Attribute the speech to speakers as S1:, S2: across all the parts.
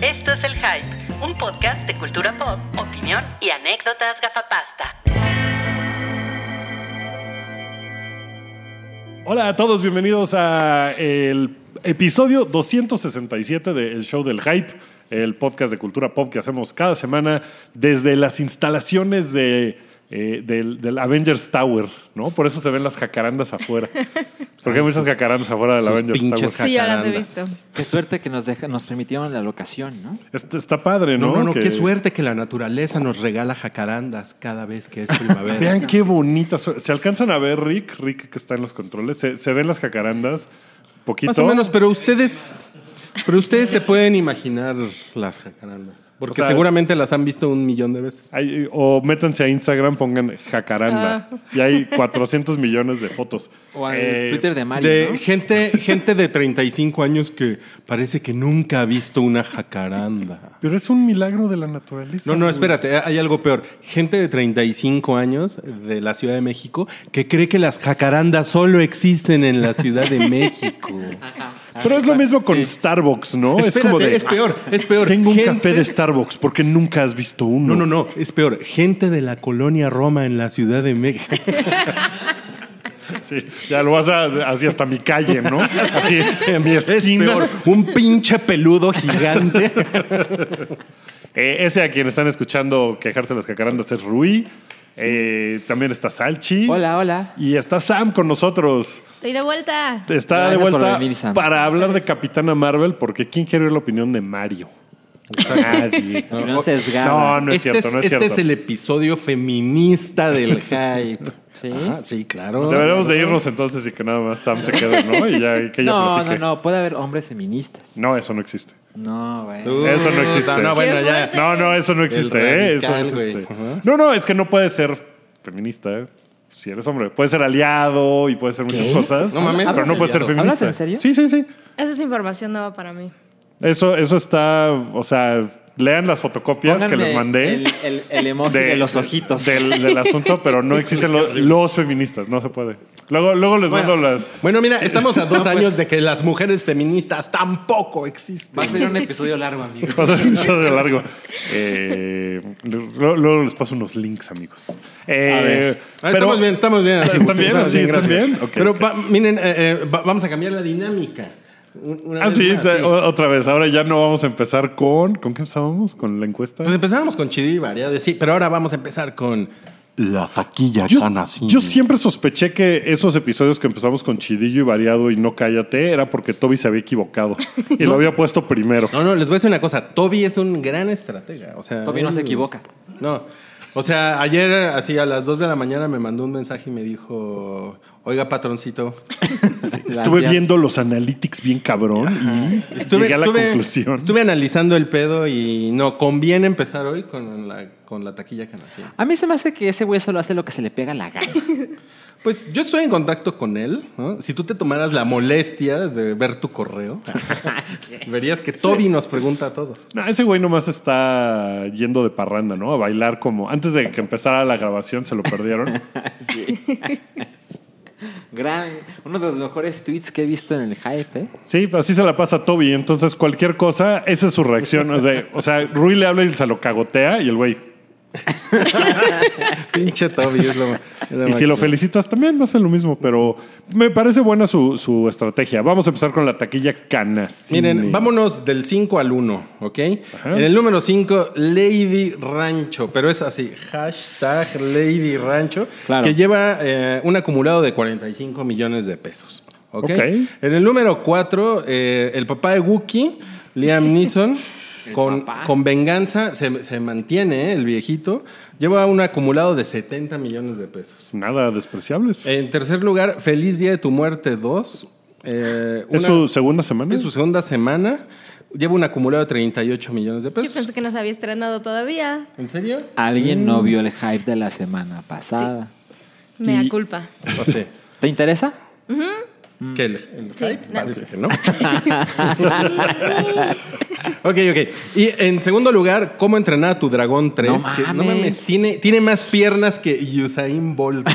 S1: Esto es El Hype, un podcast de cultura pop, opinión y anécdotas gafapasta.
S2: Hola a todos, bienvenidos a el episodio 267 de El Show del Hype, el podcast de cultura pop que hacemos cada semana desde las instalaciones de, eh, del, del Avengers Tower, ¿no? Por eso se ven las jacarandas afuera. Porque hay muchas jacarandas afuera del
S3: sus
S2: Avengers Tower.
S3: pinches
S4: Sí, ya las he
S3: Jacarandas.
S4: visto.
S3: Qué suerte que nos, deja, nos permitieron la locación, ¿no?
S2: Está, está padre, ¿no?
S5: No, no, no,
S2: Que-
S5: qué suerte que la naturaleza nos regala jacarandas cada vez que es primavera.
S2: Vean qué bonita. su- ¿Se alcanzan a ver, Rick? Rick que está en los controles. ¿Se, se ven las jacarandas? Poquito.
S5: Más o menos, pero ustedes, pero ustedes se pueden imaginar las jacarandas, porque
S2: sea-
S5: seguramente las han visto un millón de veces.
S2: Ahí, o métanse a Instagram, pongan jacaranda. Y hay 400 millones de fotos.
S3: O al
S2: Eh,
S3: Twitter de Mario.
S5: De
S3: ¿no?
S5: gente, gente de 35 años que parece que nunca ha visto una jacaranda.
S2: Pero es un milagro de la naturaleza.
S5: No, no,
S2: güey.
S5: espérate, eh, hay algo peor. Gente de 35 años de la Ciudad de México que cree que las jacarandas solo existen en la Ciudad de México.
S2: Pero es lo mismo con Starbucks, ¿no? es como
S5: Espérate,
S2: de. "Ah,
S5: es peor, es peor.
S2: Tengo un
S5: Gente-
S2: café de Starbucks porque nunca has visto uno.
S5: No, no, no, es peor. Gente de la colonia Roma en la Ciudad de México.
S2: Sí, ya lo vas a, así hasta mi calle, ¿no? Así, en mi
S5: Es
S2: esquina.
S5: peor. Un pinche peludo gigante.
S2: Eh, ese a quien están escuchando quejarse las jacarandas es Rui. Eh, también está Salchi.
S3: Hola, hola.
S2: Y está Sam con nosotros.
S4: Estoy de vuelta.
S2: Está de
S3: Gracias por
S2: vuelta
S3: venir, Sam.
S2: para hablar de Capitana Marvel, porque ¿quién quiere oír la opinión de Mario? Nadie.
S3: Y no sesgada.
S2: No, no es
S5: este
S2: cierto,
S5: es,
S2: no es
S5: este
S2: cierto.
S5: es el episodio feminista del hype.
S3: ¿Sí?
S5: Ajá, sí, claro.
S2: Deberíamos de irnos entonces y que nada más Sam se quede, ¿no? Y ya que ella
S3: No, no,
S2: platique.
S3: no. Puede haber hombres feministas.
S2: No, eso no existe.
S3: No, güey.
S5: Uh,
S2: Eso no existe.
S5: No, no, bueno,
S4: Qué
S5: ya.
S4: fuerte.
S2: No, no, eso no existe,
S5: El
S2: ¿eh? Eso
S5: radical,
S2: es,
S5: güey.
S2: este.
S5: Ajá.
S2: No, no, es que no puedes ser feminista, ¿eh? Si eres hombre, puedes ser aliado y puedes ser muchas cosas.
S5: No mames.
S2: pero no
S3: ¿Hablas
S2: puedes ser
S3: aliado?
S2: feminista.
S3: ¿Hablas en serio?
S2: Sí, sí, sí.
S4: Esa es información nueva para mí.
S2: Eso, eso está, o sea, lean las fotocopias
S3: Pónganme
S2: que les mandé.
S3: El, el- el emoji de, los ojitos.
S2: Del, del asunto, pero no existen lo- los feministas, no se puede. Luego, luego les
S3: Bueno.
S2: mando las.
S5: Bueno, mira, estamos a
S2: Ah,
S5: dos
S2: pues.
S5: años de que las mujeres feministas tampoco
S3: Va a
S5: existen.
S3: ser un episodio largo, amigo.
S2: Paso de largo. Eh, luego, luego les paso unos links, amigos. Eh,
S5: Ah,
S2: pero-
S5: estamos bien, estamos bien. así,
S2: ¿Están bien? ¿Así están
S5: gracias.
S2: bien? Ok,
S5: Pero
S2: ok.
S5: va- miren, eh, eh, va- vamos a cambiar la dinámica. Un- una
S2: Ah,
S5: vez
S2: sí,
S5: más,
S2: ya-
S5: sí.
S2: o- otra vez. Ahora ya no vamos a empezar con. ¿Con qué empezábamos? ¿Con la encuesta?
S5: Pues empezamos con Chidi y variedades, sí, pero ahora vamos a empezar con la taquilla
S2: Yo,
S5: canacín.
S2: yo siempre sospeché que esos episodios que empezamos con Chidillo y Variado y No Cállate era porque Toby se había equivocado y lo había puesto primero.
S5: No, no, les voy a decir una cosa. Toby es un gran estratega. O sea,
S3: Toby no
S5: él-
S3: se equivoca.
S5: No. O sea, ayer, así a las 2 de la mañana, me mandó un mensaje y me dijo: Oiga, patroncito.
S2: Estuve
S3: Gracias.
S2: viendo los analytics bien cabrón y llegué a la conclusión.
S5: estuve analizando el pedo y no, conviene empezar hoy con la, con la taquilla canacín.
S3: A mí se me hace que ese güey solo hace lo que se le pega la gana.
S5: Pues yo estoy en contacto con él. ¿no? Si tú te tomaras la molestia de ver tu correo, verías que Toby nos pregunta a todos.
S2: No, ese güey nomás está yendo de parranda, ¿no? A bailar como. Antes de que empezara la grabación se lo perdieron.
S3: Gran, uno de los mejores tweets que he visto en el hype, ¿eh?
S2: Sí, así se la pasa a Toby. Entonces, cualquier cosa, esa es su reacción. O sea, o sea, Rui le habla y se lo cagotea y el güey.
S5: Pinche Toby es lo, es lo
S2: Y si lo
S5: máximo.
S2: felicitas también, no hace lo mismo, pero me parece buena su, su estrategia. Vamos a empezar con la taquilla canas.
S5: Miren, vámonos del 5 al 1, ¿ok?
S2: Ajá.
S5: En el número 5, Lady Rancho, pero es así, hashtag Lady Rancho,
S3: Claro.
S5: que lleva eh, un acumulado de 45 millones de pesos, ¿ok?
S2: Ok.
S5: En el número 4, el papá de Wookie, Liam Neeson, con,
S3: papá.
S5: con venganza, se, se mantiene ¿eh? el viejito, lleva un acumulado de 70 millones de pesos.
S2: Nada despreciables.
S5: En tercer lugar, Feliz Día de tu Muerte 2. eh,
S2: ¿Es
S5: una-
S2: su segunda semana?
S5: es su segunda semana. Lleva un acumulado de 38 millones de
S3: Pues
S4: Yo
S5: pesos.
S4: pensé que no se había estrenado todavía.
S5: ¿En serio?
S3: Alguien
S2: Mm.
S3: no vio el hype de la semana pasada.
S4: Me da
S2: Y-
S4: culpa.
S5: No sé.
S3: ¿Te interesa?
S5: que el, el
S4: Sí,
S5: hype
S4: no.
S5: parece que no. ok, ok. Y en segundo lugar, ¿cómo entrenar a tu dragón 3?
S3: No
S5: Que,
S3: mames.
S5: tiene, tiene más piernas que Usain Bolt.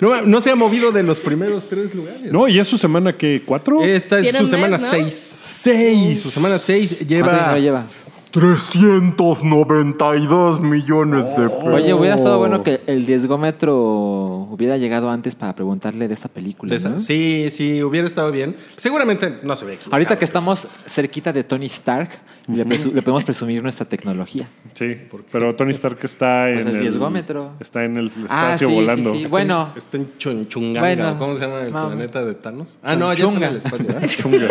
S5: no, ma- no se ha movido de los primeros tres lugares.
S2: No, y es su semana que cuatro.
S5: Esta es
S4: Tiene
S5: su
S4: un mes,
S5: semana
S4: ¿no?
S5: 6.
S2: seis.
S5: Su semana 6
S3: ¿Cuánto dinero
S5: lleva,
S3: lleva?
S5: 392 millones de pesos.
S3: Oye, hubiera estado bueno que el diezgómetro hubiera llegado antes para preguntarle de esta película.
S5: Oh, De esa-
S3: ¿no?
S5: Sí, sí, hubiera estado bien. Seguramente no se ve aquí.
S3: Ahorita que estamos cerquita de Tony Stark, le, presu- le podemos presumir nuestra tecnología.
S2: Sí, pero Tony Stark está en
S3: Pues el riesgómetro.
S2: Está en el espacio
S3: Ah, sí, sí,
S2: volando.
S3: sí. Bueno,
S5: Está en Chunchunganga.
S3: Bueno,
S5: ¿Cómo se llama el
S3: vamos.
S5: planeta de Thanos? Ah, no, ya está en
S3: Chunchunga.
S5: el espacio. ¿verdad?
S2: Chunga.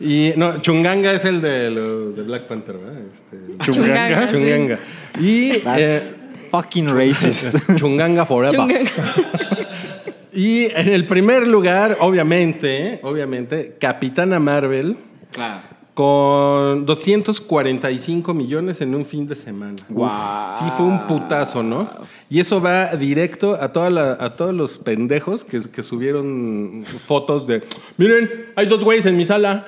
S5: y no, Chunganga es el de los de Black Panther, ¿verdad? Este,
S2: Chunganga.
S4: Chunganga. sí.
S5: Chunganga. Y
S3: that's
S5: eh,
S3: fucking racist.
S5: Chunganga Forever.
S4: Chunga-
S5: Y en el primer lugar, obviamente, obviamente, Capitana Marvel
S3: claro.
S5: con 245 millones en un fin de semana.
S3: Wow.
S5: Sí, fue un putazo, ¿no? Y eso va directo a, toda la- a todos los pendejos que, que subieron fotos de, miren, hay dos güeyes en mi sala.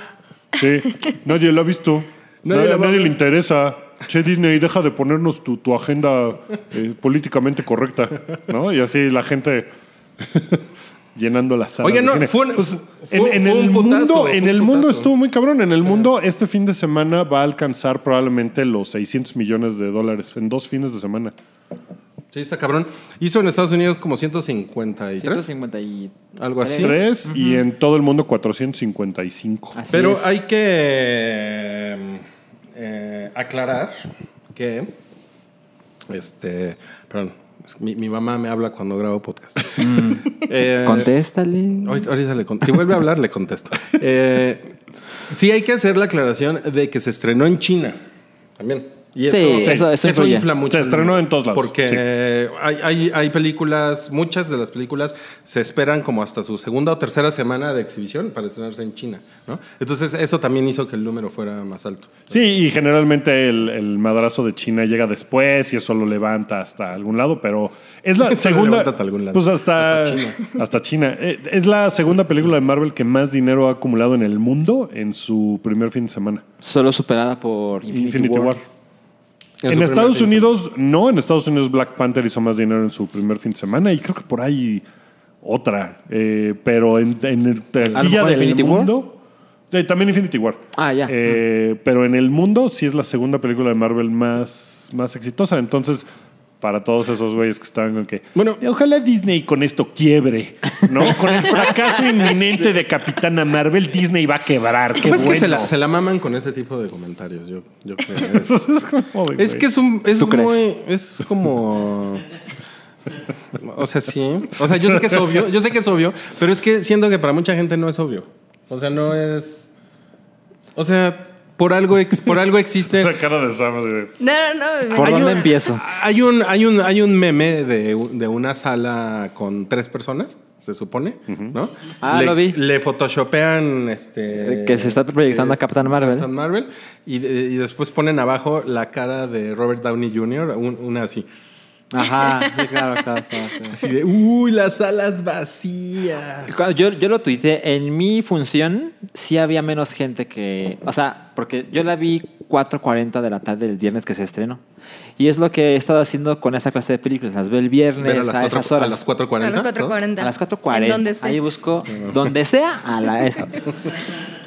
S2: Sí. Nadie lo ha visto.
S5: Nadie
S2: Nadie,
S5: la va a
S2: nadie
S5: ver.
S2: le interesa. Che, Disney, deja de ponernos tu, tu agenda eh, políticamente correcta, ¿no? Y así la gente llenando la sala.
S5: Oye,
S2: de
S5: no,
S2: cine.
S5: fue un-
S2: Pues,
S5: fue-
S2: en,
S5: fue
S2: en
S5: un
S2: el
S5: putazo,
S2: mundo,
S5: fue
S2: en
S5: un
S2: el mundo
S5: putazo.
S2: estuvo muy cabrón. En el mundo, este fin de semana va a alcanzar probablemente los 600 millones de dólares en dos fines de semana.
S5: Sí, está cabrón. Hizo en Estados Unidos como 153.
S3: 153.
S5: Algo así. Sí.
S2: Tres y en todo el mundo 455.
S3: Así
S5: Pero
S3: es.
S5: hay que eh, eh, aclarar que. Este. Perdón. es que Mi, mi mamá me habla cuando grabo podcast.
S3: Mm.
S5: Eh,
S3: Contéstale.
S5: Ahorita, ahorita le contesto. Si vuelve a hablar, le contesto. Eh, sí, hay que hacer la aclaración de que se estrenó en China también. Y eso,
S3: Sí, eso- eso influye.
S5: infla mucho.
S2: Se
S5: el-
S2: estrenó en todos lados,
S5: Porque
S2: sí.
S5: eh, hay, hay- hay películas, muchas de las películas se esperan como hasta su segunda o tercera semana de exhibición para estrenarse en China. ¿no? Entonces, eso también hizo que el número fuera más alto.
S2: Sí, y generalmente el, el madrazo de China llega después y eso lo levanta hasta algún lado, pero es la
S5: Lo
S2: segunda.
S5: levanta hasta algún lado.
S2: Pues hasta,
S5: Hasta
S2: hasta China.
S5: China.
S2: Eh, Es la segunda película de Marvel que más dinero ha acumulado en el mundo en su primer fin de semana.
S3: Solo superada por Infinity, War.
S5: En
S2: En,
S5: su primer
S2: Estados
S5: fin de
S2: Unidos, no. En Estados Unidos, Black Panther hizo más dinero en su primer fin de semana y creo que por ahí otra. Eh, pero en, en el
S3: A lo
S2: taquilla
S3: mejor
S2: del
S3: Infinity War.
S2: mundo. eh, también Infinity War.
S3: Ah, ya.
S2: Eh, Pero en el mundo sí es la segunda película de Marvel más, más exitosa. Entonces, para todos esos güeyes que estaban con que. "Eh,
S5: Bueno.
S2: ojalá Disney con esto quiebre, ¿no? con el fracaso inminente de Capitana Marvel, Disney va a quebrar. Qué
S5: Pues
S2: bueno.
S5: que se la, se la maman con ese tipo de comentarios. Yo, yo creo. Es-
S2: es como de,
S5: Es
S2: güey.
S5: que es un. Es
S3: ¿Tú crees?
S5: muy- Es como. O sea, sí. O sea, yo sé que es obvio. Yo sé que es obvio. Pero es que siento que para mucha gente no es obvio. O sea, no es. O sea, por algo, ex- por algo
S2: La
S5: existe.
S2: cara de Sam. así de-
S4: No, no, no.
S3: ¿Por
S4: me-
S3: dónde empiezo?
S5: Hay un, hay un, hay un meme de, u- de una sala con tres personas, se supone, ¿no?
S3: Ah,
S5: le,
S3: lo vi.
S5: Le photoshopean este.
S3: Que se está proyectando a Capitán Marvel.
S5: Capitán Marvel. Y, de- y después ponen abajo la cara de Robert Downey Jr., un- una así.
S3: Ajá, sí, claro, claro, claro, claro.
S5: Así de, uy, las salas vacías.
S3: Cuando Yo, yo lo tuiteé, en mi función sí había menos gente que... O sea, porque yo la vi 4.40 de la tarde del viernes que se estrenó. Y es lo que he estado haciendo con esa clase de películas. Las veo el viernes
S5: Ver
S3: a,
S5: a las, cuatro-
S3: esas horas.
S5: a las 4.40.
S4: A las
S5: ¿no?
S4: 4.40.
S3: A las
S4: ¿En
S3: 4.40.
S4: dónde esté?
S3: Ahí busco donde sea a la esa.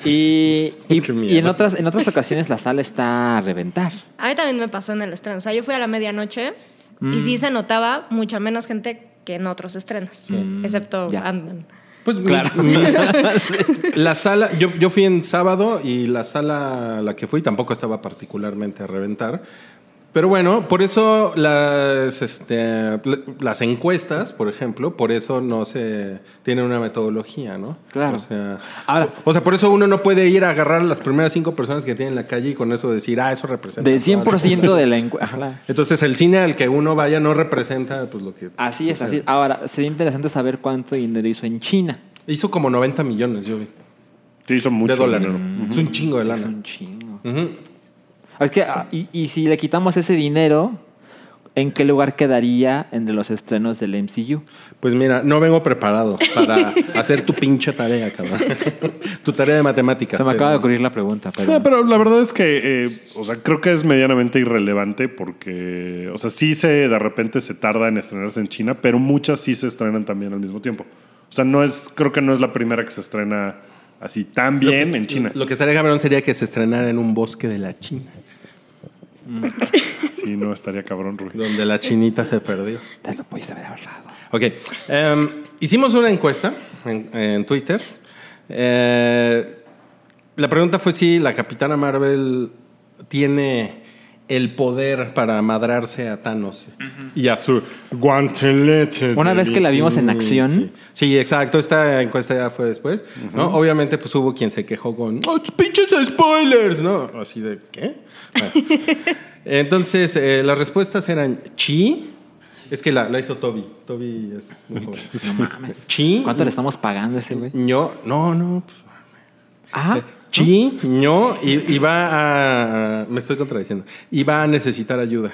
S3: Y, y-
S5: Qué
S3: y en,
S5: miedo.
S3: otras, en otras ocasiones la sala está a reventar.
S4: A mí también me pasó en el estreno. O sea, yo fui a la medianoche y
S3: Mm.
S4: sí se notaba mucha menos gente que en otros estrenos, excepto
S3: Mm, Ya.
S4: Ant-Man.
S5: Pues claro. la sala, yo, yo fui en sábado y la sala a la que fui tampoco estaba particularmente a reventar. Pero bueno, por eso las, este, las encuestas, por ejemplo, por eso no se tienen una metodología, ¿no?
S3: Claro.
S5: O sea,
S3: Ahora-
S5: o sea, por eso uno no puede ir a agarrar a las primeras cinco personas que tiene en la calle y con eso decir, ah, eso representa.
S3: Del
S5: algo".
S3: 100% de la encuesta.
S5: Entonces el cine al que uno vaya no representa pues lo que...
S3: Así es, así es. Ahora, sería interesante saber cuánto dinero hizo en China.
S5: Hizo como 90 millones, yo vi.
S2: Sí, hizo mucho
S5: de dólares.
S2: dinero.
S5: Es un chingo de
S3: Sí,
S5: lana.
S3: Es un chingo.
S5: Ujú.
S3: Es que, ah, y, y si le quitamos ese dinero, ¿en qué lugar quedaría entre los estrenos del MCU?
S5: Pues mira, no vengo preparado para hacer tu pinche tarea, cabrón. tu tarea de matemáticas.
S3: Se me
S5: pero-
S3: acaba de ocurrir la pregunta, pero...
S2: No, Ah, pero la verdad es que, eh, o sea, creo que es medianamente irrelevante porque, o sea, sí se de repente se tarda en estrenarse en China, pero muchas sí se estrenan también al mismo tiempo. O sea, no es, creo que no es la primera que se estrena así tan
S5: Lo que-
S2: bien en China.
S5: Lo que estaría cabrón sería que se estrenara en un bosque de la China,
S2: Sí, no estaría cabrón, Rui.
S5: donde la chinita se perdió.
S3: Te lo pudiste haber ahorrado.
S5: Ok. em, hicimos una encuesta en, en Twitter. Eh, la pregunta fue si la Capitana Marvel tiene el poder para madrarse a Thanos y a su guantelete.
S3: Una
S5: de
S3: vez que la vimos en acción.
S5: Sí. Sí, exacto. Esta encuesta ya fue después. ¿no? Obviamente, pues hubo quien se quejó con "Oh, pinches spoilers, ¿no? Así de, ¿qué? Bueno. Entonces, eh, las respuestas eran chi. Es que la, la hizo Toby. Toby es muy joven.
S3: No mames.
S5: Chi.
S3: ¿Cuánto le estamos pagando a ese güey?
S5: Ño. No, no. pues,
S3: Ah,
S5: Chi, ño, y, y va a. Me estoy contradiciendo. Y va a necesitar ayuda.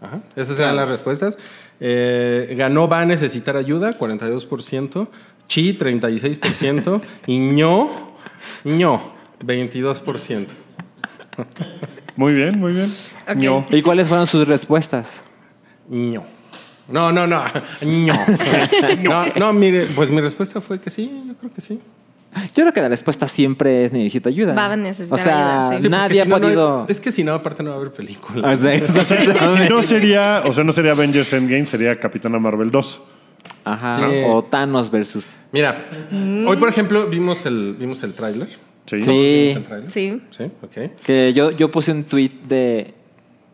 S5: Ajá. Esas eran las respuestas. Eh, ganó va a necesitar ayuda, 42%. Chi, 36%. y ño, ño, 22%.
S2: Muy bien, muy bien.
S4: Ok.
S2: No.
S3: ¿y cuáles fueron sus respuestas?
S5: ño. No, no, no. ño. No, no, mire, pues mi respuesta fue que sí, yo creo que sí.
S3: Yo creo que la respuesta siempre es necesito ayuda.
S4: Va a necesitar
S3: O sea,
S4: ayuda, sí.
S5: Sí, porque
S3: nadie
S5: si
S3: ha
S5: no, no hay-
S3: podido... Ah,
S5: es que si no, aparte no va a haber película.
S2: Ah,
S3: O sea,
S2: O sea, si no sería, o sea, no sería Avengers Endgame, sería Capitana Marvel 2.
S3: Ajá,
S5: Sí.
S3: o Thanos versus...
S5: Mira,
S3: Mm.
S5: hoy por ejemplo vimos el, vimos el tráiler.
S2: Sí.
S3: Sí.
S5: ¿Vimos el tráiler?
S4: Sí.
S5: Sí, ok.
S3: Que yo, yo puse un tweet de.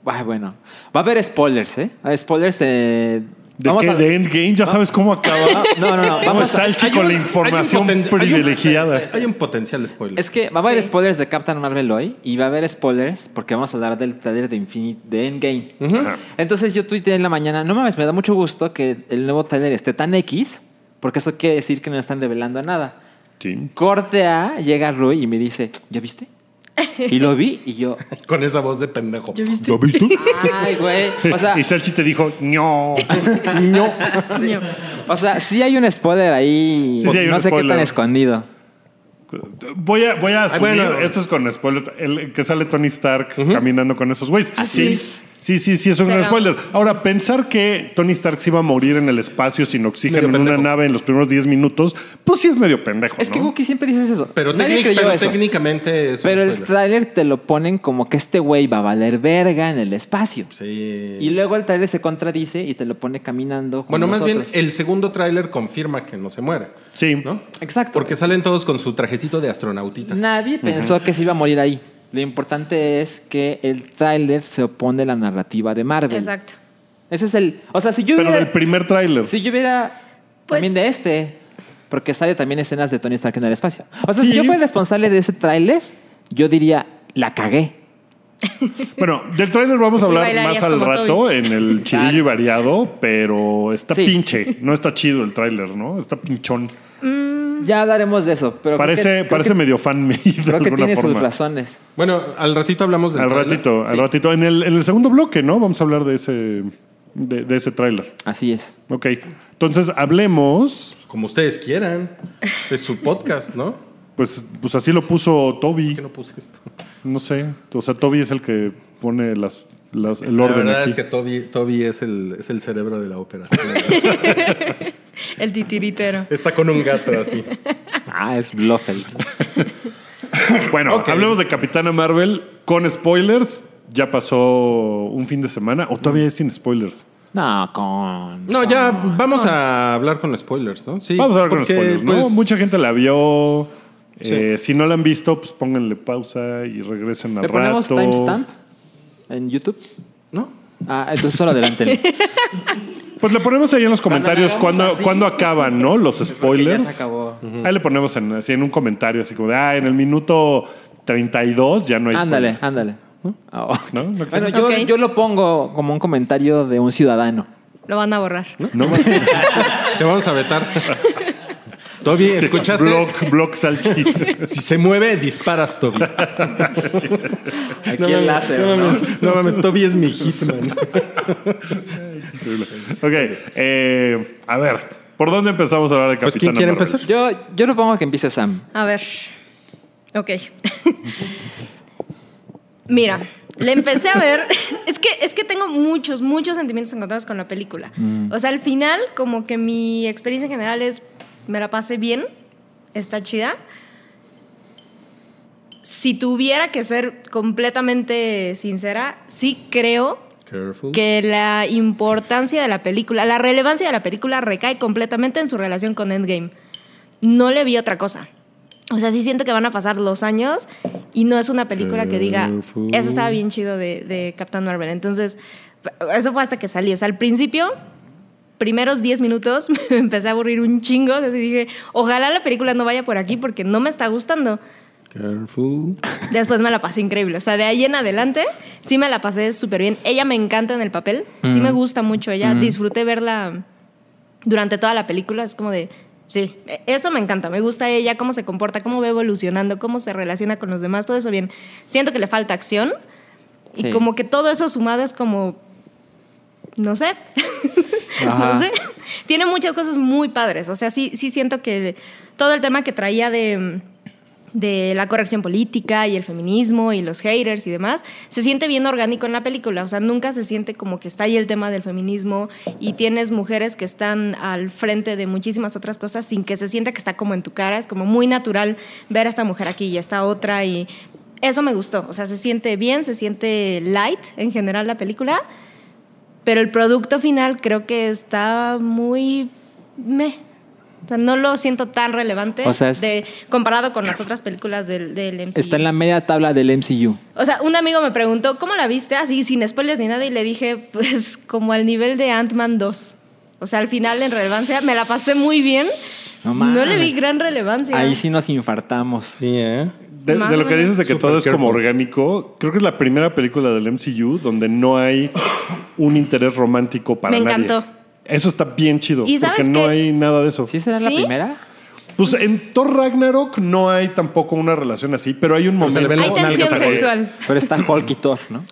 S3: Ay, bueno. Va a haber spoilers, ¿eh? Hay spoilers. eh,
S2: ¿De
S3: vamos
S2: qué?
S3: a- Ah,
S2: ¿De Endgame? ¿Ya sabes cómo acaba?
S3: No, no, no.
S2: ¿Cómo
S3: Vamos
S2: está
S3: a...
S2: el chico la información
S5: poten- hay un-
S2: privilegiada?
S5: Hay un potencial spoiler.
S3: Es que va a haber
S4: Sí.
S3: spoilers de Captain Marvel hoy y va a haber spoilers porque vamos a hablar del trailer de Infinite, de Endgame.
S2: Ajá.
S3: Entonces yo tuiteé en la mañana, no mames, me da mucho gusto que el nuevo trailer esté tan X porque eso quiere decir que no están revelando nada.
S2: Sí.
S3: Corte A, llega Rui y me dice, ¿ya viste? Y lo vi y yo,
S5: Con esa voz de pendejo.
S2: ¿Lo viste?
S3: ay, güey. O sea,
S2: y Salchi te dijo, no.
S5: No.
S4: Ño.
S3: O sea, sí hay un spoiler ahí.
S2: Sí, sí hay
S3: no
S2: un
S3: sé qué
S2: spoiler.
S3: tan escondido.
S2: Voy a, voy a asumir,
S5: bueno.
S2: esto es con spoiler, el que sale Tony Stark caminando con esos güeyes.
S3: Ah,
S4: Así
S2: sí. Sí, sí, sí, eso es un
S4: Será.
S2: spoiler. Ahora, pensar que Tony Stark se iba a morir en el espacio sin oxígeno
S5: Medio
S2: en una
S5: pendejo.
S2: nave en los primeros 10 minutos, pues sí es medio pendejo.
S3: Es que
S2: ¿no?
S3: Wookiee siempre dices eso.
S5: Pero,
S3: Nadie
S5: técnic-
S3: creyó
S5: pero
S3: eso.
S5: técnicamente es un
S3: Pero el
S5: spoiler.
S3: tráiler te lo ponen como que este güey va a valer verga en el espacio.
S5: Sí.
S3: Y luego el tráiler se contradice y te lo pone caminando. con
S5: Bueno, más bien,
S3: nosotros.
S5: el segundo tráiler confirma que no se muere.
S2: Sí.
S5: ¿No?
S3: Exacto.
S5: Porque salen todos con su trajecito de astronautita.
S3: Nadie pensó que se iba a morir ahí. Lo importante es que el tráiler se opone a la narrativa de Marvel.
S4: Exacto.
S3: Ese es el... O sea, si yo
S2: Pero
S3: hubiera...
S2: del primer tráiler.
S3: Si yo hubiera
S4: Pues-
S3: también de este, porque sale también escenas de Tony Stark en el espacio. O sea,
S2: Sí.
S3: si yo fuera el responsable de ese tráiler, yo diría, la cagué.
S2: Bueno, del tráiler vamos a
S4: Y
S2: hablar
S4: bailarías
S2: más al
S4: como
S2: rato en el chidillo y variado, pero está
S3: Sí.
S2: pinche. No está chido el tráiler, ¿no? Está pinchón.
S4: Mm.
S3: Ya hablaremos de eso, pero creo que-
S2: Parece,
S3: creo
S2: parece
S3: que-
S2: medio fan made de
S3: creo que
S2: alguna
S3: tiene sus
S2: forma.
S3: razones.
S5: Bueno, al ratito hablamos del
S2: Al
S5: tráiler.
S2: ratito, al
S5: Sí.
S2: ratito. En el, en el segundo bloque, ¿no? Vamos a hablar de ese, de, de ese tráiler.
S3: Así es.
S2: Ok. Entonces, hablemos.
S5: Como ustedes quieran. Es su podcast, ¿no?
S2: Pues, pues así lo puso
S5: ¿Por qué
S2: Toby.
S5: no puse esto?
S2: No sé. O sea, Toby es el que pone las, las- el
S5: la
S2: orden
S5: verdad
S2: aquí.
S5: es que Toby, Toby es, el, es el cerebro de la ópera.
S4: El titiritero.
S5: Está con un gato así.
S3: Ah, es Blofeld.
S2: Bueno,
S5: Ok.
S2: hablemos de Capitana Marvel con spoilers. Ya pasó un fin de semana o todavía es sin spoilers.
S3: No, con...
S5: No, ya vamos a hablar con spoilers, ¿no? Sí,
S2: Vamos a hablar con
S5: porque,
S2: spoilers. ¿no?
S5: pues,
S2: Mucha gente la vio.
S5: Sí.
S2: Eh, si no la han visto, pues pónganle pausa y regresen al
S3: ¿Le ponemos
S2: rato.
S3: timestamp en YouTube?
S5: ¿no?
S3: Ah, entonces solo adelante.
S2: Pues le ponemos ahí en los
S3: Cuando
S2: comentarios
S3: hagamos
S2: cuándo
S3: así.
S2: cuándo acaban, ¿no? Los
S3: porque ya
S2: spoilers.
S3: se acabó.
S2: Ahí le ponemos en, así en un comentario, así como de, ah, en el minuto 32 ya no hay
S3: ándale,
S2: spoilers.
S3: ándale. Ah,
S2: ¿No? ¿No crees?
S3: Bueno, yo,
S4: Ok.
S3: yo lo pongo como un comentario de un ciudadano.
S4: Lo van a borrar.
S2: No,
S5: Te vamos a vetar. Toby,
S2: Sí,
S5: ¿escuchaste?
S2: Block, block salchicha.
S5: Si se mueve, disparas, Toby.
S3: Aquí
S5: No
S3: el
S5: mames,
S3: láser.
S5: no
S3: ¿no?
S5: mames, no mames, Toby es mi hitman.
S2: ok, eh, a ver, ¿por dónde empezamos a hablar de Capitana
S5: Pues, ¿quién quiere
S2: Marvel?
S5: empezar?
S3: Yo, yo propongo que empiece Sam.
S4: A ver. Ok. Mira, le empecé a ver. Es que, es que tengo muchos, muchos sentimientos encontrados con la película. O sea, al final, como que mi experiencia en general es. Me la pasé bien. Está chida. Si tuviera que ser completamente sincera, sí creo
S5: Careful.
S4: que la importancia de la película, la relevancia de la película recae completamente en su relación con Endgame. No le vi otra cosa. O sea, sí siento que van a pasar los años y no es una película que diga,
S5: Careful.
S4: eso estaba bien chido de, de Captain Marvel. Entonces, eso fue hasta que salí. O sea, al principio, primeros 10 minutos, me empecé a aburrir un chingo. Así dije, ojalá la película no vaya por aquí porque no me está gustando.
S5: Careful.
S4: Después me la pasé increíble. O sea, de ahí en adelante sí me la pasé súper bien. Ella me encanta en el papel. Sí me gusta mucho. Ella disfruté verla durante toda la película. Es como de. Sí, e- eso me encanta. Me gusta ella, cómo se comporta, cómo va evolucionando, cómo se relaciona con los demás. Todo eso bien. Siento que le falta acción. Y
S3: Sí.
S4: como que todo eso sumado es como. No sé.
S3: Ajá.
S4: no sé. Tiene muchas cosas muy padres. O sea, sí, sí siento que todo el tema que traía de, de la corrección política y el feminismo y los haters y demás, se siente bien orgánico en la película. O sea, nunca se siente como que está ahí el tema del feminismo y tienes mujeres que están al frente de muchísimas otras cosas sin que se sienta que está como en tu cara. Es como muy natural ver a esta mujer aquí y a esta otra y... Eso me gustó, o sea, se siente bien, se siente light en general la película. Pero el producto final creo que está muy meh. O sea, no lo siento tan relevante
S3: O sea, es-
S4: de, comparado con las otras películas del, del MCU.
S3: Está en la media tabla del MCU.
S4: O sea, un amigo me preguntó, ¿cómo la viste? Así, sin spoilers ni nada, y le dije, pues, como al nivel de Ant-Man 2. O sea, al final, en relevancia, me la pasé muy bien.
S3: No
S4: No,
S3: mames.
S4: le vi gran relevancia.
S3: Ahí sí nos infartamos.
S5: Sí, ¿eh?
S2: De, de
S4: Más
S2: lo
S4: o
S2: que
S4: menos.
S2: dices de que
S5: Super
S2: todo es como
S5: careful.
S2: orgánico, creo que es la primera película del MCU donde no hay un interés romántico para
S4: Me
S2: nadie.
S4: encantó.
S2: Eso está bien chido,
S4: ¿Y
S2: porque
S4: sabes
S2: no
S4: qué?
S2: hay nada de eso.
S3: ¿Sí será la
S4: ¿Sí?
S3: primera?
S2: Pues en Thor Ragnarok no hay tampoco una relación así, pero hay un
S5: Pero
S2: momento.
S5: se le ven
S4: Hay
S5: las
S4: tensión
S5: nalgas a Hulk.
S4: sexual.
S3: Pero está Hulk y Thor, ¿no?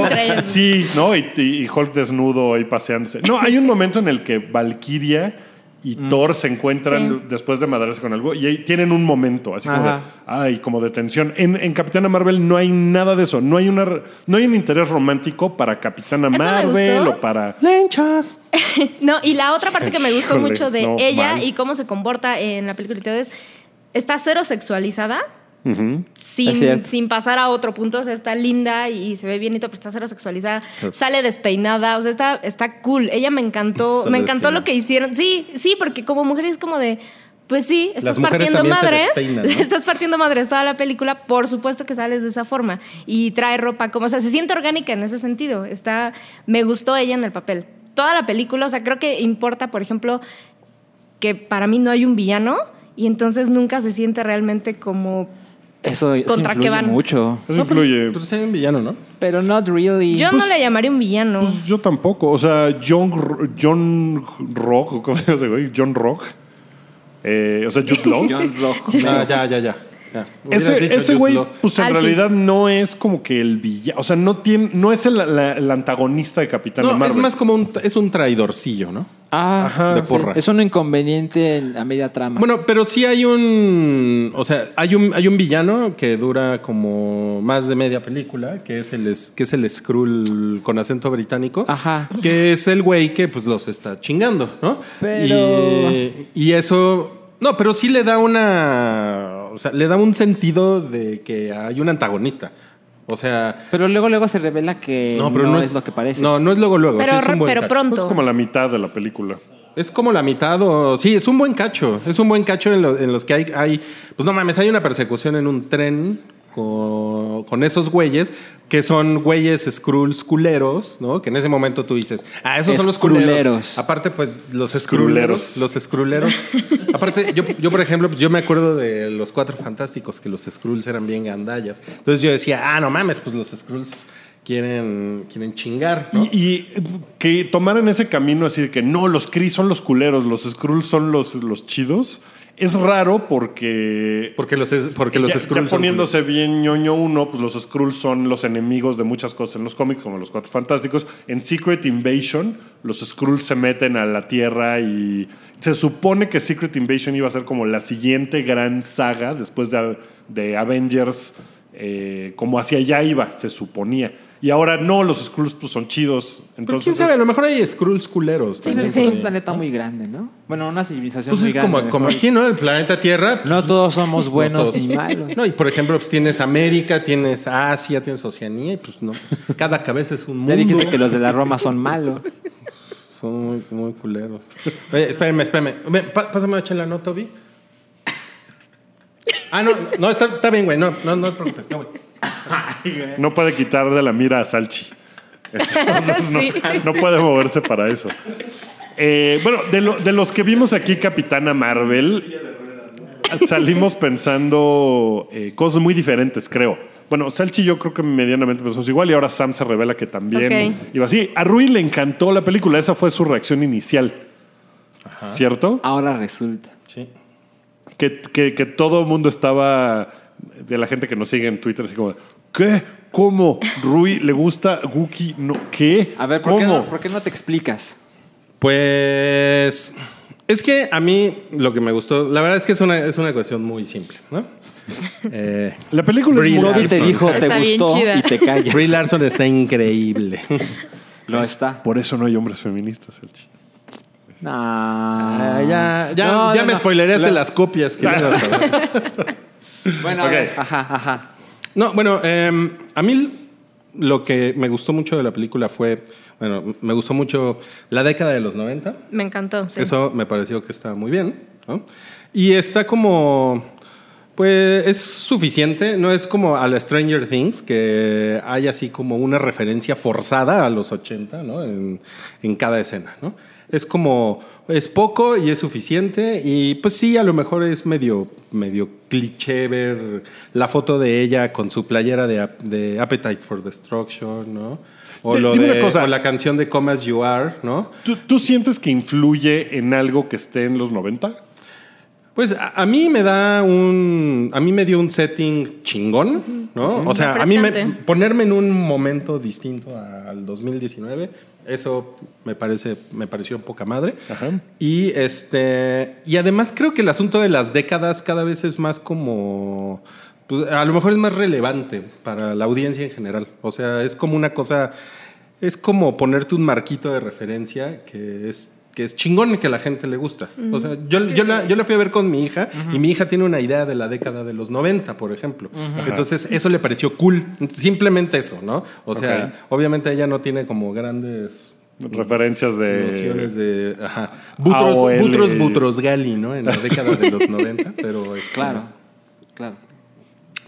S4: Entre ellos.
S2: Sí, ¿no? Y, y- y Hulk desnudo ahí paseándose. No, hay un momento en el que Valkyria y
S5: Mm.
S2: Thor se encuentran
S4: Sí.
S2: después de madrarse con algo y ahí tienen un momento, así como de,
S3: Ajá.
S2: ay, como de tensión. En, en Capitana Marvel no hay nada de eso. No hay, una, re- no hay un interés romántico para Capitana
S4: Eso me
S2: Marvel
S4: gustó.
S2: o para...
S5: Lenchas.
S4: No, y la otra parte que me gustó
S2: Híjole,
S4: mucho de
S2: no,
S4: ella
S2: mal.
S4: y cómo se comporta en la película y todo es, está cero sexualizada.
S3: Es
S4: Sin,
S3: cierto.
S4: sin pasar a otro punto, o sea, está linda y se ve bien y todo, pero está cero sexualizada, sale despeinada, o sea, está, está cool. Ella me encantó,
S5: Sale
S4: me encantó
S5: despeinada.
S4: lo que hicieron. Sí, sí, porque como mujer es como de, pues sí,
S5: Las
S4: estás
S5: mujeres
S4: partiendo
S5: también se
S4: madres,
S5: despeinan, ¿no?
S4: estás partiendo madres toda la película, por supuesto que sales de esa forma y trae ropa como, o sea, se siente orgánica en ese sentido. Está, me gustó ella en el papel. Toda la película, o sea, creo que importa, por ejemplo, que para mí no hay un villano y entonces nunca se siente realmente como
S3: Eso, eso
S4: ¿Contra qué
S3: influye
S4: van?
S3: mucho.
S2: Eso influye.
S5: Pues hay un villano, ¿no?
S3: Pero not really.
S4: Yo no
S2: Pues-
S4: le llamaría un villano.
S2: Pues yo tampoco. O sea, John, R- John Rock, o ¿cómo se llama ese güey? John Rock. Eh, o sea, Jude Law.
S3: John Rock.
S5: Ah, ya, ya, ya. ya. Hubieras
S2: Ese,
S5: dicho
S2: ese
S5: Jude
S2: güey,
S5: Law.
S2: pues en
S4: Alfie.
S2: realidad no es como que el villano. O sea, no tiene, no es el, la- el antagonista de Capitán
S5: No,
S2: Marvel.
S5: es más como un, es un traidorcillo, ¿no?
S3: Ah,
S2: Ajá.
S5: de
S3: sí.
S5: porra.
S3: Es un inconveniente en- a media trama.
S5: Bueno, pero sí hay un, o sea, hay un hay un villano que dura como más de media película, que es el es- que es el Skrull con acento británico,
S3: Ajá.
S5: que es el güey que pues los está chingando, ¿no?
S3: Pero-
S5: y, y eso no, pero sí le da una, o sea, le da un sentido de que hay un antagonista. O sea,
S3: Pero luego luego se revela que Eh, no, es, lo que parece.
S5: No, no es luego luego,
S4: Pero,
S5: sí es un
S4: re-
S5: buen
S4: pero
S5: cacho.
S2: Es
S4: pronto.
S2: como la mitad de la película.
S5: Es como la mitad o... Sí, es un buen cacho. Es un buen cacho en, lo- en los que hay, hay... Pues no mames, hay una persecución en un tren con, con esos güeyes que son güeyes Skrulls culeros, ¿no? Que en ese momento tú dices, ah, esos son los culeros.
S3: Escruleros.
S5: Aparte, pues, los
S2: Escruleros.
S5: Skruleros. Los Skruleros. Aparte, yo, yo, por ejemplo, pues yo me acuerdo de los Cuatro Fantásticos, que los Skrulls eran bien gandallas. Entonces yo decía, ah, no mames, pues los Skrulls... quieren, quieren chingar. ¿no?
S2: Y, y que tomaran ese camino así de que no, los Kree son los culeros, los Skrulls son los, los chidos, es raro porque...
S5: porque los, es- porque los
S2: ya,
S5: Skrulls
S2: ya
S5: son
S2: poniéndose bien ñoño uno, pues los Skrulls son los enemigos de muchas cosas en los cómics, como los Cuatro Fantásticos. En Secret Invasion, los Skrulls se meten a la Tierra y se supone que Secret Invasion iba a ser como la siguiente gran saga después de, de Avengers, eh, como hacia allá iba, se suponía. Y ahora no, los Skrulls pues, son chidos.
S5: Pero
S2: Entonces,
S5: quién sabe, a lo mejor hay Skrulls culeros.
S4: Sí,
S5: también.
S4: sí,
S3: Es
S4: sí.
S3: un planeta muy grande, ¿no? Bueno, una civilización
S5: eh, Pues
S3: muy
S5: es
S3: grande.
S5: como, como
S3: mejor.
S5: aquí, ¿no? El planeta Tierra.
S3: No todos somos buenos
S5: todos.
S3: ni malos.
S5: No, y por ejemplo, pues tienes América, tienes Asia, tienes Oceanía, y pues no. Cada cabeza es un mundo.
S3: Ya dijiste que los de la Roma son malos.
S5: Son muy, muy culeros. Oye, espérenme, espérenme. Ven, pa- pásame una chela, ¿no, Toby? Ah, no, no, está, está bien, güey. No, no, no te preocupes. No, güey.
S2: No puede quitar de la mira a Salchi. Entonces, no,
S4: Sí.
S2: no puede moverse para eso. Eh, bueno, de, lo- de los que vimos aquí, Capitana Marvel, salimos pensando eh, cosas muy diferentes, creo. Bueno, Salchi yo creo que medianamente pensamos igual y ahora Sam se revela que también
S4: Ok.
S2: iba así. A Rui le encantó la película, esa fue su reacción inicial. ¿Cierto?
S3: Ahora resulta.
S5: Sí.
S2: que, que- que todo el mundo estaba de la gente que nos sigue en Twitter así como ¿qué? ¿cómo? ¿Rui le gusta Guki? No, ¿qué?
S3: A ver, ¿por,
S2: ¿cómo?
S3: Qué, no, por qué no te explicas?
S5: Pues es que a mí lo que me gustó, la verdad es que es una, es una cuestión muy simple, ¿no? Eh,
S2: La película
S5: Brie
S2: es muy
S5: Larson.
S3: Toby te dijo, te
S4: Está bien
S3: gustó
S4: chida.
S3: y te callas.
S5: Brie Larson está increíble.
S3: No está.
S2: Por eso no hay hombres feministas, Elchi.
S3: No.
S5: Ah, ya ya,
S3: No,
S5: ya
S3: no,
S5: me
S3: no.
S5: spoilereaste
S3: La-
S5: las copias que ibas a saber.
S3: Bueno,
S2: Ok.
S3: a ver, ajá, ajá.
S5: No, bueno, eh, a mí lo que me gustó mucho de la película fue, bueno, me gustó mucho la década de los 90.
S4: Me encantó. sí.
S5: Eso me pareció que está muy bien. ¿no? Y está como, pues es suficiente, no es como a la Stranger Things, que hay así como una referencia forzada a los 80 ¿no? en, en cada escena. ¿no? Es como, es poco y es suficiente y pues sí, a lo mejor es medio, medio cliché ver la foto de ella con su playera de, Ap- de Appetite for Destruction, ¿no? O,
S2: D-
S5: lo
S2: dime una
S5: de-
S2: cosa.
S5: o la canción de Come As You Are, ¿no?
S2: ¿Tú, tú sientes que influye en algo que esté en los 90?
S5: Pues a, a mí me da un. A mí me dio un setting chingón, ¿no? O sea, a mí me-
S4: Refrescante.
S5: ponerme en un momento distinto al 2019, eso me parece, me pareció poca madre.
S2: Ajá.
S5: Y este. Y además creo que el asunto de las décadas cada vez es más como. pues, a lo mejor es más relevante para la audiencia en general. O sea, es como una cosa. Es como ponerte un marquito de referencia que es que es chingón y que a la gente le gusta. O sea, yo, yo, la, yo la fui a ver con mi hija y mi hija tiene una idea de la década de los 90, por ejemplo. Entonces, eso le pareció cool. Simplemente eso, ¿no? O sea, obviamente ella no tiene como grandes
S2: Referencias
S5: nociones
S2: de...
S5: de. Ajá. Butros,
S2: AOL.
S5: Butros, Butros Gali, ¿no? En la década de los 90, pero. este,
S3: Claro, claro.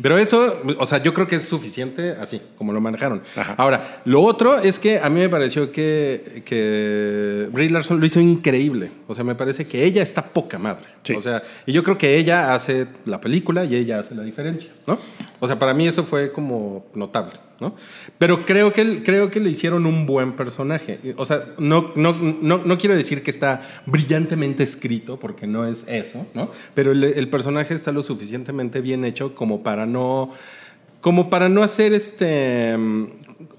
S5: Pero eso, o sea, yo creo que es suficiente así, como lo manejaron. Ahora, lo otro es que a mí me pareció que, que Brie Larson lo hizo increíble. O sea, me parece que ella está poca madre.
S2: Sí.
S5: O sea, y yo creo que ella hace la película y ella hace la diferencia, ¿no? O sea, para mí eso fue como notable, ¿no? Pero creo que, creo que le hicieron un buen personaje. O sea, no, no, no, no quiero decir que está brillantemente escrito, porque no es eso, ¿no? Pero el, el personaje está lo suficientemente bien hecho como para no como para no hacer este mm,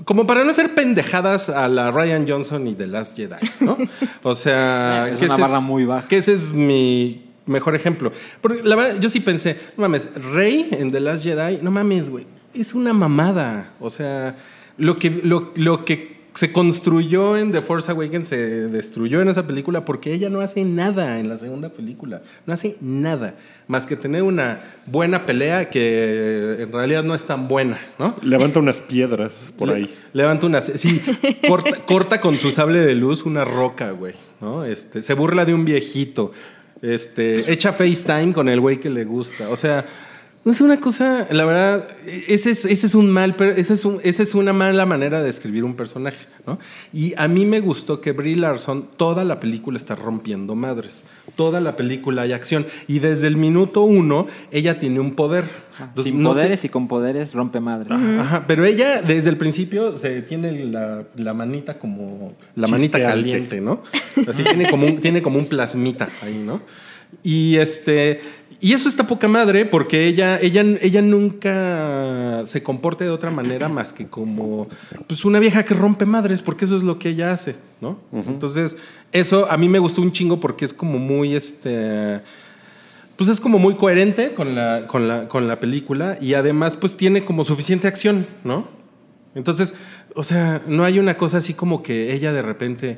S5: como para no hacer pendejadas a la Ryan Johnson y The Last Jedi, ¿no? O sea,
S3: Es
S5: que
S3: una
S5: ese
S3: barra muy baja.
S5: Que ese es mi mejor ejemplo. Porque la verdad, yo sí pensé, no mames, Rey en The Last Jedi, no mames, güey, es una mamada. O sea, lo que, lo, lo que se construyó en The Force Awakens se destruyó en esa película porque ella no hace nada en la segunda película. No hace nada más que tener una buena pelea que en realidad no es tan buena, ¿no?
S2: Levanta unas piedras por
S5: Le-
S2: ahí.
S5: Levanta una. Sí, corta, corta con su sable de luz una roca, güey. ¿no? Este, se burla de un viejito. Este, echa FaceTime con el güey que le gusta. O sea, No es una cosa, la verdad, ese es, ese es un mal, pero ese es un, esa es una mala manera de escribir un personaje, ¿no? Y a mí me gustó que Brie Larson, toda la película está rompiendo madres, toda la película hay acción, y desde el minuto uno ella tiene un poder. Entonces,
S3: Sin
S5: no te-
S3: poderes y con poderes rompe madre.
S5: Ajá, pero ella desde el principio se tiene la, la manita como la manita
S2: Chispeante.
S5: caliente, ¿no? Así tiene como un, tiene como un plasmita ahí, ¿no? Y este y eso está poca madre porque ella ella ella nunca se comporta de otra manera más que como pues una vieja que rompe madres porque eso es lo que ella hace, ¿no? Entonces, eso a mí me gustó un chingo porque es como muy este pues es como muy coherente con la, con la, con la película y además pues tiene como suficiente acción, ¿no? Entonces, o sea, no hay una cosa así como que ella de repente,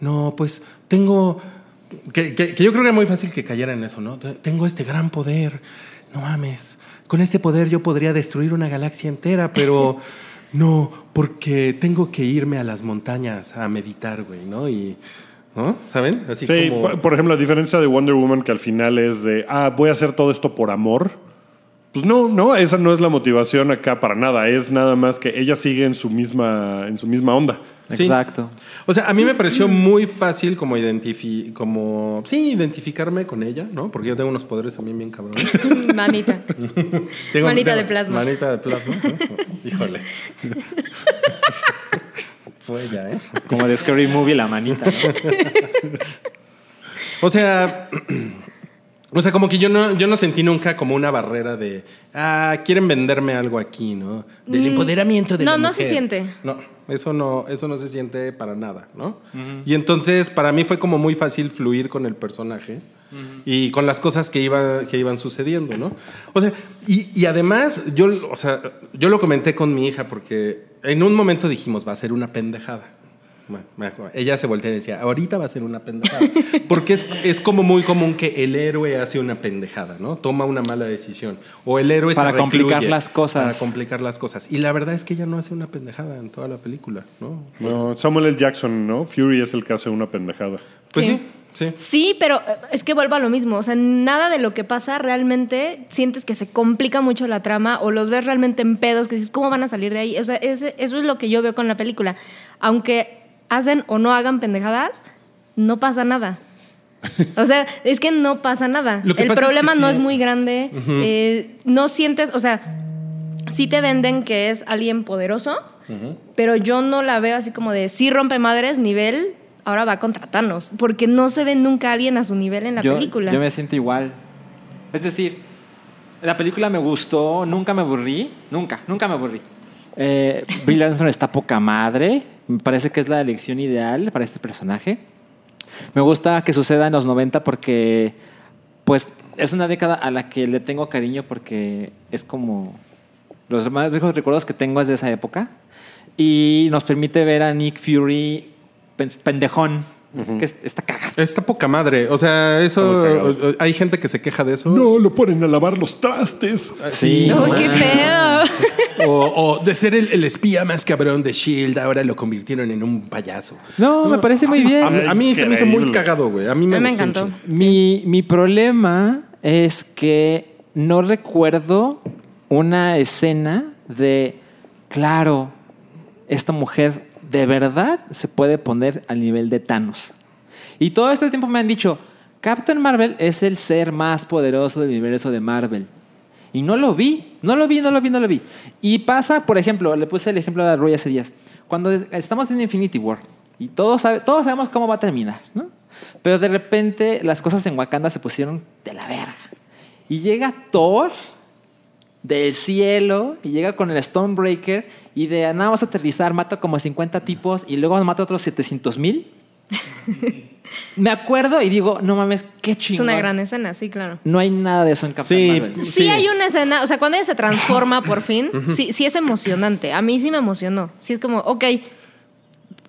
S5: no, pues tengo, que, que- que yo creo que era muy fácil que cayera en eso, ¿no? Te- Tengo este gran poder, no mames, con este poder yo podría destruir una galaxia entera, pero no, porque tengo que irme a las montañas a meditar, güey, ¿no? Y, ¿no? ¿Saben? Así
S2: Sí,
S5: como...
S2: por- por ejemplo, la diferencia de Wonder Woman que al final es de, ah, voy a hacer todo esto por amor. Pues no, no, esa no es la motivación acá para nada. Es nada más que ella sigue en su misma, en su misma onda.
S5: Sí.
S3: Exacto.
S5: O sea, a mí me pareció muy fácil como identifi como sí, identificarme con ella, ¿no? Porque yo tengo unos poderes también bien cabrones.
S4: Manita.
S5: Tengo-
S4: Manita
S5: tengo-
S4: de plasma.
S5: Manita de plasma. ¿no? Híjole. Fue ella, ¿eh?
S3: Como de Scary Movie, la manita. ¿no?
S5: O sea, o sea, como que yo no, yo no sentí nunca como una barrera de ah, quieren venderme algo aquí, ¿no? Del
S4: Mm.
S5: empoderamiento de
S4: No,
S5: la
S4: no se
S5: mujer.
S4: siente.
S5: No, eso no, eso no se siente para nada, ¿no? Y entonces para mí fue como muy fácil fluir con el personaje y con las cosas que, iba, que iban sucediendo, ¿no? O sea, y, y además yo, o sea, yo lo comenté con mi hija porque en un momento dijimos, va a ser una pendejada. Bueno, me acuerdo. Ella se voltea y decía, ahorita va a ser una pendejada. Porque es, es como muy común que el héroe hace una pendejada, ¿no? Toma una mala decisión. O el héroe se
S3: Para
S5: recluye
S3: complicar las cosas.
S5: Para complicar las cosas. Y la verdad es que ella no hace una pendejada en toda la película, ¿no?
S2: No, Samuel L. Jackson, ¿no? Fury es el caso de una pendejada.
S5: Pues sí,
S4: Sí.
S5: sí.
S4: Sí, pero eh, es que vuelvo a lo mismo. O sea, nada de lo que pasa realmente sientes que se complica mucho la trama o los ves realmente en pedos que dices, ¿cómo van a salir de ahí? O sea, ese- eso es lo que yo veo con la película. Aunque hacen o no hagan pendejadas, no pasa nada. O sea, es que no pasa nada.
S5: Lo que
S4: El
S5: pasa es que
S4: problema
S5: sí.
S4: no es muy grande. eh, no sientes, o sea, sí te venden que es alguien poderoso, pero yo no la veo así como de sí rompe madres, nivel, ahora va a contratarnos, porque no se ve nunca alguien a su nivel en la
S3: yo,
S4: película.
S3: yo me siento igual. Es decir, la película me gustó, nunca me aburrí, nunca, nunca me aburrí. Eh, Brie Larson está poca madre, me parece que es la elección ideal para este personaje. Me gusta que suceda en los 90 porque, pues, es una década a la que le tengo cariño porque es como los más viejos recuerdos que tengo es de esa época y nos permite ver a Nick Fury pen- pendejón, que es- está cagado.
S5: Está poca madre. O sea,
S2: Está muy
S5: eso. Hay gente que se queja de eso.
S2: No, lo ponen a lavar los trastes.
S3: Sí,
S4: Uy,
S3: no
S4: qué
S3: manches.
S4: feo.
S5: O, o de ser el, el espía más cabrón de Shield, E ahora lo convirtieron en un payaso.
S3: No, me parece muy
S5: A,
S3: bien.
S5: mí- a mí se me hizo
S2: Increíble.
S5: muy cagado, güey. A mí me,
S4: A mí me
S5: gustó un
S4: encantó.
S5: chingo.
S3: Mi, mi problema es que no recuerdo una escena de, claro, esta mujer de verdad se puede poner al nivel de Thanos. Y todo este tiempo me han dicho, Captain Marvel es el ser más poderoso del universo de Marvel. Y no lo vi, no lo vi, no lo vi, no lo vi. Y pasa, por ejemplo, le puse el ejemplo a Roy hace días, cuando estamos en Infinity War y todos, sabe- todos sabemos cómo va a terminar, ¿no? Pero de repente las cosas en Wakanda se pusieron de la verga. Y llega Thor del cielo y llega con el Stonebreaker y de nada vas a aterrizar, mata como 50 tipos y luego mata otros 700 mil. Me acuerdo y digo, no mames, qué
S4: Es
S3: chingón.
S4: una gran escena, sí, claro.
S3: No hay nada de eso en Captain
S5: Sí,
S3: Marvel.
S4: Sí,
S5: Sí.
S4: hay una escena, o sea, cuando ella se transforma por fin, sí, sí es emocionante. A mí sí me emocionó. Sí es como, ok,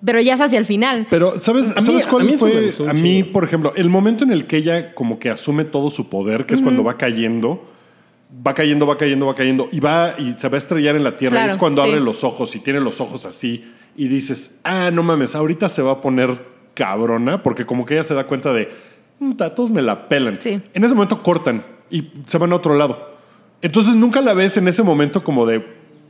S4: pero ya es hacia el final.
S2: Pero, ¿sabes,
S5: A mí-
S2: ¿sabes cuál
S5: a mí eso me
S2: fue?
S5: gustó un
S2: A mí,
S5: chingo.
S2: por ejemplo, el momento en el que ella como que asume todo su poder, que es cuando va cayendo, va cayendo, va cayendo, va cayendo, y va y se va a estrellar en la tierra. y
S4: Claro,
S2: es cuando
S4: sí.
S2: abre los ojos y tiene los ojos así y dices, ah, no mames, ahorita se va a poner cabrona, porque como que ella se da cuenta de, "Puta, todos me la pelan.
S4: Sí.
S2: En ese momento cortan y se van a otro lado. Entonces nunca la ves en ese momento como de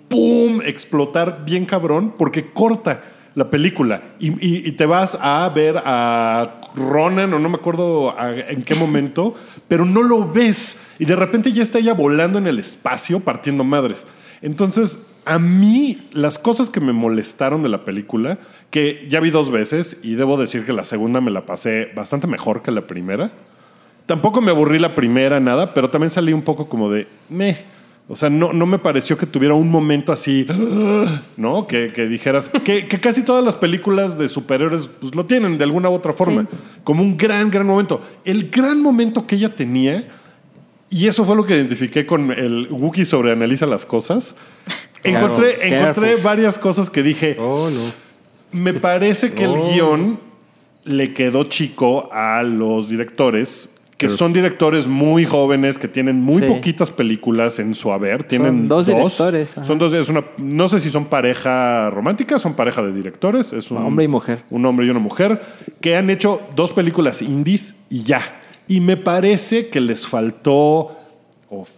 S2: ¡pum! explotar bien cabrón porque corta la película y, y- y te vas a ver a Ronan o no me acuerdo a- en qué momento, pero no lo ves y de repente ya está ella volando en el espacio partiendo madres. Entonces, a mí las cosas que me molestaron de la película, que ya vi dos veces y debo decir que la segunda me la pasé bastante mejor que la primera. Tampoco me aburrí la primera, nada, pero también salí un poco como de meh. O sea, no, no me pareció que tuviera un momento así, ¿no? Que, que dijeras que, que casi todas las películas de superhéroes pues, lo tienen de alguna u otra forma. Como un gran, gran momento. El gran momento que ella tenía, y eso fue lo que identifiqué con el Wookiee sobre analiza las cosas.
S3: Claro,
S2: encontré,
S3: careful.
S2: encontré varias cosas que dije.
S5: Oh, no.
S2: Me parece que
S5: Oh.
S2: el guión le quedó chico a los directores, que
S5: Pero-
S2: son directores muy jóvenes, que tienen muy
S3: Sí.
S2: poquitas películas en su haber. Tienen
S3: dos directores, ajá.
S2: Son dos. Es una, no sé si son pareja romántica, son pareja de directores. Es un,
S3: Hombre y mujer.
S2: Un hombre y una mujer que han hecho dos películas indies y ya. Y me parece que les faltó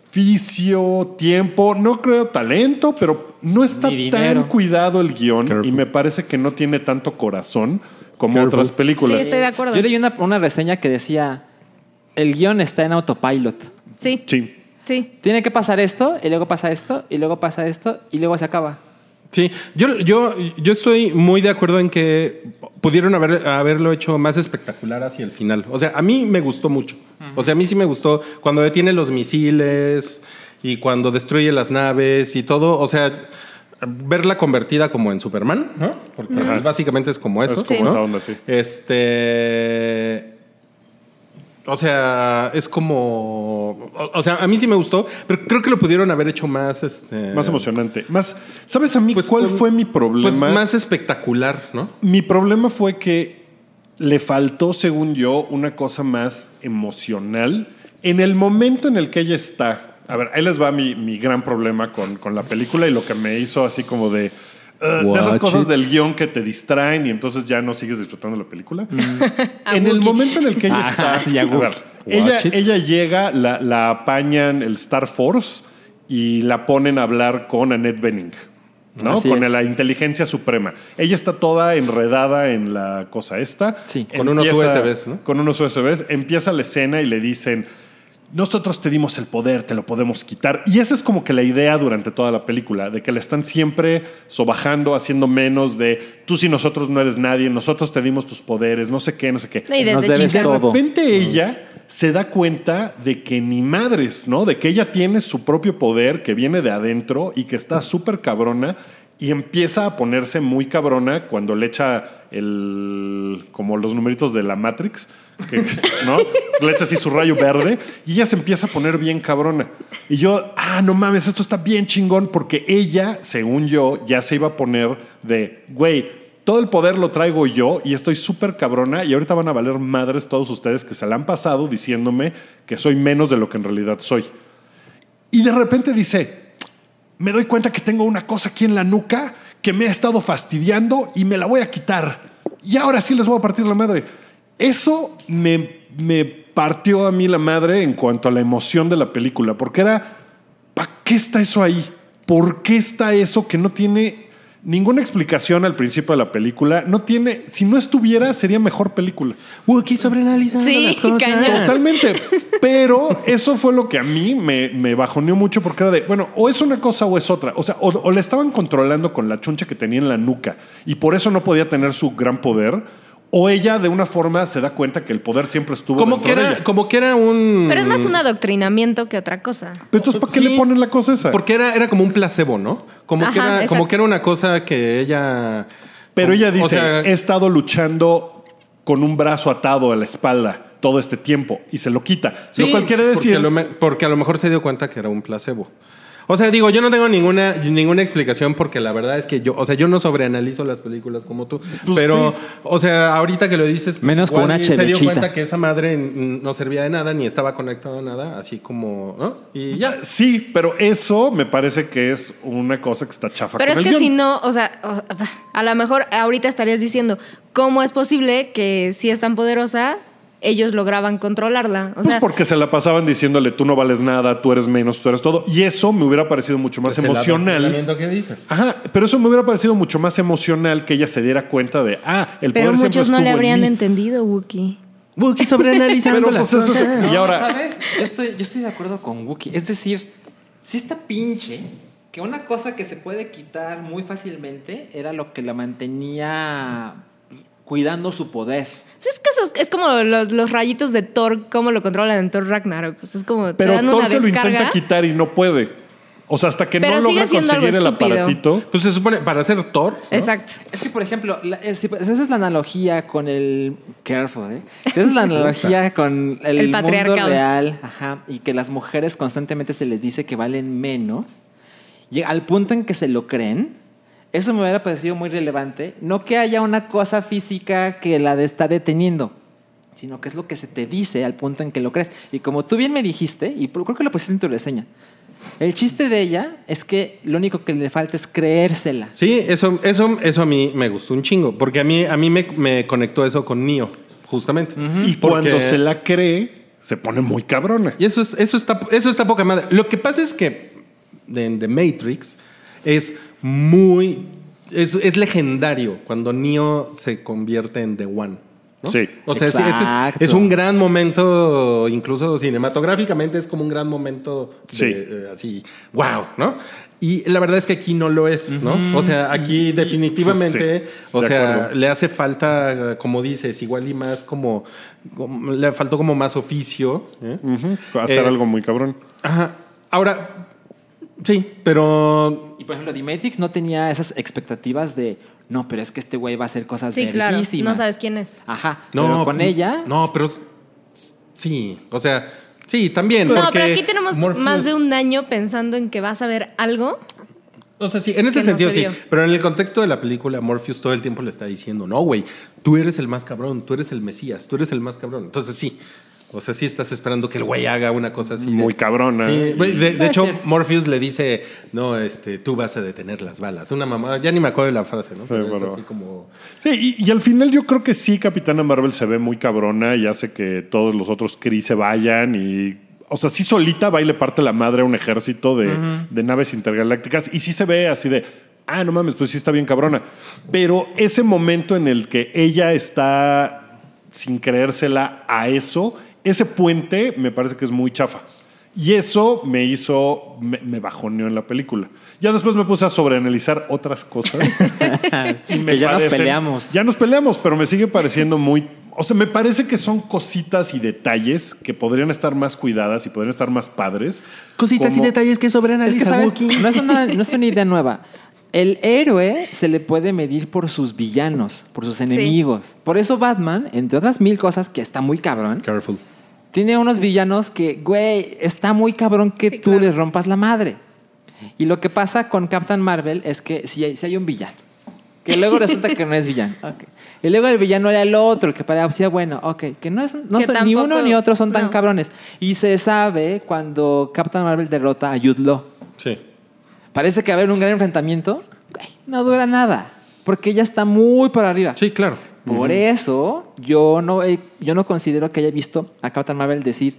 S2: oficio, tiempo, no creo talento, pero no está
S3: Ni
S2: tan
S3: dinero.
S2: cuidado el guión
S5: Careful.
S2: y me parece que no tiene tanto corazón como
S5: Careful.
S2: otras
S4: Sí,
S2: películas.
S4: estoy de acuerdo.
S3: Yo leí una, una reseña que decía, el guión está en autopilot.
S4: Sí,
S2: Sí.
S4: sí.
S3: Tiene que pasar esto, y luego pasa esto, y luego pasa esto, y luego se acaba.
S5: Sí, yo, yo, yo estoy muy de acuerdo en que pudieron haber, haberlo hecho más espectacular hacia el final. O sea, a mí me gustó mucho. O sea, a mí sí me gustó cuando detiene los misiles y cuando destruye las naves y todo. O sea, verla convertida como en Superman, ¿no? Porque pues,
S2: Ajá.
S5: básicamente es como eso.
S2: Es como
S4: Sí.
S2: esa onda, sí.
S5: Este. O sea, es como. O, o sea, a mí sí me gustó, pero creo que lo pudieron haber hecho más. Este,
S2: Más emocionante. Más, ¿sabes a mí
S5: Pues,
S2: cuál
S5: pues,
S2: fue mi
S5: Pues
S2: problema?
S5: más espectacular, ¿no?
S2: Mi problema fue que le faltó, según yo, una cosa más emocional. En el momento en el que ella está. A ver, ahí les va mi, mi gran problema con, con la película y lo que me hizo así como de. uh, de esas
S5: Watch
S2: cosas
S5: it.
S2: del guión que te distraen y entonces ya no sigues disfrutando la película.
S4: A
S2: en el
S4: Wookiee.
S2: momento en el que ella está.
S3: y a
S2: a
S3: Wookiee.
S2: ver, ella,
S5: Watch it.
S2: ella llega, la, la apañan el Star Force y la ponen a hablar con Annette Benning, ¿no?
S3: Así
S2: con
S3: es.
S2: la inteligencia suprema. Ella está toda enredada en la cosa esta.
S3: Sí.
S5: Con unos USBs, ¿no?
S2: Con unos USBs. Empieza la escena y le dicen. Nosotros te dimos el poder, te lo podemos quitar. Y esa es como que la idea durante toda la película, de que le están siempre sobajando, haciendo menos de tú si nosotros no eres nadie, nosotros te dimos tus poderes, no sé qué, no sé qué.
S4: No, y
S3: Nos
S4: desde
S3: debes
S4: chica.
S3: todo.
S2: De repente ella se da cuenta de que ni madres, ¿no? De que ella tiene su propio poder que viene de adentro y que está súper cabrona y empieza a ponerse muy cabrona cuando le echa el como los numeritos de la Matrix, que- ¿no? Le echa así su rayo verde y ella se empieza a poner bien cabrona. Y yo, ah, no mames, esto está bien chingón porque ella, según yo, ya se iba a poner de, güey, todo el poder lo traigo yo y estoy súper cabrona y ahorita van a valer madres todos ustedes que se la han pasado diciéndome que soy menos de lo que en realidad soy. Y de repente dice, me doy cuenta que tengo una cosa aquí en la nuca que me ha estado fastidiando y me la voy a quitar. Y ahora sí les voy a partir la madre. Eso me, me partió a mí la madre en cuanto a la emoción de la película, porque era, ¿para qué está eso ahí? ¿Por qué está eso que no tiene ninguna explicación al principio de la película? No tiene, si no estuviera, sería mejor película.
S5: Wookiee sobreanalizando
S4: Sí,
S5: las cosas.
S4: cañón.
S2: Totalmente. Pero eso fue lo que a mí me, me bajoneó mucho porque era de, bueno, o es una cosa o es otra. O sea, o, o le estaban controlando con la chuncha que tenía en la nuca y por eso no podía tener su gran poder. O ella de una forma se da cuenta que el poder siempre estuvo
S5: Como que,
S2: dentro de
S5: era,
S2: ella.
S5: como que era un...
S4: Pero es
S3: Mm.
S4: más un adoctrinamiento que otra cosa.
S2: Pero entonces, ¿para qué
S5: Sí.
S2: le ponen la cosa esa?
S5: Porque era, era como un placebo, ¿no? Como, que
S4: Ajá,
S5: era,
S4: exacto.
S5: como que era una cosa que ella...
S2: Pero ella
S5: o
S2: dice,
S5: sea,
S2: he estado luchando con un brazo atado a la espalda todo este tiempo y se lo quita.
S5: sí,
S2: lo cual quiere decir...
S5: Porque a, lo, me- porque a lo mejor se dio cuenta que era un placebo. O sea, digo, yo no tengo ninguna, ninguna explicación porque la verdad es que yo, o sea, yo no sobreanalizo las películas como tú.
S2: Pues
S5: pero,
S2: sí.
S5: o sea, ahorita que lo dices, pues,
S3: Menos con
S5: igual
S3: una
S5: y se dio
S3: chelechita.
S5: cuenta que esa madre mm, no servía de nada ni estaba conectada a nada, así como, ¿no? Y ya.
S2: Sí, pero eso me parece que es una cosa que está chafa. con
S4: Pero es
S2: el
S4: que
S2: guión.
S4: si no, o sea, o- a lo mejor ahorita estarías diciendo, ¿cómo es posible que si es tan poderosa, ellos lograban controlarla. O
S2: Pues
S4: sea,
S2: porque se la pasaban diciéndole, tú no vales nada, tú eres menos, tú eres todo. Y eso me hubiera parecido mucho más
S5: Pues el
S2: emocional.
S5: adoctrinamiento que dices.
S2: Ajá, pero eso me hubiera parecido mucho más emocional que ella se diera cuenta de, ah, el
S4: pero
S2: poder siempre
S4: muchos no le
S2: estuvo en
S4: habrían
S2: mí.
S4: entendido, Wookie.
S5: Wookie sobreanalizando
S2: Pero
S5: las
S2: pues eso
S5: cosas.
S2: es- Y ahora,
S3: ¿sabes? Yo estoy, yo estoy de acuerdo con Wookie. Es decir, si está pinche que una cosa que se puede quitar muy fácilmente era lo que la mantenía cuidando su poder.
S4: Pues es que eso es, es como los, los rayitos de Thor, cómo lo controlan en Thor Ragnarok. Pues es como te
S2: pero
S4: dan una
S2: Thor se lo
S4: descarga.
S2: intenta quitar y no puede. O sea, hasta que
S4: Pero
S2: no
S4: sigue
S2: logra
S4: siendo algo
S2: conseguir el
S4: estúpido.
S2: aparatito.
S5: Pues se supone, para ser Thor. ¿no?
S4: Exacto.
S3: Es que, por ejemplo, la- eh, si- esa es la analogía con el. Careful, ¿eh? Esa es la analogía con el,
S4: El
S3: mundo
S4: patriarcado.
S3: real. Ajá. Y que las mujeres constantemente se les dice que valen menos. Y al punto en que se lo creen. Eso me hubiera parecido muy relevante. No que haya una cosa física que la de- está deteniendo, sino que es lo que se te dice al punto en que lo crees. Y como tú bien me dijiste, y por- creo que lo pusiste en tu reseña, el chiste de ella es que lo único que le falta es creérsela.
S5: Sí, eso, eso, eso a mí me gustó un chingo, porque a mí, a mí me, me conectó eso con Nio, justamente.
S2: Y
S5: Porque-
S2: cuando se la cree, se pone muy cabrona.
S5: Y eso, es, eso, está, eso está poca madre. Lo que pasa es que en The Matrix es muy... Es, es legendario cuando Neo se convierte en The One. ¿no?
S2: Sí.
S5: O sea, sí, ese es,
S3: Exacto.
S5: es un gran momento, incluso cinematográficamente es como un gran momento de-
S2: Sí.
S5: eh, así, wow, ¿no? Y la verdad es que aquí no lo es, ¿no? O sea,
S4: Pues
S5: aquí definitivamente,
S2: Pues sí,
S5: o
S2: de
S5: sea,
S2: acuerdo.
S5: le hace falta, eh, como dices, igual y más como, como- le faltó como más oficio. ¿eh?
S2: Ujú, Hacer
S5: Eh,
S2: algo muy cabrón.
S5: Ajá. Ahora, sí, pero
S3: Y por ejemplo, The Matrix no tenía esas expectativas de, no, pero es que este güey va a hacer cosas
S4: Sí, claro.
S3: verguísimas".
S4: No sabes quién es.
S3: Ajá.
S5: no. mm,
S3: pero con ella.
S5: No, pero s- sí, o sea, sí, también.
S4: No,
S5: porque
S4: pero aquí tenemos
S5: Morpheus-
S4: más de un año pensando en que vas a ver algo.
S5: O sea, sí, en
S4: que
S5: ese
S4: no
S5: sentido
S4: se
S5: sí.
S4: dio.
S5: Pero en el contexto de la película, Morpheus todo el tiempo le está diciendo, no, güey, tú eres el más cabrón, tú eres el Mesías, tú eres el más cabrón. Entonces sí. O sea, sí estás esperando que el güey haga una cosa así. de-
S2: Muy cabrona.
S5: Sí, güey, de, de
S3: Puede
S5: hecho,
S3: ser.
S5: Morpheus le dice, no, este, tú vas a detener las balas. Una mamá, ya ni me acuerdo de la frase, ¿no? Pero es
S2: bueno.
S5: así como...
S2: Sí, y, y al final yo creo que sí, Capitana Marvel se ve muy cabrona y hace que todos los otros Kree se vayan y. O sea, sí solita va y le parte la madre a un ejército de, de naves intergalácticas y sí se ve así de. Ah, no mames, pues sí está bien cabrona. Pero ese momento en el que ella está sin creérsela a eso, ese puente me parece que es muy chafa. Y eso me hizo, me, me bajoneó en la película. Ya después me puse a sobreanalizar otras cosas. y
S3: Que ya nos peleamos.
S2: Ya nos peleamos, pero me sigue pareciendo muy... O sea, me parece que son cositas y detalles que podrían estar más cuidadas y podrían estar más padres. Como-
S5: que
S3: Es que,
S5: sobreanaliza
S3: ¿sabes? No, es una, no es una idea nueva. El héroe se le puede medir por sus villanos, por sus enemigos. Por eso Batman, entre otras mil cosas, que está muy cabrón,
S5: Careful.
S3: tiene unos villanos que, güey, está muy cabrón que
S4: Sí,
S3: tú
S4: claro.
S3: les rompas la madre. Y lo que pasa con Captain Marvel es que si hay, si hay un villano, que luego resulta que no es villano. ok. Y luego el villano era el otro, el que parecía bueno, ok, que no es no
S4: Que
S3: son- ni
S4: tampoco-
S3: uno ni otro son tan
S4: no.
S3: cabrones. Y se sabe cuando Captain Marvel derrota a Jude Law.
S5: Sí.
S3: Parece que va a haber un gran enfrentamiento, güey, no dura nada, porque ella está muy por arriba.
S5: Sí, claro.
S3: Por eso yo no, he- yo no considero que haya visto a Captain Marvel decir,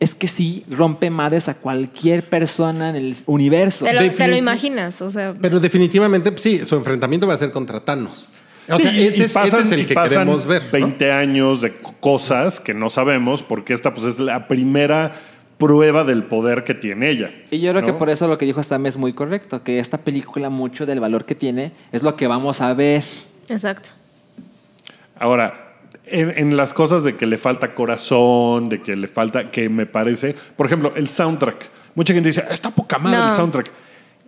S3: es que sí rompe madres a cualquier persona en el universo.
S4: Te lo, te lo
S5: Definit-
S4: imaginas. O sea,
S5: Pero definitivamente, pues, sí, su enfrentamiento va a ser contra Thanos. O
S2: Sí,
S5: sea,
S2: y-
S5: ese,
S2: y
S5: es,
S2: pasan-
S5: ese es
S2: y
S5: el que
S2: pasan
S5: queremos ver. ¿no?
S2: 20 años de co- cosas que no sabemos porque esta pues es la primera prueba del poder que tiene ella.
S3: Y yo creo que
S2: ¿no?
S3: por eso lo que dijo Stam es muy correcto, que esta película mucho del valor que tiene es lo que vamos a ver.
S4: exacto.
S2: Ahora, en, en las cosas de que le falta corazón, de que le falta, que me parece, por ejemplo, el soundtrack. Mucha gente dice, "Ah, está poca madre
S4: No.
S2: el soundtrack.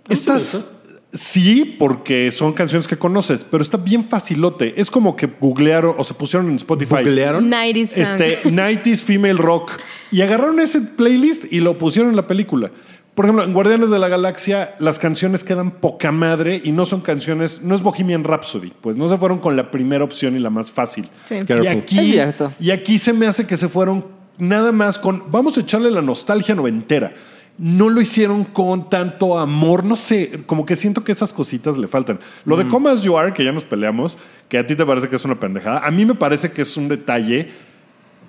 S2: Estas sí, porque son canciones que conoces, pero está bien facilote. Es como que googlearon o se pusieron en Spotify.
S5: Googlearon.
S4: 90 song.
S2: Este, 90s Female Rock. Y agarraron ese playlist y lo pusieron en la película. Por ejemplo, en Guardianes de la Galaxia las canciones quedan poca madre y no son canciones, no es Bohemian Rhapsody, pues no se fueron con la primera opción y la más fácil.
S4: Sí.
S2: Y
S5: Careful.
S3: Es
S2: aquí,
S3: cierto.
S2: y aquí se me hace que se fueron nada más con, vamos a echarle la nostalgia noventera. No lo hicieron con tanto amor, no sé, como que siento que esas cositas le faltan. Lo
S5: Mm.
S2: de Come As You Are, que ya nos peleamos, que a ti te parece que es una pendejada, a mí me parece que es un detalle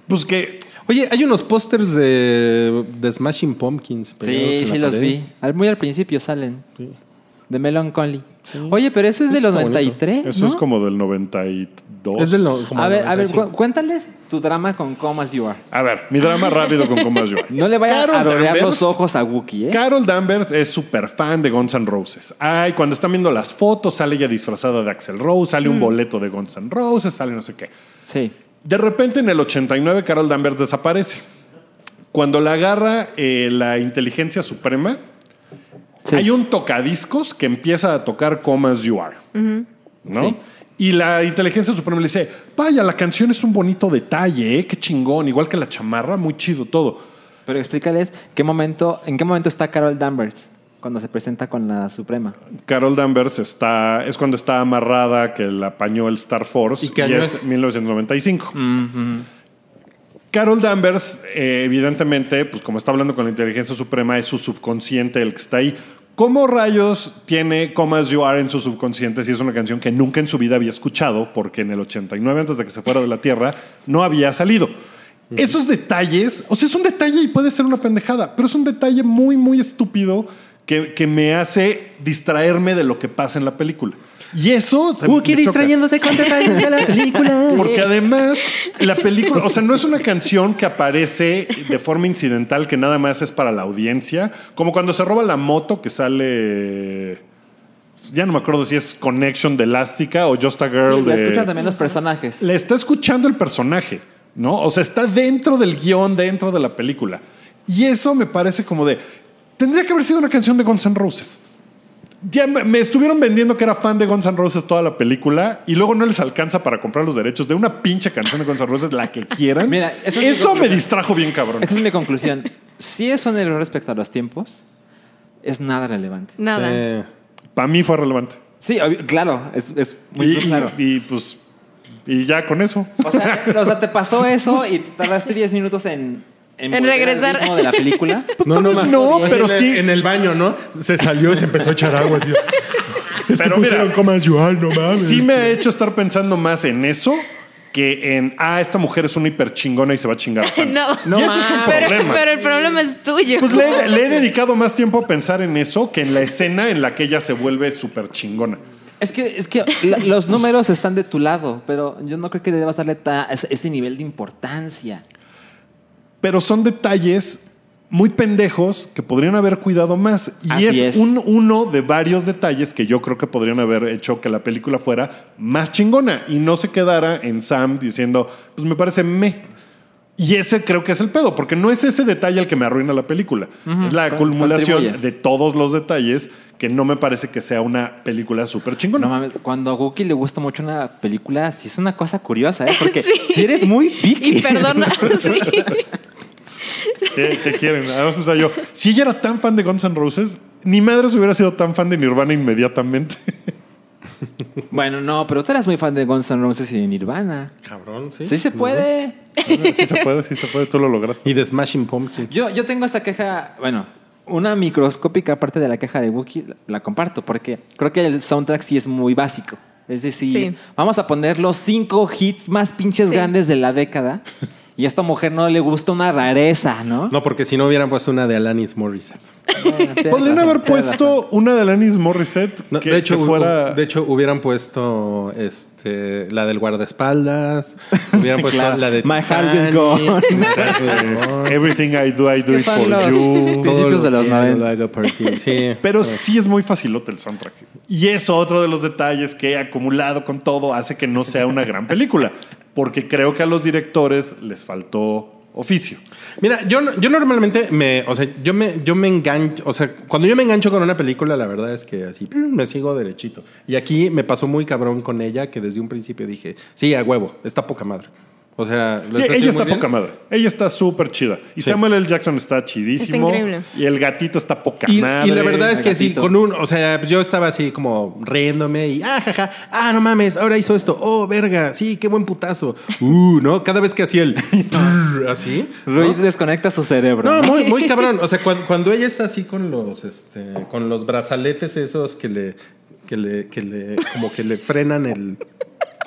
S2: pues que
S5: Oye, hay unos pósters de, de Smashing Pumpkins. pegados
S3: Sí,
S5: en la
S3: sí los
S5: pared.
S3: vi. Al- muy al principio salen. De Melon Conley. Oye, pero eso es de
S5: Eso
S3: los
S5: está bonito.
S3: 93.
S2: eso es
S3: ¿Eh? ¿no?
S2: como del 92.
S5: Es del no- como
S3: a
S5: del
S3: ver, a ver,
S5: 95.
S3: cu- cuéntales tu drama con Comas You Are.
S2: A ver, mi drama rápido con Comas Joy.
S3: No le vayan
S2: Carol
S3: a rodear
S2: Danvers.
S3: los ojos a Wookiee, ¿eh?
S2: Carol Danvers es súper fan de Guns N' Roses. Ay, cuando están viendo las fotos, sale ella disfrazada de Axel Rose, sale un
S3: Mm.
S2: boleto de Guns N' Roses, sale no sé qué.
S3: sí.
S2: De repente en el 89 Carol Danvers desaparece. Cuando la agarra eh, la inteligencia suprema,
S3: sí.
S2: hay un tocadiscos que empieza a tocar Comas You Are. ¿No?
S3: Sí.
S2: Y la inteligencia suprema le dice, vaya, la canción es un bonito detalle, ¿eh? qué chingón, igual que la chamarra, muy chido todo.
S3: Pero explícales qué momento, en qué momento está Carol Danvers cuando se presenta con la Suprema.
S2: Carol Danvers está, es cuando está amarrada, que la apañó el Star Force,
S5: ¿Y
S2: y,
S5: qué año
S2: es
S5: es?
S2: 1995. Carol Danvers, eh, evidentemente, pues como está hablando con la inteligencia suprema, es su subconsciente el que está ahí. ¿Cómo rayos tiene Comas You Are en su subconsciente si es una canción que nunca en su vida había escuchado? Porque en el 89, antes de que se fuera de la Tierra, no había salido. Esos detalles, o sea, es un detalle y puede ser una pendejada, pero es un detalle muy, muy estúpido que, que me hace distraerme de lo que pasa en la película. Y eso... se-
S6: Wookiee
S2: me choca.
S6: distrayéndose con detalles de la película.
S2: Porque además, la película, o sea, no es una canción que aparece de forma incidental, que nada más es para la audiencia. Como cuando se roba la moto que sale. Ya no me acuerdo si es Connection de Elástica o Just a Girl
S3: Sí, la
S2: de.
S3: escuchan también los personajes.
S2: Le está escuchando el personaje, ¿no? O sea, está dentro del guión, dentro de la película. Y eso me parece como de. Tendría que haber sido una canción de Guns N' Roses. Ya me, me estuvieron vendiendo que era fan de Guns N' Roses toda la película y luego no les alcanza para comprar los derechos de una pinche canción de Guns N' Roses, la que quieran.
S3: Mira,
S2: eso
S3: eso es mi
S2: me
S3: conclusión.
S2: distrajo bien cabrón.
S3: Esta es mi conclusión. Si es un error respecto a los tiempos, es nada relevante.
S4: Nada.
S5: Eh,
S2: Para mí fue relevante.
S3: Sí, obvi- claro, es, es muy
S2: y,
S3: claro.
S2: y- y, pues, y ya con eso.
S3: O sea, o sea, te pasó eso y tardaste 10 minutos en,
S4: En
S3: volver al
S4: regresar.
S3: ritmo de la película.
S2: tal vez
S5: ma.
S2: Pues no,
S5: Así
S2: pero
S5: en el-
S2: sí.
S5: En el baño, ¿no? Se salió y se empezó a echar agua. Así. Es
S2: Pero
S5: que pusieron
S2: mira.
S5: comas yo, ay, no mames.
S2: sí me ha hecho estar pensando más en eso que en, ah, esta mujer es una hiper chingona y se va a chingar. a panes".
S4: No.
S2: Y eso es un
S4: pero,
S2: problema.
S4: pero el problema es tuyo.
S2: Pues le, le he dedicado más tiempo a pensar en eso que en la escena en la que ella se vuelve súper chingona.
S3: Es que, es que la- los números están de tu lado, pero yo no creo que debas darle ta- es- ese nivel de importancia.
S2: Pero son detalles muy pendejos que podrían haber cuidado más. Y
S3: Así
S2: es,
S3: es.
S2: un- uno de varios detalles que yo creo que podrían haber hecho que la película fuera más chingona y no se quedara en Sam diciendo, pues me parece me. Y ese creo que es el pedo, porque no es ese detalle el que me arruina la película. es la
S3: con-
S2: acumulación
S3: contribuye.
S2: de todos los detalles que no me parece que sea una película súper chingona.
S3: No mames, cuando a Wookiee le gusta mucho una película, sí es una cosa curiosa, ¿eh? Porque
S4: Sí.
S3: si eres muy picky.
S4: Y perdona. sí.
S2: ¿Qué, qué quieren? Además, o sea, yo, si ella era tan fan de Guns N' Roses, ni madre se hubiera sido tan fan de Nirvana inmediatamente.
S3: Bueno, no, pero tú eras muy fan de Guns N' Roses y de Nirvana.
S5: Cabrón, sí.
S3: Sí, se puede.
S2: sí se puede, sí se puede, tú lo lograste.
S5: Y de Smashing Pumpkins.
S3: Yo, yo tengo esta queja, bueno, una microscópica parte de la queja de Wookiee la, la comparto, porque creo que el soundtrack sí es muy básico. Es decir,
S4: Sí.
S3: vamos a poner los cinco hits más pinches
S4: Sí.
S3: grandes de la década. Y a esta mujer no le gusta una rareza, ¿no?
S5: No, porque si no hubieran puesto una de Alanis Morissette.
S3: Bueno, tienes
S2: Podrían
S3: razón,
S2: haber
S3: tienes razón.
S2: puesto una de Alanis Morissette
S5: No,
S2: que,
S5: de, hecho,
S2: que
S5: hu-
S2: fuera.
S5: de hecho, hubieran puesto este, la del guardaespaldas, hubieran puesto
S3: Claro.
S5: la de
S3: My Heart Will
S5: Titanic,
S3: Go On.
S5: My Heart Will Go On,
S2: Everything I do, I do
S3: que
S2: it
S3: son
S2: for
S3: los-
S2: you.
S5: todo
S3: Principios
S5: lo
S3: de los
S5: que hago,
S3: 90.
S5: lo hago por ti. Sí.
S2: Pero sí es muy facilote el soundtrack. Y eso, otro de los detalles que acumulado con todo hace que no sea una gran película. Porque creo que a los directores les faltó oficio.
S5: Mira, yo, no- yo normalmente me, o sea, yo me, yo me engancho, o sea, cuando yo me engancho con una película, la verdad es que así pum, me sigo derechito. Y aquí me pasó muy cabrón con ella que desde un principio dije, sí, a huevo, está poca madre. O sea, lo
S2: Sí,
S5: haciendo
S2: ella está
S5: muy bien.
S2: poca madre. Ella está súper chida. Y
S5: Sí.
S2: Samuel L. Jackson está chidísimo.
S4: Está increíble.
S2: Y el gatito está poca
S5: Y, y
S2: madre.
S5: la verdad es que sí,
S3: gatito.
S5: con un, o sea, pues, yo estaba así como riéndome y ah, jaja, ah, no mames, ahora hizo esto, oh, verga, sí, qué buen putazo. Uh, ¿no? Cada vez que hacía el así.
S3: Rui desconecta su cerebro.
S5: No,
S3: ¿no?
S5: muy, muy cabrón. O sea, cuan- cuando, ella está así con los, este, con los brazaletes esos que le, que le, que le, como que le frenan el.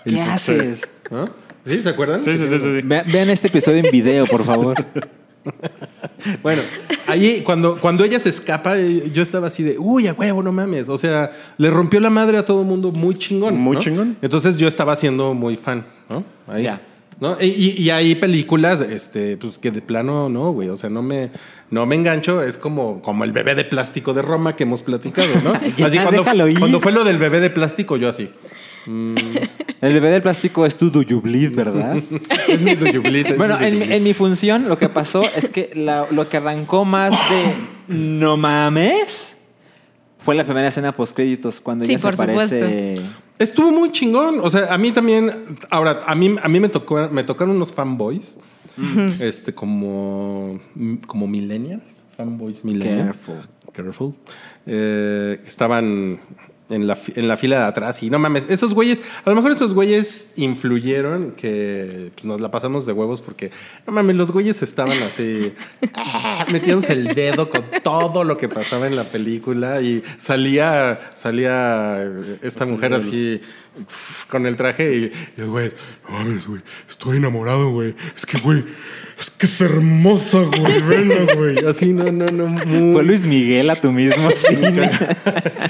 S5: el
S3: ¿Qué haces?
S5: ¿no? ¿Sí? ¿Se acuerdan?
S2: Sí, sí, sí, sí. sí.
S3: Ve- Vean este episodio en video, por favor.
S5: Bueno, ahí cuando, cuando ella se escapa, eh, yo estaba así de, uy, a huevo, no mames. O sea, le rompió la madre a todo el mundo muy chingón.
S2: Muy
S5: ¿no?
S2: chingón.
S5: Entonces yo estaba siendo muy fan, ¿no? Ahí.
S3: Ya.
S5: ¿no? Y, y- y hay películas este, pues, que de plano no, güey. O sea, no me, no me engancho. Es como, como el bebé de plástico de Roma que hemos platicado, ¿no?
S3: Ya,
S5: Así cuando,
S3: déjalo ir.
S5: cuando fue lo del bebé de plástico, yo así.
S3: El bebé del plástico es tu Duyublit, ¿verdad?
S5: Es mi duyublit, es
S3: Bueno,
S5: mi
S3: en, mi-
S5: duyublit.
S3: en mi función lo que pasó es que la- lo que arrancó más de no mames fue la primera escena post créditos cuando
S4: Sí,
S3: ella
S4: por
S3: se aparece.
S5: Estuvo muy chingón. O sea, a mí también. Ahora, a mí, a mí me, tocó, me tocaron unos fanboys. Este, como. Como millennials. Fanboys millennials.
S3: Careful.
S5: Careful. Eh, estaban. En la, fi- en la fila de atrás y no mames, esos güeyes, a lo mejor esos güeyes influyeron que pues, nos la pasamos de huevos porque no mames, los güeyes estaban así, ah, metiéndose el dedo con todo lo que pasaba en la película y salía, salía eh, esta mujer así uf, con el traje y, y los güeyes,
S7: No mames, güey. Estoy enamorado, güey. Es que, güey. Es que es hermosa, güey. Vela, güey.
S5: Y Así, no, no, no. muy-
S3: Fue Luis Miguel a tu mismo cine.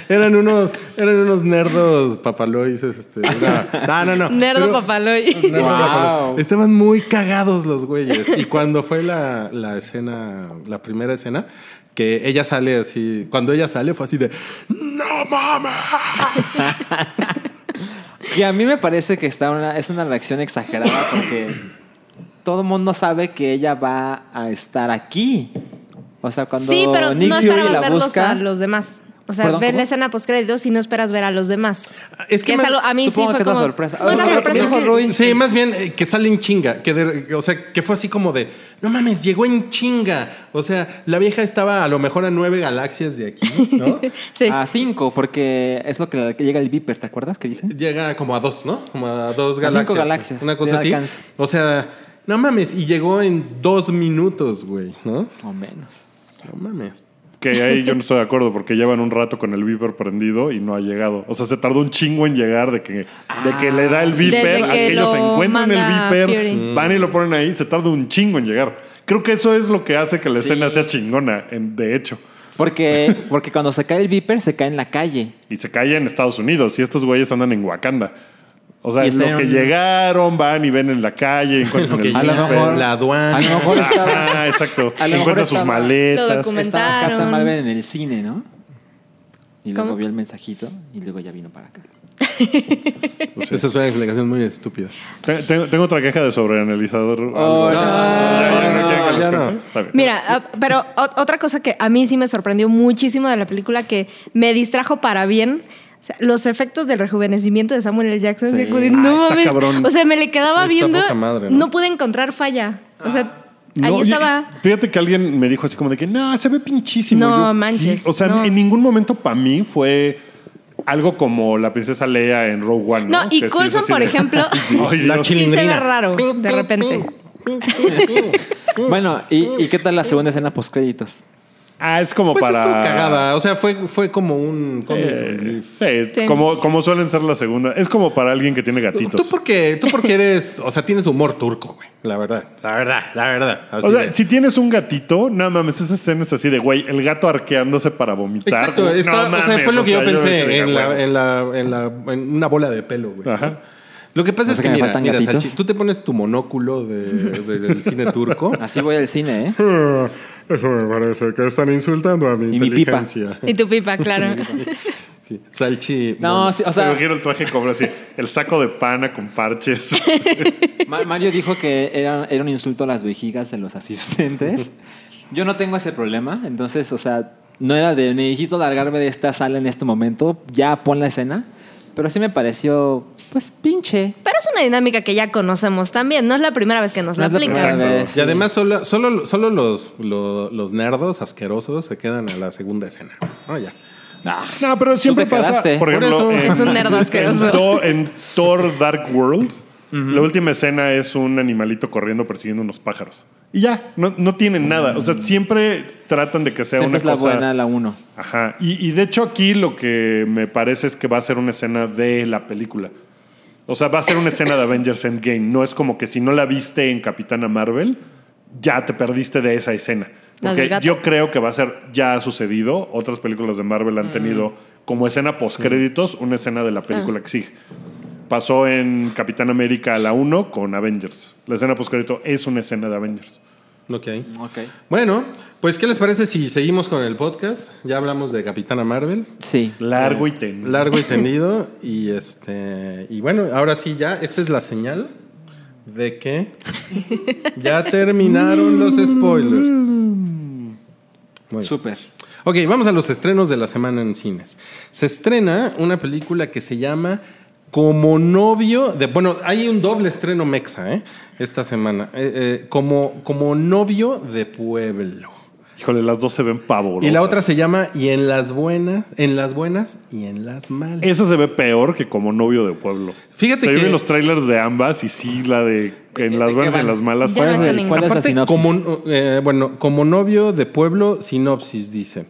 S5: eran unos, eran unos nerdos papaloises, este. era- no, no, no.
S4: Nerdo
S5: Pero-
S4: papaloy.
S5: nerdo
S3: Wow.
S5: papaloy. Estaban muy cagados los güeyes. Y cuando fue la, la escena, la primera escena, que ella sale así, cuando ella sale fue así de, no mames.
S3: Y a mí me parece que está una, es una reacción exagerada porque todo el mundo sabe que ella va a estar aquí. O sea, cuando
S4: Sí, pero
S3: Nick
S4: no
S3: Fury
S4: esperabas
S3: la
S4: verlos
S3: busca,
S4: a los demás. O sea,
S3: Perdón,
S4: ves
S3: ¿cómo?
S4: la escena post créditos y no esperas ver a los demás.
S5: Es que
S4: que, es
S5: me-
S4: algo- a mí sí
S3: supongo
S4: fue
S3: que es una
S4: como
S3: sorpresa.
S4: No, es una
S3: Ah,
S4: sorpresa
S3: dijo
S4: que-
S3: Rui.
S5: Sí, más bien eh, que sale en chinga. Que de- o sea, que fue así como de, no mames, llegó en chinga. O sea, la vieja estaba a lo mejor a nueve galaxias de aquí, ¿no?
S4: Sí.
S3: A cinco, porque es lo que le- que llega el Viper, ¿te acuerdas que dicen?
S5: Llega como a dos, ¿no? Como a dos
S3: A
S5: galaxias.
S3: cinco galaxias.
S5: Una cosa
S3: Ya
S5: así.
S3: alcanza.
S5: O sea, no mames, y llegó en dos minutos, güey, ¿no?
S3: O menos.
S5: No mames.
S2: Que ahí yo no estoy de acuerdo porque llevan un rato con el viper prendido y no ha llegado. O sea, se tardó un chingo en llegar de que, de que le da el viper,
S4: Ah, Desde
S2: a
S4: que
S2: que ellos
S4: lo
S2: encuentran
S4: manda
S2: el
S4: Fury.
S2: viper,
S3: Mm.
S2: van y lo ponen ahí, se tarda un chingo en llegar. Creo que eso es lo que hace que la escena sea chingona, en- de hecho.
S3: Porque, porque cuando se cae el Viper, se cae en la calle.
S2: Y se cae en Estados Unidos y estos güeyes andan en Wakanda. O sea,
S3: Y
S2: en lo
S3: están-
S2: que llegaron, van y ven en la calle, encuentran el
S5: Ok,
S3: A
S2: viper.
S3: lo mejor.
S5: la aduana.
S3: A lo mejor
S2: Ajá,
S3: estaba,
S2: Ah, exacto.
S3: A lo mejor
S2: Encuentran sus
S3: estaba-
S4: Lo
S2: maletas.
S4: documentan.
S3: estaba Captain
S4: Comentaron.
S3: Marvel en el cine, ¿no? Y luego
S4: ¿Cómo?
S3: vio el mensajito y luego ya vino para acá.
S2: Pues
S5: Esa es una explicación muy estúpida.
S2: Te- Tengo, tengo otra queja de sobreanalizador.
S3: Oh,
S2: Algo-
S3: no.
S2: ¿Ya- ya no
S5: No,
S2: quieren que les
S5: ya no.
S2: cuente? Está bien.
S4: Mira, ah, pero o- otra cosa que a mí sí me sorprendió muchísimo de la película que me distrajo para bien. o sea, Los efectos del rejuvenecimiento de Samuel L. Jackson.
S3: Sí.
S4: así como de,
S2: Ah,
S4: no
S2: está
S4: mames.
S2: cabrón.
S4: O sea, me le quedaba
S5: Está
S4: viendo.
S5: poca madre, ¿no? Ah.
S4: ¿no? pude encontrar falla. O sea,
S2: No,
S4: ahí
S2: y-
S4: estaba.
S2: Fíjate que alguien me dijo así como de que, no, se ve pinchísimo.
S4: No, manches,
S2: sí, o sea,
S4: no.
S2: en ningún momento para mí fue algo como la princesa Leia en Rogue One. No,
S4: No, y
S2: Que sí es
S4: Coulson,
S2: así
S4: por
S2: de-
S4: ejemplo,
S2: Ay,
S5: La
S2: Dios.
S4: sí se ve
S5: Chilindrina.
S4: raro de repente.
S3: Bueno, ¿y, y qué tal la segunda escena post créditos?
S2: Ah, es como
S5: Pues
S2: para...
S5: estuvo cagada. O sea, fue, fue como un comic
S2: Eh,
S5: relief.
S2: sí,
S4: Sí.
S2: Como, como suelen ser la segunda. Es como para alguien que tiene
S5: Tú
S2: gatitos.
S5: porque, tú porque eres, o sea, tienes humor turco, güey. La verdad, la verdad, la verdad. Así
S2: O sea,
S5: de-
S2: si tienes un gatito, no mames, esa escena es así de güey, el gato arqueándose para vomitar.
S5: Exacto,
S2: No
S5: está- o sea,
S2: mames,
S5: fue lo que
S2: o
S5: yo
S2: sea,
S5: pensé
S2: decía,
S5: en,
S7: "Ah,
S2: güey.
S5: la, en, la, en, la- en una bola de pelo, güey.
S2: Ajá.
S5: Lo que pasa
S3: ¿No
S5: es
S3: sé
S5: que,
S3: que me
S5: mira,
S3: faltan
S5: mira
S3: gatitos?
S5: Salchi, tú te pones tu monóculo de, de- del cine turco.
S3: Así voy al cine, ¿eh?
S7: Eso me parece que están insultando a mi
S3: Y mi pipa.
S7: inteligencia.
S4: Y tu pipa, claro.
S5: Sí, Salchi.
S3: No,
S5: mono.
S3: sí, oh, o
S2: Me
S3: sea,
S2: imagino el traje cobra así, el saco de pana con parches.
S3: Ma- Mario dijo que era, era un insulto a las vejigas de los asistentes. Yo no tengo ese problema, entonces, o sea, no era de necesito largarme de esta sala en este momento, ya pon la escena, pero sí me pareció, pues, pinche.
S4: Pero es una dinámica que ya conocemos también. No es la primera vez que nos la
S3: No es la primera
S4: aplican.
S2: Exacto.
S3: vez.
S5: Y además solo, solo, solo los, lo- los, nerdos asquerosos se quedan a la segunda escena. No, ya.
S3: Ah,
S2: No, pero siempre
S3: te
S2: pasa.
S3: quedaste.
S2: Por ejemplo,
S5: Por eso.
S4: Es un nerd asqueroso.
S2: En, Thor- en Thor Dark World, la última escena es un animalito corriendo persiguiendo unos pájaros. Y ya, no, no tienen nada. O sea, siempre tratan de que sea
S3: Mm. siempre
S2: una
S3: es la
S2: cosa.
S3: buena, la uno.
S2: Ajá. Y, y de hecho aquí lo que me parece es que va a ser una escena de la película. O sea, va a ser una escena de Avengers Endgame. No es como que si no la viste en Capitana Marvel, ya te perdiste de esa escena.
S4: La del
S2: Porque
S4: gato.
S2: yo creo que va a ser, ya ha sucedido. Otras películas de Marvel
S4: Mm.
S2: han tenido como escena postcréditos una escena de la
S4: Ah.
S2: película que sigue. Pasó en Capitán América a la 1 con Avengers. La escena postcrédito es una escena de Avengers.
S5: Ok.
S3: Ok.
S5: Bueno, pues ¿qué les parece si seguimos con el podcast? Ya hablamos de Capitana Marvel,
S3: Sí.
S2: Largo y
S5: Eh,
S2: ten.
S5: largo y tendido y este y bueno, ahora sí ya esta es la señal de que ya terminaron los spoilers. Muy bien.
S3: Súper.
S5: Ok, vamos a los estrenos de la semana en cines. Se estrena una película que se llama Como novio de... Bueno, hay un doble estreno mexa, ¿eh? Esta semana. Eh, eh, como, como novio de pueblo.
S2: Híjole, las dos se ven pavorosas.
S5: Y la otra se llama Y en las buenas, en las buenas y en las malas.
S2: Esa se ve peor que como novio de pueblo.
S5: Fíjate
S2: O sea, yo
S5: que-
S2: vi los trailers de ambas y sí, la de en las
S3: qué
S2: buenas y en
S3: van?
S2: las malas.
S4: Ya no
S3: ¿Cuál, es,
S4: está
S3: el-
S4: ningún-
S3: cuál es la
S5: Aparte,
S3: sinopsis?
S5: Como, eh, bueno, como novio de pueblo, sinopsis dice: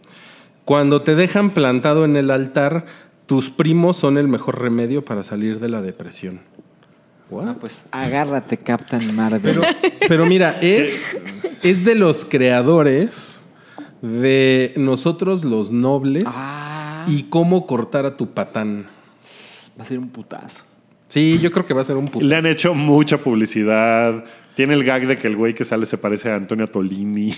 S5: Cuando te dejan plantado en el altar, tus primos son el mejor remedio para salir de la depresión.
S3: No, pues agárrate, Captain Marvel.
S5: Pero, pero mira, es, es de los creadores de nosotros los nobles
S3: Ah.
S5: y cómo cortar a tu patán.
S3: Va a ser un putazo.
S5: Sí, yo creo que va a ser un putazo.
S2: Le han hecho mucha publicidad. Tiene el gag de que el güey que sale se parece a Antonio Tolini.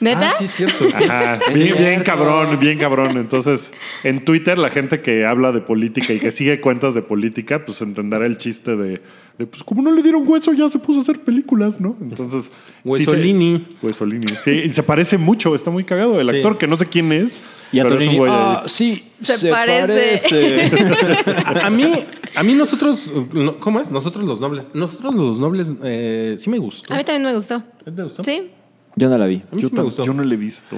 S4: ¿Neta?
S5: Ah, sí, cierto.
S2: Ajá.
S3: Es
S2: bien, bien
S3: cierto.
S2: cabrón, bien cabrón. Entonces, en Twitter, la gente que habla de política y que sigue cuentas de política, pues entenderá el chiste de, de, pues como no le dieron hueso, ya se puso a hacer películas, ¿no? Entonces. sí se-
S5: Huesolini.
S2: Huesolini. Sí, y se parece mucho, está muy cagado. El
S5: Sí.
S2: actor que no sé quién es,
S3: Y a
S2: pero es un
S3: Tonini,
S2: güey ahí.
S3: ah, sí,
S4: Se parece.
S3: parece.
S5: A a mí, a mí nosotros, no, ¿cómo es? Nosotros los nobles. Nosotros los nobles, eh, sí me gustó.
S4: A mí también me gustó.
S5: ¿Te gustó?
S4: Sí.
S3: Yo no la vi.
S5: A mí
S2: Yo,
S5: sí me
S2: tam-
S5: gustó.
S2: yo no le he visto.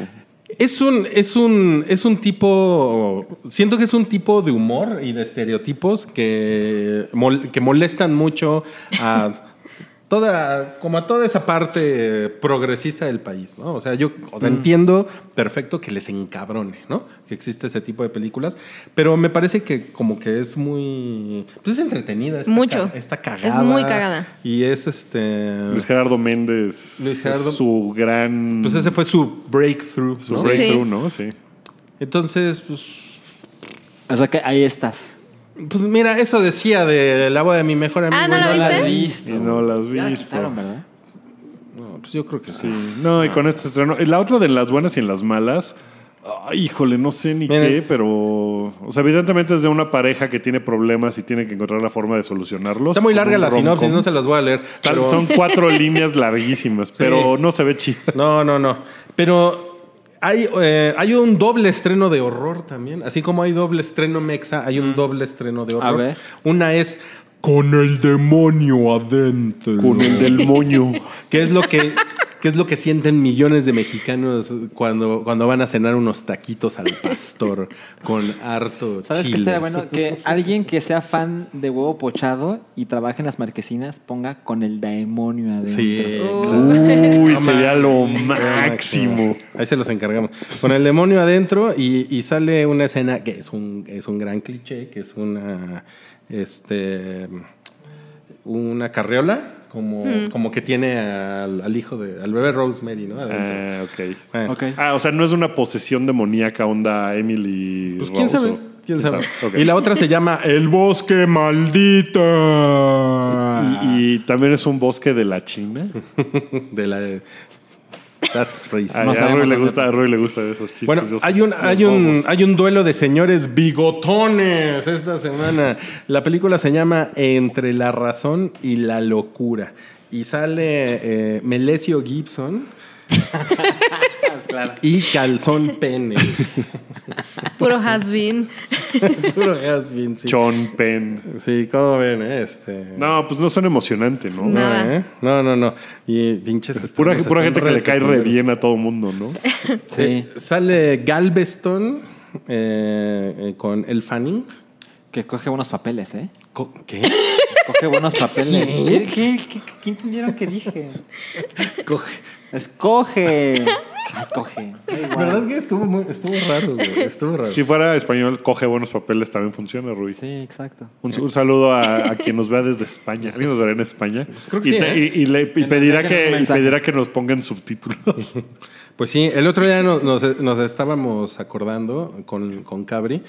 S5: Es un, es un, es un tipo. Siento que es un tipo de humor y de estereotipos que, mol- que molestan mucho a toda, como a toda esa parte progresista del país, ¿no? O sea, yo o
S4: Mm.
S5: sea, entiendo perfecto que les encabrone, ¿no? Que existe ese tipo de películas, pero me parece que como que es muy, pues es entretenida, está
S4: Mucho.
S5: ca- está cagada,
S4: Es muy cagada.
S5: y es este,
S2: Luis Gerardo Méndez.
S5: Luis Gerardo-
S2: es Su gran.
S5: pues ese fue su breakthrough,
S2: su
S5: ¿no?
S2: breakthrough,
S4: Sí.
S2: ¿no? Sí.
S5: Entonces, pues
S3: O sea que ahí estás.
S5: Pues mira, eso decía de la boda de mi mejor amigo.
S4: Ah, ¿no
S5: y
S4: la
S3: No
S4: viste?
S3: la has
S2: Y
S3: visto.
S2: no las
S3: Ya la
S2: visto.
S3: quitaron, ¿verdad?
S5: No, pues yo creo que sí.
S2: Sí. No, y con este estreno. La otra de las buenas y en las malas. ah, híjole, no sé ni
S5: Miren.
S2: qué, pero. O sea, evidentemente es de una pareja que tiene problemas y tiene que encontrar la forma de solucionarlos.
S5: Está muy
S2: Como
S5: larga
S2: un
S5: la
S2: rom-com.
S5: sinopsis, no se las voy a leer.
S2: Tal-
S5: pero-
S2: Son cuatro líneas larguísimas, pero no se ve chido.
S5: No, no, no. Pero hay, eh, hay un doble estreno de horror también. Así como hay doble estreno mexa, hay un doble estreno de horror.
S3: A ver.
S5: Una es con el demonio adentro.
S2: Con el del moño.
S5: ¿Qué es lo que, qué es lo que sienten millones de mexicanos cuando, cuando van a cenar unos taquitos al pastor con harto
S3: ¿Sabes qué
S5: chile?
S3: estaría bueno? Que alguien que sea fan de huevo pochado y trabaje en las marquesinas ponga con el demonio adentro.
S5: Sí,
S4: Uh.
S5: claro.
S2: Uy,
S5: No
S2: sería
S5: mames.
S2: lo
S5: Máximo.
S2: máximo.
S5: Ahí se los encargamos. Con el demonio adentro y, y sale una escena que es un, es un gran cliché, que es una, este, una carriola, como, como que tiene al, al hijo de, al bebé Rosemary, ¿no? Adentro.
S2: Ah, ok.
S5: Bueno.
S3: Ok.
S2: Ah, o sea, no es una posesión demoníaca onda Emily.
S5: Pues quién
S2: Rose,
S5: sabe.
S2: o-
S5: ¿Quién sabe?
S2: Ok.
S5: Y la otra se llama El Bosque Maldita.
S2: Y- y también es un bosque de la China.
S5: De la. That's racist.
S2: Ay,
S3: No
S2: a, Roy
S3: sabemos
S2: le
S3: dónde-
S2: gusta, a Roy le gusta esos chistes.
S5: Bueno,
S2: yo sé.
S5: hay un,
S2: Los
S5: hay, un,
S2: bobos.
S5: hay un duelo de señores bigotones esta semana. La película se llama Entre la razón y la locura. Y sale eh, Melesio Gibson
S3: claro.
S5: y Calzón Pene.
S4: Puro has been.
S5: Puro has-been, sí.
S2: Chon Pen.
S5: Sí, ¿cómo ven? eh? Este...
S2: No, pues no son emocionante, ¿no?
S4: No.
S5: No, ¿eh? no, no, no. Y pinches.
S2: Pura,
S5: estrenos
S2: pura
S5: están
S2: gente que le cae re
S5: peculiares.
S2: bien a todo mundo, ¿no?
S3: Sí.
S5: Eh, sale Galveston eh, eh, con El Fanning.
S3: Que coge buenos papeles, ¿eh?
S5: Co- ¿Qué?
S3: Coge buenos papeles. ¿Qué, qué, qué- qué entendieron que dije?
S5: Coge.
S3: Escoge. Ay, coge. Ay,
S5: La
S3: guau.
S5: verdad que estuvo, muy- estuvo raro, güey. Estuvo raro.
S2: Si fuera español, coge buenos papeles, también funciona, Rubí.
S3: Sí, exacto.
S2: Un, un saludo a, a quien nos vea desde España. Alguien nos verá en España.
S5: creo que
S2: y,
S5: sí, ¿eh?
S2: y- y le- y
S3: Que nos
S2: pedirá
S3: dejen un
S2: que, y
S3: mensaje.
S2: pedirá que nos pongan subtítulos.
S5: Pues sí, el otro día nos, nos- nos estábamos acordando con, con Cabri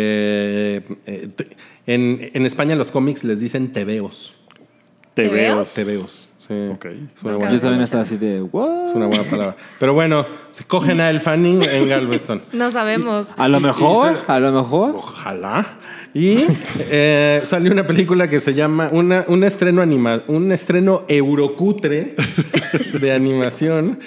S5: que eh, te- en, en España los cómics les dicen tebeos.
S2: Te
S4: ¿Te veo?
S2: veo.
S5: Tebeos. Sí.
S2: Ok.
S5: Es una
S3: Yo
S5: buena,
S3: también estaba así de,
S5: es
S3: ¿what?
S5: una buena palabra. Pero bueno, se cogen a El Fanning en Galveston.
S4: No sabemos.
S3: A lo mejor,
S5: y-
S3: a lo mejor.
S5: Ojalá. Y eh, salió una película que se llama una, un estreno anima, un estreno eurocutre de animación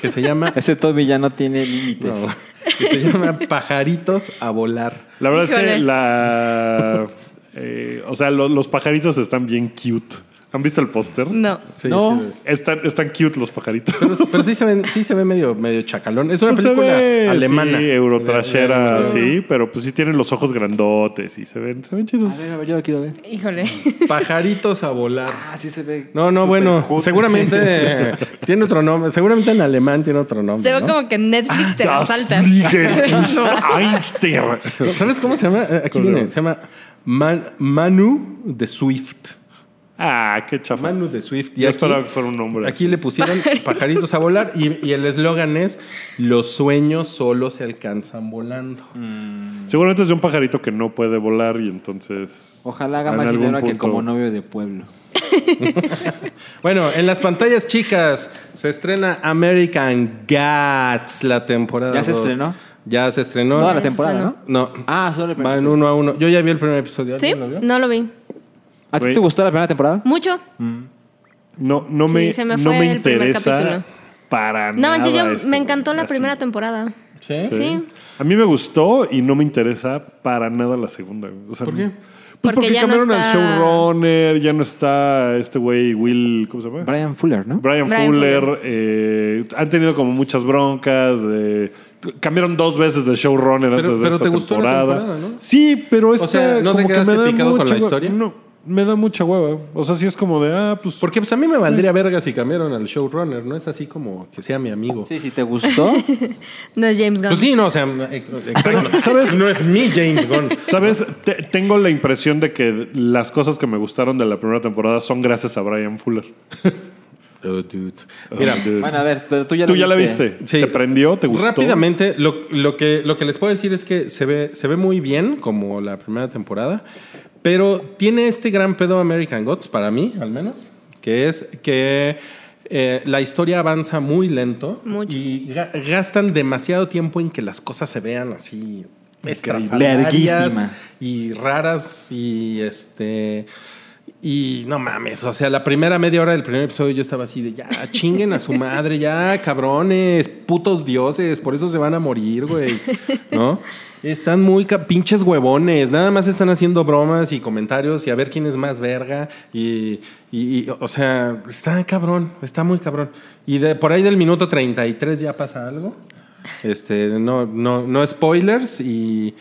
S5: que se llama
S3: Ese Toby ya no tiene límites.
S5: no, que se llama Pajaritos a volar.
S2: La verdad es
S4: Híjole.
S2: que la. eh, o sea, lo- los pajaritos están bien cute. ¿Han visto el póster?
S4: No.
S5: Sí,
S3: No.
S5: sí, sí.
S2: Están, están cute los pajaritos.
S5: pero, pero sí se ve, sí se ve medio, medio chacalón. Es una
S2: Pues
S5: película
S2: se ve,
S5: alemana.
S2: Sí, eurotrashera,
S5: De- de-
S2: sí, pero pues sí tienen los ojos grandotes y se ven, se ven
S3: A
S2: chidos.
S3: ver, a ver, yo lo quiero ver.
S4: Híjole.
S5: de- Pajaritos a volar.
S3: Ah, sí se ve.
S5: No, no, bueno, seguramente tiene otro nombre. Seguramente en alemán tiene otro nombre.
S4: Se ve
S5: ¿no? Ah,
S4: como que Netflix te la
S2: Das
S4: saltas.
S2: Fliegen ist Einstein.
S5: No, ¿Sabes cómo se llama? Eh, Aquí
S2: ¿Cómo se
S5: viene.
S2: llama?
S5: Se llama Man- Manu de Swift.
S2: Ah, qué chafa.
S5: Manu de Swift.
S2: Yo esperaba que fuera un nombre
S5: Aquí le pusieron pajaritos a volar y, y el eslogan es: Los sueños solo se alcanzan volando.
S2: Seguramente es de un pajarito que no puede volar y entonces.
S3: Ojalá haga
S2: en
S3: más
S2: algún
S3: dinero que
S2: punto-
S3: como novio de pueblo.
S5: Bueno, en las pantallas chicas se estrena American Gods la temporada.
S3: ¿Ya se
S5: dos.
S3: estrenó?
S5: Ya se estrenó.
S3: Toda la
S4: ya se
S3: temporada,
S4: estrenó.
S3: ¿no?
S5: No.
S3: Ah, solo el primer
S5: Van
S3: episodio.
S5: uno a uno. Yo ya vi el primer episodio.
S4: ¿Sí?
S5: ¿Alguien lo vio?
S4: No lo vi.
S3: ¿A ti
S2: Güey.
S3: te gustó la primera temporada?
S4: Mucho.
S2: No, no
S4: Sí,
S2: me,
S4: se me
S2: no
S4: fue
S2: me
S4: el primer
S2: interesa
S4: capítulo.
S2: para
S4: No,
S2: nada.
S4: manches, yo
S2: esto,
S4: me
S2: güey.
S4: encantó la
S2: Así.
S4: primera temporada.
S5: ¿Sí?
S4: Sí.
S2: A mí me gustó y no me interesa para nada la segunda. güey. O sea,
S5: ¿Por qué?
S2: Pues porque,
S4: Porque ya no
S2: cambiaron
S4: está-
S2: al showrunner, ya no está este güey Will, ¿cómo se llama?
S3: Brian Fuller, ¿no?
S2: Brian,
S4: Brian
S2: Fuller. eh, han tenido como muchas broncas. eh, t- cambiaron dos veces de showrunner
S5: Pero-
S2: antes de
S5: pero
S2: esta
S5: te gustó la
S2: temporada.
S5: temporada, ¿no?
S2: Sí, pero esta
S5: sea, ¿no te
S2: como que
S5: quedaste
S2: me da
S5: picado con
S2: mucha
S5: la
S2: hue-
S5: historia?
S2: No, me da mucha hueva. O sea, sí es como de, ah, pues...
S5: Porque pues a mí me valdría verga si cambiaron al showrunner, no es así como que sea mi amigo.
S3: Sí, sí, te gustó.
S4: No es James Gunn.
S5: Pues sí, no, o sea, ex- exacto.
S2: ¿sabes?
S5: No es mi James Gunn.
S2: Sabes, Te- tengo la impresión de que las cosas que me gustaron de la primera temporada son gracias a Brian Fuller.
S5: Oh, dude. Mira,
S2: Dude.
S3: bueno, a ver, pero tú ya
S2: ¿Tú
S3: la
S2: ya la
S3: viste.
S2: viste? ¿Te prendió? ¿Te gustó?
S5: Rápidamente, lo, lo que, lo que les puedo decir es que se ve, se ve muy bien como la primera temporada, pero tiene este gran pedo American Gods, para mí al menos, que es que eh, la historia avanza muy lento
S4: Mucho.
S5: y ga- gastan demasiado tiempo en que las cosas se vean así estrafalarias
S3: Verguísima.
S5: y raras y este... Y no mames, o sea, la primera media hora del primer episodio yo estaba así de ya, chinguen a su madre, ya, cabrones, putos dioses, por eso se van a morir, güey, ¿no? Están muy ca- pinches huevones, nada más están haciendo bromas y comentarios y a ver quién es más verga y, y- y, o sea, está cabrón, está muy cabrón. Y de por ahí del minuto 33 ya pasa algo. Este, no, no, no spoilers y,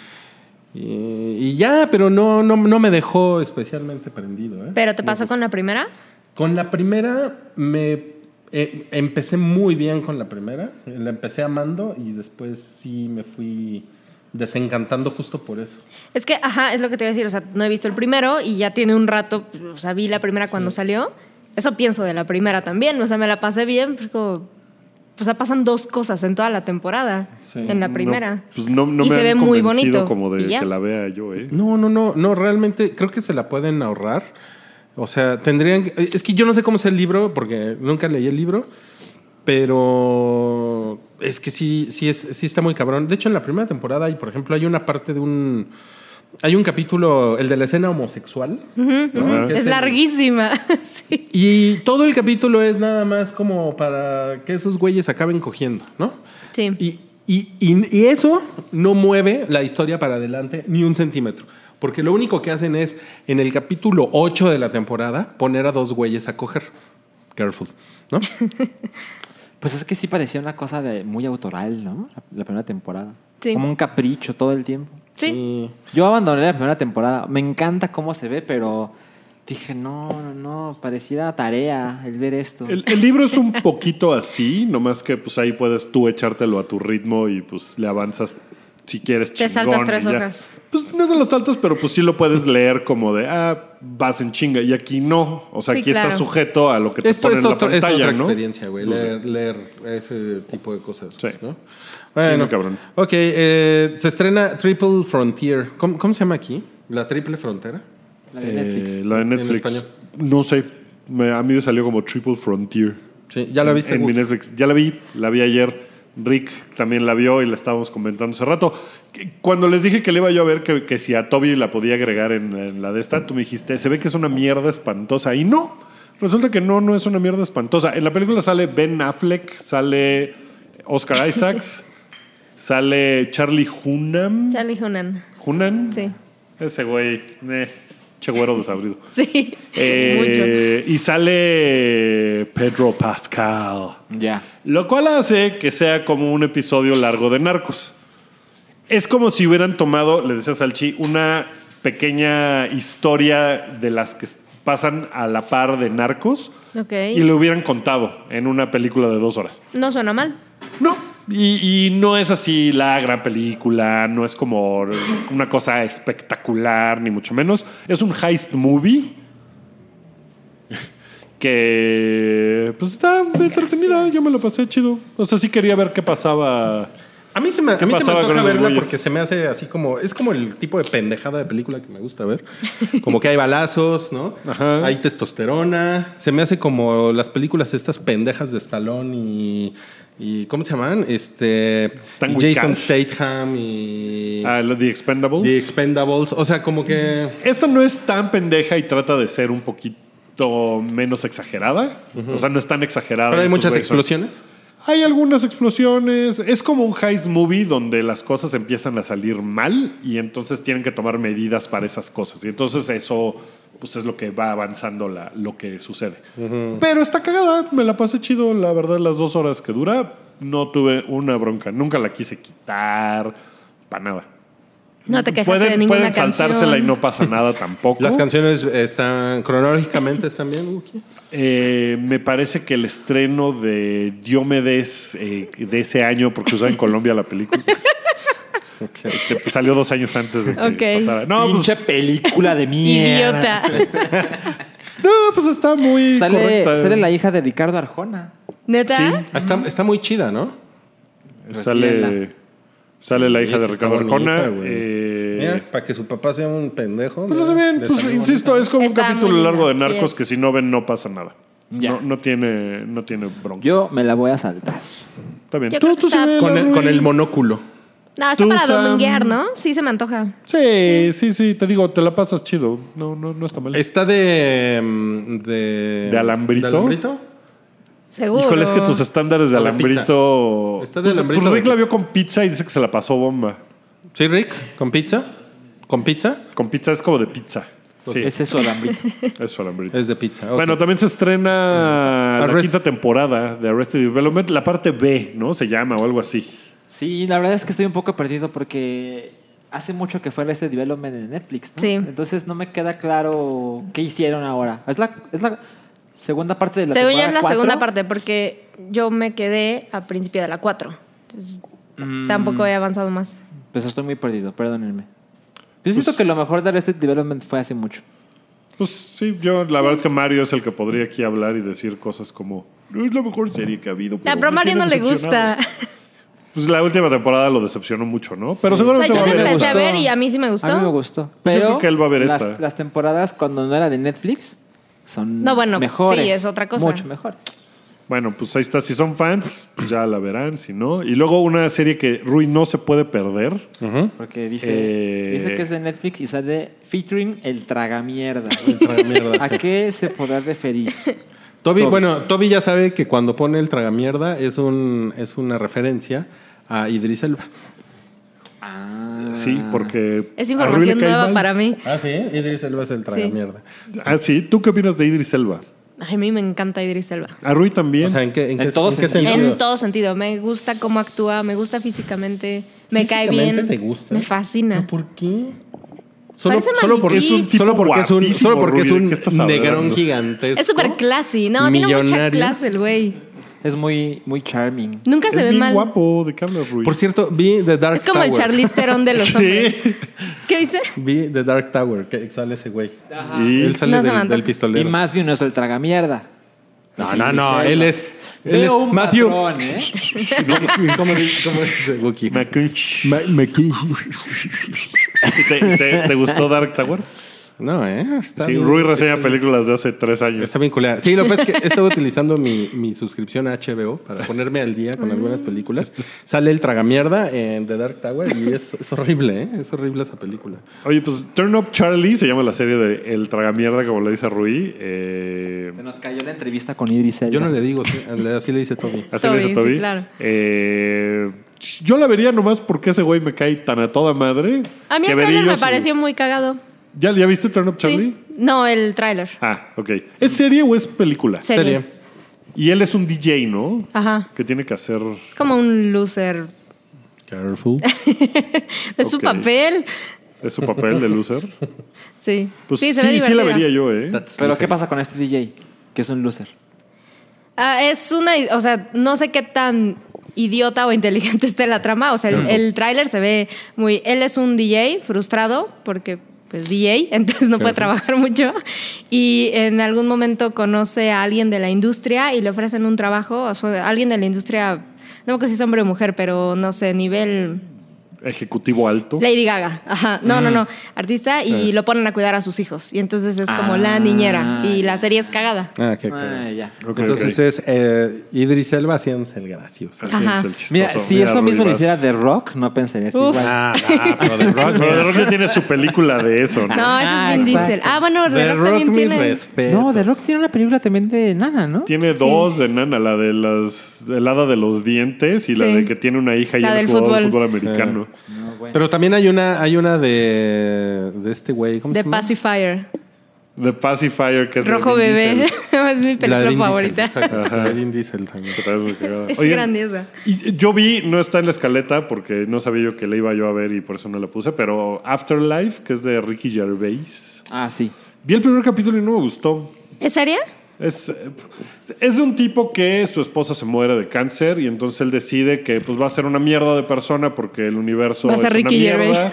S5: y, y ya, pero no, no, no me dejó especialmente prendido. ¿eh?
S4: ¿Pero te
S5: No,
S4: pasó
S5: pues,
S4: con la primera?
S5: Con la primera me eh, empecé muy bien con la primera, la empecé amando y después sí me fui desencantando justo por eso.
S4: Es que, ajá, es lo que te voy a decir. O sea, no he visto el primero y ya tiene un rato. O sea, vi la primera cuando salió. Eso pienso de la primera también. O sea, me la pasé bien. Pues, como, o sea, pasan dos cosas en toda la temporada.
S5: Sí.
S4: en la
S2: No,
S4: primera.
S2: pues no, no
S4: y
S2: me
S4: se
S2: han
S4: ve muy
S2: convencido
S4: bonito.
S2: como de
S4: Y ya.
S2: que la vea yo, ¿eh?
S5: No, no, no, no, realmente creo que se la pueden ahorrar. O sea, tendrían que- es que yo no sé cómo es el libro porque nunca leí el libro, pero es que sí sí es sí está muy cabrón. De hecho, en la primera temporada hay, por ejemplo, hay una parte de un hay un capítulo el de la escena homosexual. ¿no?
S2: Ajá.
S5: Que
S4: Es
S5: el-
S4: larguísima. sí.
S5: Y todo el capítulo es nada más como para que esos güeyes acaben cogiendo, ¿no?
S4: Sí.
S5: Y, y- y- y eso no mueve la historia para adelante ni un centímetro. Porque lo único que hacen es, en el capítulo 8 de la temporada, poner a dos güeyes a coger. Careful, ¿no?
S3: Pues es que sí parecía una cosa de muy autoral, ¿no? La, la primera temporada.
S4: Sí.
S3: Como un capricho todo el tiempo.
S4: Sí.
S5: Y-
S3: Yo abandoné la primera temporada. Me encanta cómo se ve, pero Dije, no, no, no, pareciera tarea el ver esto.
S2: El, el libro es un poquito así, nomás que pues ahí puedes tú echártelo a tu ritmo y pues le avanzas si quieres
S4: Te
S2: chingón.
S4: saltas tres
S2: y ya.
S4: hojas.
S2: Pues no te las saltas, pero pues sí lo puedes leer como de, ah, vas en chinga. Y aquí no. O sea,
S4: Sí,
S2: aquí
S4: claro.
S2: estás sujeto a lo que te
S5: Esto
S2: pone
S5: es,
S2: en
S5: otro-
S2: la
S5: es
S2: pantalla,
S5: otra
S2: ¿no?
S5: experiencia, güey.
S2: Pues,
S5: Leer, leer ese tipo de cosas.
S2: Sí.
S5: ¿no?
S2: muy cabrón.
S5: Ok, eh, se estrena Triple Frontier. ¿Cómo, cómo se llama aquí? ¿La Triple Frontera?
S3: La de Netflix.
S2: eh, la de
S5: en
S2: Netflix.
S5: español.
S2: No sé. Me- a mí me salió como Triple Frontier.
S5: Sí, ¿ya la viste?
S2: En mi
S5: Gus?
S2: Netflix. Ya la vi, la vi ayer. Rick también la vio y la estábamos comentando hace rato. Que- Cuando les dije que le iba yo a ver que, que si a Toby la podía agregar en, en la de esta, tú me dijiste, se ve que es una mierda espantosa. Y no, resulta que no, no es una mierda espantosa. En la película sale Ben Affleck, sale Oscar Isaacs, sale Charlie Hunnam.
S4: Charlie Hunan.
S2: Hunan.
S4: Sí.
S2: Ese güey, eh, che güero desabrido.
S4: Sí.
S2: Eh, y sale Pedro Pascal.
S3: Ya.
S2: Lo cual hace que sea como un episodio largo de Narcos. Es como si hubieran tomado, le decía Salchi, una pequeña historia de las que pasan a la par de Narcos
S4: Mucho. Ok.
S2: y lo hubieran contado en una película de dos horas.
S4: No suena mal.
S2: No. Y, y no es así la gran película, no es como una cosa espectacular, ni mucho menos. Es un heist movie que pues está entretenida, yo me lo pasé chido. O sea, sí quería ver qué pasaba.
S5: A mí se me, a
S2: ¿Qué
S5: mí se me
S2: pasaba con
S5: antoja
S2: los
S5: verla
S2: güeyes?
S5: porque se me hace así como. Es como el tipo de pendejada de película que me gusta ver. Como que hay balazos, ¿no?
S2: Ajá.
S5: Hay testosterona. Se me hace como las películas estas pendejas de Stallone y. y ¿Cómo se llaman? Este.
S2: Tango
S5: y
S2: y
S5: Jason
S2: Cash.
S5: Statham y.
S2: Ah, lo de The Expendables.
S5: The Expendables. O sea, como que.
S2: Esta no es tan pendeja y trata de ser un poquito menos exagerada. O sea, no es tan exagerada.
S5: Pero hay
S2: Estos
S5: muchas
S2: güeyes son-
S5: explosiones.
S2: Hay algunas explosiones. Es como un heist movie donde las cosas empiezan a salir mal y entonces tienen que tomar medidas para esas cosas. Y entonces eso pues es lo que va avanzando la, lo que sucede. Pero está cagada, me la pasé chido, la verdad, las dos horas que dura. No tuve una bronca, nunca la quise quitar, para nada.
S4: No te quejaste
S2: Pueden,
S4: de ninguna
S2: pueden
S4: canción.
S2: saltársela y no pasa nada tampoco.
S5: Las canciones están. cronológicamente están bien. Uki.
S2: Eh, me parece que el estreno de Diomedes eh, de ese año, porque se usaba en Colombia la película, este, pues, salió dos años antes de que
S4: Ok.
S2: pasara. No pues,
S3: película de
S4: Idiota.
S2: no, pues está muy
S3: Sale,
S2: correcta.
S3: sale la hija de Ricardo Arjona.
S4: ¿Neta?
S2: Sí.
S5: Ah, está, está muy chida, ¿no?
S2: Sale,
S3: Revíenla.
S2: sale la
S5: Sí,
S2: hija de
S5: sí está
S2: Ricardo Arjona.
S5: bonita, güey.
S2: eh,
S5: Mira, para que su papá sea un pendejo.
S2: pues
S5: mira,
S2: lo sé bien,
S5: le
S2: pues,
S5: salió
S2: insisto, es como
S4: Está
S2: un
S4: muy
S2: capítulo
S4: linda,
S2: largo de
S4: sí
S2: Narcos
S4: es.
S2: que si no ven no pasa nada.
S3: Ya.
S2: No, no tiene, no tiene bronca.
S3: Yo me la voy a saltar.
S2: está bien.
S4: Yo creo que está-
S2: sí vela,
S5: Con el,
S2: güey.
S5: con el monóculo.
S4: No, está
S2: Tú,
S4: para
S2: Sam.
S4: dominguear, ¿no? Sí, se me antoja.
S2: Sí, sí, sí, te digo, te la pasas chido. No, no, no está mal.
S5: Está de. mm, ¿De,
S2: ¿De alambrito?
S5: ¿De alambrito?
S4: Seguro.
S2: Híjole, es que tus estándares de
S5: Con la
S2: alambrito.
S5: pizza. Está de alambrito
S2: Pues, pues
S5: de
S2: Rick la
S5: pizza.
S2: vio con pizza y dice que se la pasó bomba.
S5: Sí, Rick. ¿Con pizza? ¿Con pizza?
S2: Con pizza es como de pizza. Sí, es,
S3: Ese es su alambrito.
S2: su alambrito.
S5: Es de pizza. ok.
S2: Bueno, también se estrena la
S5: Arrest-
S2: quinta temporada de Arrested Development, la parte B, ¿no? Se llama o algo así.
S3: Sí, la verdad es que estoy un poco perdido porque hace mucho que fue este development en Netflix. ¿no?
S4: Sí.
S3: Entonces no me queda claro qué hicieron ahora. Es la, es la segunda parte de la
S4: Según yo
S3: temporada
S4: es la
S3: cuatro.
S4: segunda parte, porque yo me quedé a principio de la 4. Entonces,
S2: Mm.
S4: tampoco he avanzado más.
S3: Pues estoy muy perdido, perdónenme. Yo siento que lo mejor de este development fue hace mucho.
S2: Pues sí, yo la verdad es que Mario es el que podría aquí hablar y decir cosas como no es la mejor serie que ha habido.
S4: La pero a
S2: me
S4: Mario
S2: tiene
S4: no le
S2: decepcionado".
S4: gusta.
S2: Pues la última temporada lo decepcionó mucho, ¿no? Pero
S4: O sea,
S2: seguramente va
S4: yo
S2: a
S4: la
S2: haber
S4: empecé
S2: esa.
S4: a ver y a mí sí me gustó.
S3: A mí me gustó.
S2: creo
S3: Pero
S2: que él va a ver
S3: las,
S2: esta.
S3: las temporadas cuando no era de Netflix son
S4: No, bueno,
S3: mejores.
S4: sí, es otra cosa.
S3: Mucho mejores.
S2: Bueno, pues ahí está. Si son fans, pues ya la verán. Si no. Y luego una serie que Rui no se puede perder.
S5: Ujú.
S3: Porque dice,
S2: Eh.
S3: dice que es de Netflix y sale featuring el tragamierda.
S5: Tra- mierda.
S3: ¿A qué se podrá referir?
S5: Toby,
S3: Toby.
S5: bueno, Toby ya sabe que cuando pone el tragamierda es, un, es una referencia a Idris Elba.
S3: Ah.
S2: Sí, porque.
S4: Es
S2: a Rui le
S4: información
S2: cae
S4: nueva
S2: mal.
S4: para mí.
S5: Ah, sí, Idris Elba es el tragamierda.
S2: Ah, sí. ¿Tú qué opinas de Idris Elba?
S4: Ay, A mí me encanta Idris Elba.
S2: A Rui también.
S5: O sea, ¿en qué, en
S3: En
S5: qué-
S3: todo
S5: en qué
S3: sentido.
S5: sentido?
S4: En todo sentido. Me gusta cómo actúa, me gusta físicamente, me cae
S5: ¿Físicamente
S4: bien.
S5: te gusta?
S2: pues,
S4: Me fascina.
S5: ¿Pero ¿Por qué? Solo,
S4: Parece
S5: solo porque es
S4: maniquí.
S5: un solo porque es un
S2: guapísimo,
S5: solo porque es
S2: Rubio,
S5: un
S2: ¿qué estás hablando?
S5: negrón gigantesco.
S4: Es súper classy. No, tiene mucha
S5: millonario.
S4: clase el güey.
S3: Es muy, muy charming.
S4: Nunca se
S2: es
S4: ve
S2: bien
S4: mal.
S2: guapo. ¿De qué hablas, Rui?
S5: Por cierto, vi The Dark Tower.
S4: Es como el Charlize Theron de los
S2: Ah, Sí.
S4: hombres. ¿Qué dice?
S5: Vi The Dark Tower, que sale ese güey.
S2: Y-
S5: Él sale
S4: No se me
S5: del,
S4: antoja.
S5: del
S3: Y
S5: pistolero.
S3: Matthew no es el tragamierda.
S5: No,
S3: Sí,
S5: no, no,
S3: dice,
S5: él es él es
S3: Veo un
S5: Matthew.
S3: patrón, ¿eh?
S5: ¿Cómo dice cómo dice Wookiee?
S2: Mac-
S5: Ma- Mackey.
S2: ¿Te, te- te gustó Dark Tower?
S5: No, eh. Está
S2: Sí,
S5: bien.
S2: Rui reseña películas de hace tres años.
S5: Está bien culera. Sí, lo que pasa es que he estado utilizando mi, mi suscripción a HBO para ponerme al día con algunas películas. Sale el tragamierda en The Dark Tower y es, es horrible, ¿eh? Es horrible esa película.
S2: Oye, pues Turn Up Charlie se llama la serie de El Tragamierda, como le dice Rui. Eh,
S3: Se nos cayó la entrevista con Idris Elba.
S5: Yo no le digo, sí, le- así le dice Toby.
S2: así le dice
S4: Toby,
S2: Toby.
S4: sí, claro.
S2: Eh, yo la vería nomás porque ese güey me cae tan a toda madre.
S4: A mí
S2: que
S4: el trailer
S2: vería
S4: me
S2: su-
S4: pareció muy cagado.
S2: ¿Ya, ¿Ya viste Turn Up Charlie?
S4: Sí. No, el tráiler.
S2: Ah, ok. ¿Es serie o es película?
S4: Serie.
S2: Y él es un DJ, ¿no?
S4: Ajá.
S2: Que tiene que hacer.
S4: Es como un loser.
S5: Careful.
S4: Es su
S2: Ok.
S4: papel.
S2: Es su papel de loser.
S4: Sí.
S2: Pues sí,
S4: sí, se ve
S2: sí, la
S4: divertida.
S2: vería yo, ¿eh?
S3: Pero ¿qué pasa con este DJ? Que es un loser.
S4: Ah, es una, o sea, no sé qué tan idiota o inteligente esté la trama. O sea, el, el tráiler se ve muy... Él es un DJ frustrado porque pues DJ, entonces no puede trabajar mucho. Y en algún momento conoce a alguien de la industria y le ofrecen un trabajo. O sea, alguien de la industria, no me acuerdo si es hombre o mujer, pero no sé, nivel...
S2: Ejecutivo alto.
S4: Lady Gaga, ajá, no, no, no, artista y lo ponen a cuidar a sus hijos. Y entonces es como la
S3: Ah,
S4: niñera y
S3: ya.
S4: la serie es cagada.
S5: Ah, qué
S3: Ah,
S5: cagado.
S3: ya.
S2: Ok,
S5: Entonces
S2: ok.
S5: es eh, Idris Elba haciéndose el gracioso.
S2: Así
S4: Ajá.
S2: es el chistoso.
S3: Mira, si
S2: Mira,
S3: eso mismo lo
S2: Rivas.
S3: hiciera The Rock, no pensaría así.
S4: Uf.
S3: igual.
S5: Ah, ah, pero de rock.
S2: Pero The Rock ya tiene su película de eso, ¿no?
S4: No, eso es
S3: Ah,
S4: Vin
S3: exacto.
S4: Diesel. Ah, bueno, The
S5: De
S4: Rock
S5: rock,
S4: también
S5: mis
S4: tiene.
S5: respetos.
S3: No, The Rock tiene una película también de nana, ¿no?
S2: Tiene dos de nana, la de las el hada de los dientes y la
S4: Sí.
S2: de que tiene una hija y
S4: La
S2: él es
S4: del
S2: jugador de fútbol
S4: fútbol.
S2: americano.
S5: Pero también hay una, hay una de, de este güey. ¿Cómo
S4: The
S5: se llama?
S4: Pacifier.
S2: The Pacifier, que es de
S4: Rojo
S2: Vin
S4: Bebé.
S2: Diesel.
S4: es mi
S5: La de
S4: película
S5: Vin
S4: favorita.
S5: Diesel, exacto, la
S2: Ajá.
S5: de Vin Diesel también.
S2: Que trae muy cagada.
S4: Es
S2: Oigan,
S4: grandiosa.
S2: y yo vi, no está en la escaleta porque no sabía yo que la iba yo a ver y por eso no la puse, pero Afterlife, que es de Ricky Gervais.
S3: Ah, sí.
S2: Vi el primer capítulo y no me gustó.
S4: ¿Es seria?
S2: Es, eh, es de un tipo que su esposa se muere de cáncer y entonces él decide que pues, va a ser una mierda de persona porque el universo
S4: Va a ser
S2: es
S4: Ricky
S2: una
S4: Gervais.
S2: mierda.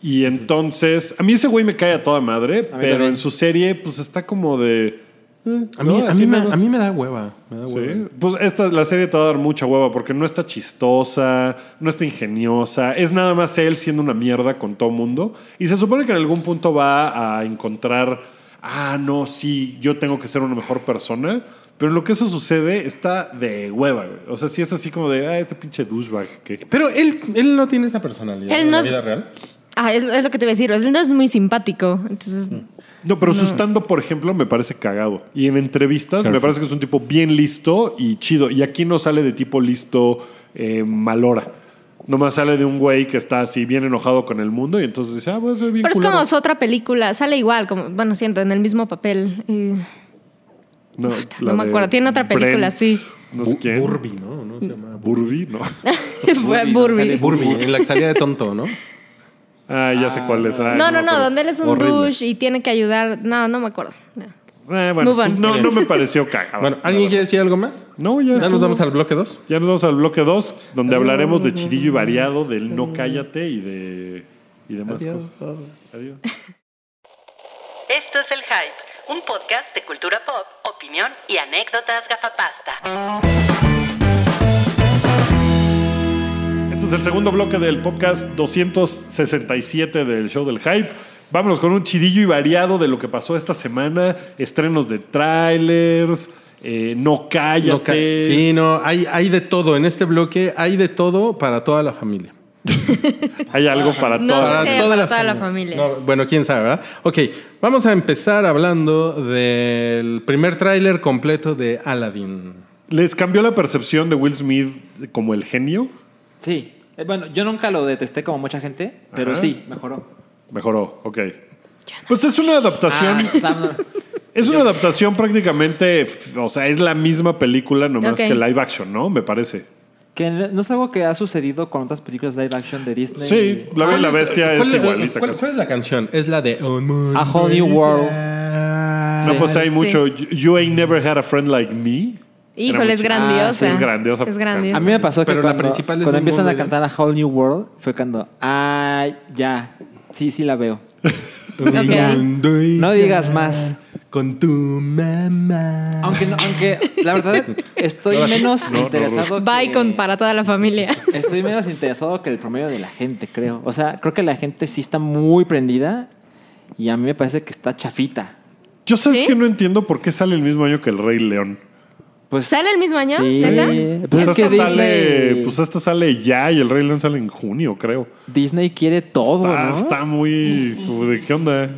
S2: Y entonces, a mí ese güey me cae a toda madre, pero
S3: también.
S2: en su serie pues está como de... eh,
S5: A mí,
S2: ¿no?
S5: a,
S2: Así
S5: mí me,
S2: nada más.
S5: a mí me da hueva. Me da
S2: Sí.
S5: hueva.
S2: Pues esta, la serie te va a dar mucha hueva porque no está chistosa, no está ingeniosa, es nada más él siendo una mierda con todo mundo. Y se supone que en algún punto va a encontrar, ah, no, sí, yo tengo que ser una mejor persona. Pero en lo que eso sucede está de hueva, güey. O sea, sí es así como de, ah, este pinche douchebag. que
S5: Pero él, él no tiene esa personalidad
S4: Él
S5: en
S4: no
S5: la
S4: es-
S5: vida real.
S4: Ah, es, es lo que te voy a decir. Él no es muy simpático. Entonces,
S2: No, pero su sustando, por ejemplo, me parece cagado. Y en entrevistas me parece que es un tipo bien listo y chido. Y aquí no sale de tipo listo eh, malora. Nomás sale de un güey que está así bien enojado con el mundo y entonces dice, ah, voy a ser bien
S4: pero es
S2: culero.
S4: como su otra película. Sale igual, como, bueno, siento, en el mismo papel. Eh,
S2: No, la
S4: no me
S2: de
S4: acuerdo. Tiene otra película,
S2: Brent,
S4: sí.
S2: No sé quién.
S5: Burby, ¿no? ¿No se llama?
S2: Burby, no.
S4: fue
S3: Burby, ¿no? Sale
S4: Burby.
S5: Burby, en la que salía de tonto, ¿no?
S2: Ah, ya sé cuál es. Ah,
S4: No,
S2: me
S4: no, no,
S2: acuerdo.
S4: donde él es un
S5: Horrible.
S4: douche y tiene que ayudar. No, no me acuerdo. No.
S2: Eh, bueno,
S4: Move on.
S2: pues no, no me pareció cagado.
S5: Bueno, ¿alguien quiere decir algo más?
S2: No, ya,
S5: Ya
S2: estuvo.
S5: nos vamos al bloque 2.
S2: Ya nos vamos al bloque 2, donde hablaremos de chidillo y variado, del no cállate y de y demás cosas. Adiós.
S1: Esto es El Hype, un podcast de cultura pop, opinión y anécdotas gafapasta.
S2: Este es el segundo bloque del podcast 267 del show del hype. Vámonos con un chidillo y variado de lo que pasó esta semana. Estrenos de trailers, eh, no cállate.
S5: No ca- sí, no, hay, hay de todo. En este bloque hay de todo para toda la familia.
S2: Hay algo para
S4: No,
S2: todas.
S4: sí. para toda la familia.
S5: No, bueno, quién sabe, ¿verdad? Ok, vamos a empezar hablando del primer tráiler completo de Aladdin.
S2: ¿Les cambió la percepción de Will Smith como el genio?
S3: Sí. Eh, Bueno, yo nunca lo detesté como mucha gente, pero
S2: Ajá.
S3: sí, mejoró.
S2: Mejoró, ok. Pues es una adaptación.
S3: Ah, Sam no-
S2: Es una adaptación prácticamente, f- o sea, es la misma película, nomás
S4: Ok.
S2: que live action, ¿no? Me parece.
S3: Que no es algo que ha sucedido con otras películas live action de Disney.
S2: Sí, La Bella y la Bestia es,
S5: ¿Cuál
S2: igualita.
S5: ¿cuál,
S2: casi.
S5: cuál es la canción? Es la de
S3: A Whole New World.
S2: No,
S3: Sí.
S2: pues hay mucho. You- You ain't never had a friend like me.
S4: Híjole, es
S2: Era mucho- Ah,
S4: grandiosa.
S2: sí, es grandiosa.
S4: Es grandiosa.
S3: A mí me pasó que
S5: Pero la
S3: cuando,
S5: principal es
S3: cuando
S5: un
S3: empiezan
S5: mundo
S3: a
S5: ideal.
S3: cantar a Whole New World fue cuando, ay, ya, sí, sí la veo. No digas más.
S5: Con tu mamá.
S3: Aunque, no- aunque la verdad estoy menos
S2: no,
S3: interesado.
S4: Bye
S3: que-
S4: con para toda la familia.
S3: Estoy menos interesado que el promedio de la gente, creo. O sea, creo que la gente sí está muy prendida y a mí me parece que está chafita.
S2: Yo sabes
S4: ¿Sí?
S2: que no entiendo por qué sale el mismo año que El Rey León.
S3: Pues
S4: ¿Sale el mismo año?
S3: Sí.
S4: ¿Neta?
S3: Pues
S2: Pues
S3: es que
S2: esta, sale,
S3: Disney-
S2: pues esta sale ya y El Rey León sale en junio, creo.
S3: Disney quiere todo,
S2: Está,
S3: Oh, ¿no?
S2: está muy. como ¿De qué onda?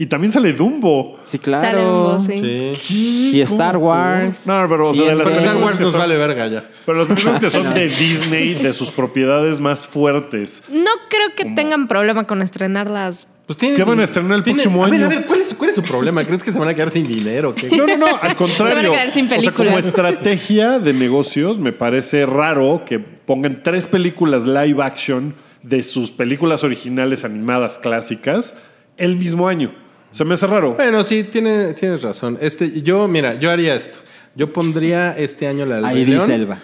S2: Y también sale Dumbo.
S3: Sí, claro.
S4: Sale Dumbo, sí.
S5: Sí.
S3: Y Star Wars.
S2: No, pero, o sea,
S3: Y
S2: de las
S3: Endgame.
S5: Pero Star
S2: películas
S5: Wars
S2: que
S5: nos
S2: son-
S5: vale verga ya.
S2: Pero las películas que son de Disney, de sus propiedades más fuertes.
S4: No creo que tengan problema con estrenarlas.
S5: Pues tienen-
S2: ¿Qué van a estrenar el
S5: tienen-
S2: próximo
S5: a ver,
S2: año?
S5: A ver, ¿cuál es, ¿cuál es su problema? ¿Crees que se van a quedar sin dinero? o qué?
S2: No, no, no, al contrario.
S4: Se van a quedar sin
S2: O sea, como
S4: películas.
S2: estrategia de negocios, me parece raro que pongan tres películas live action de sus películas originales animadas clásicas el mismo año. Se me hace raro.
S5: Bueno, sí, tiene, tienes razón. Este, yo, mira, yo haría esto. Yo pondría este año la del
S3: Ahí
S5: Rey
S3: dice
S5: León.
S3: Elba.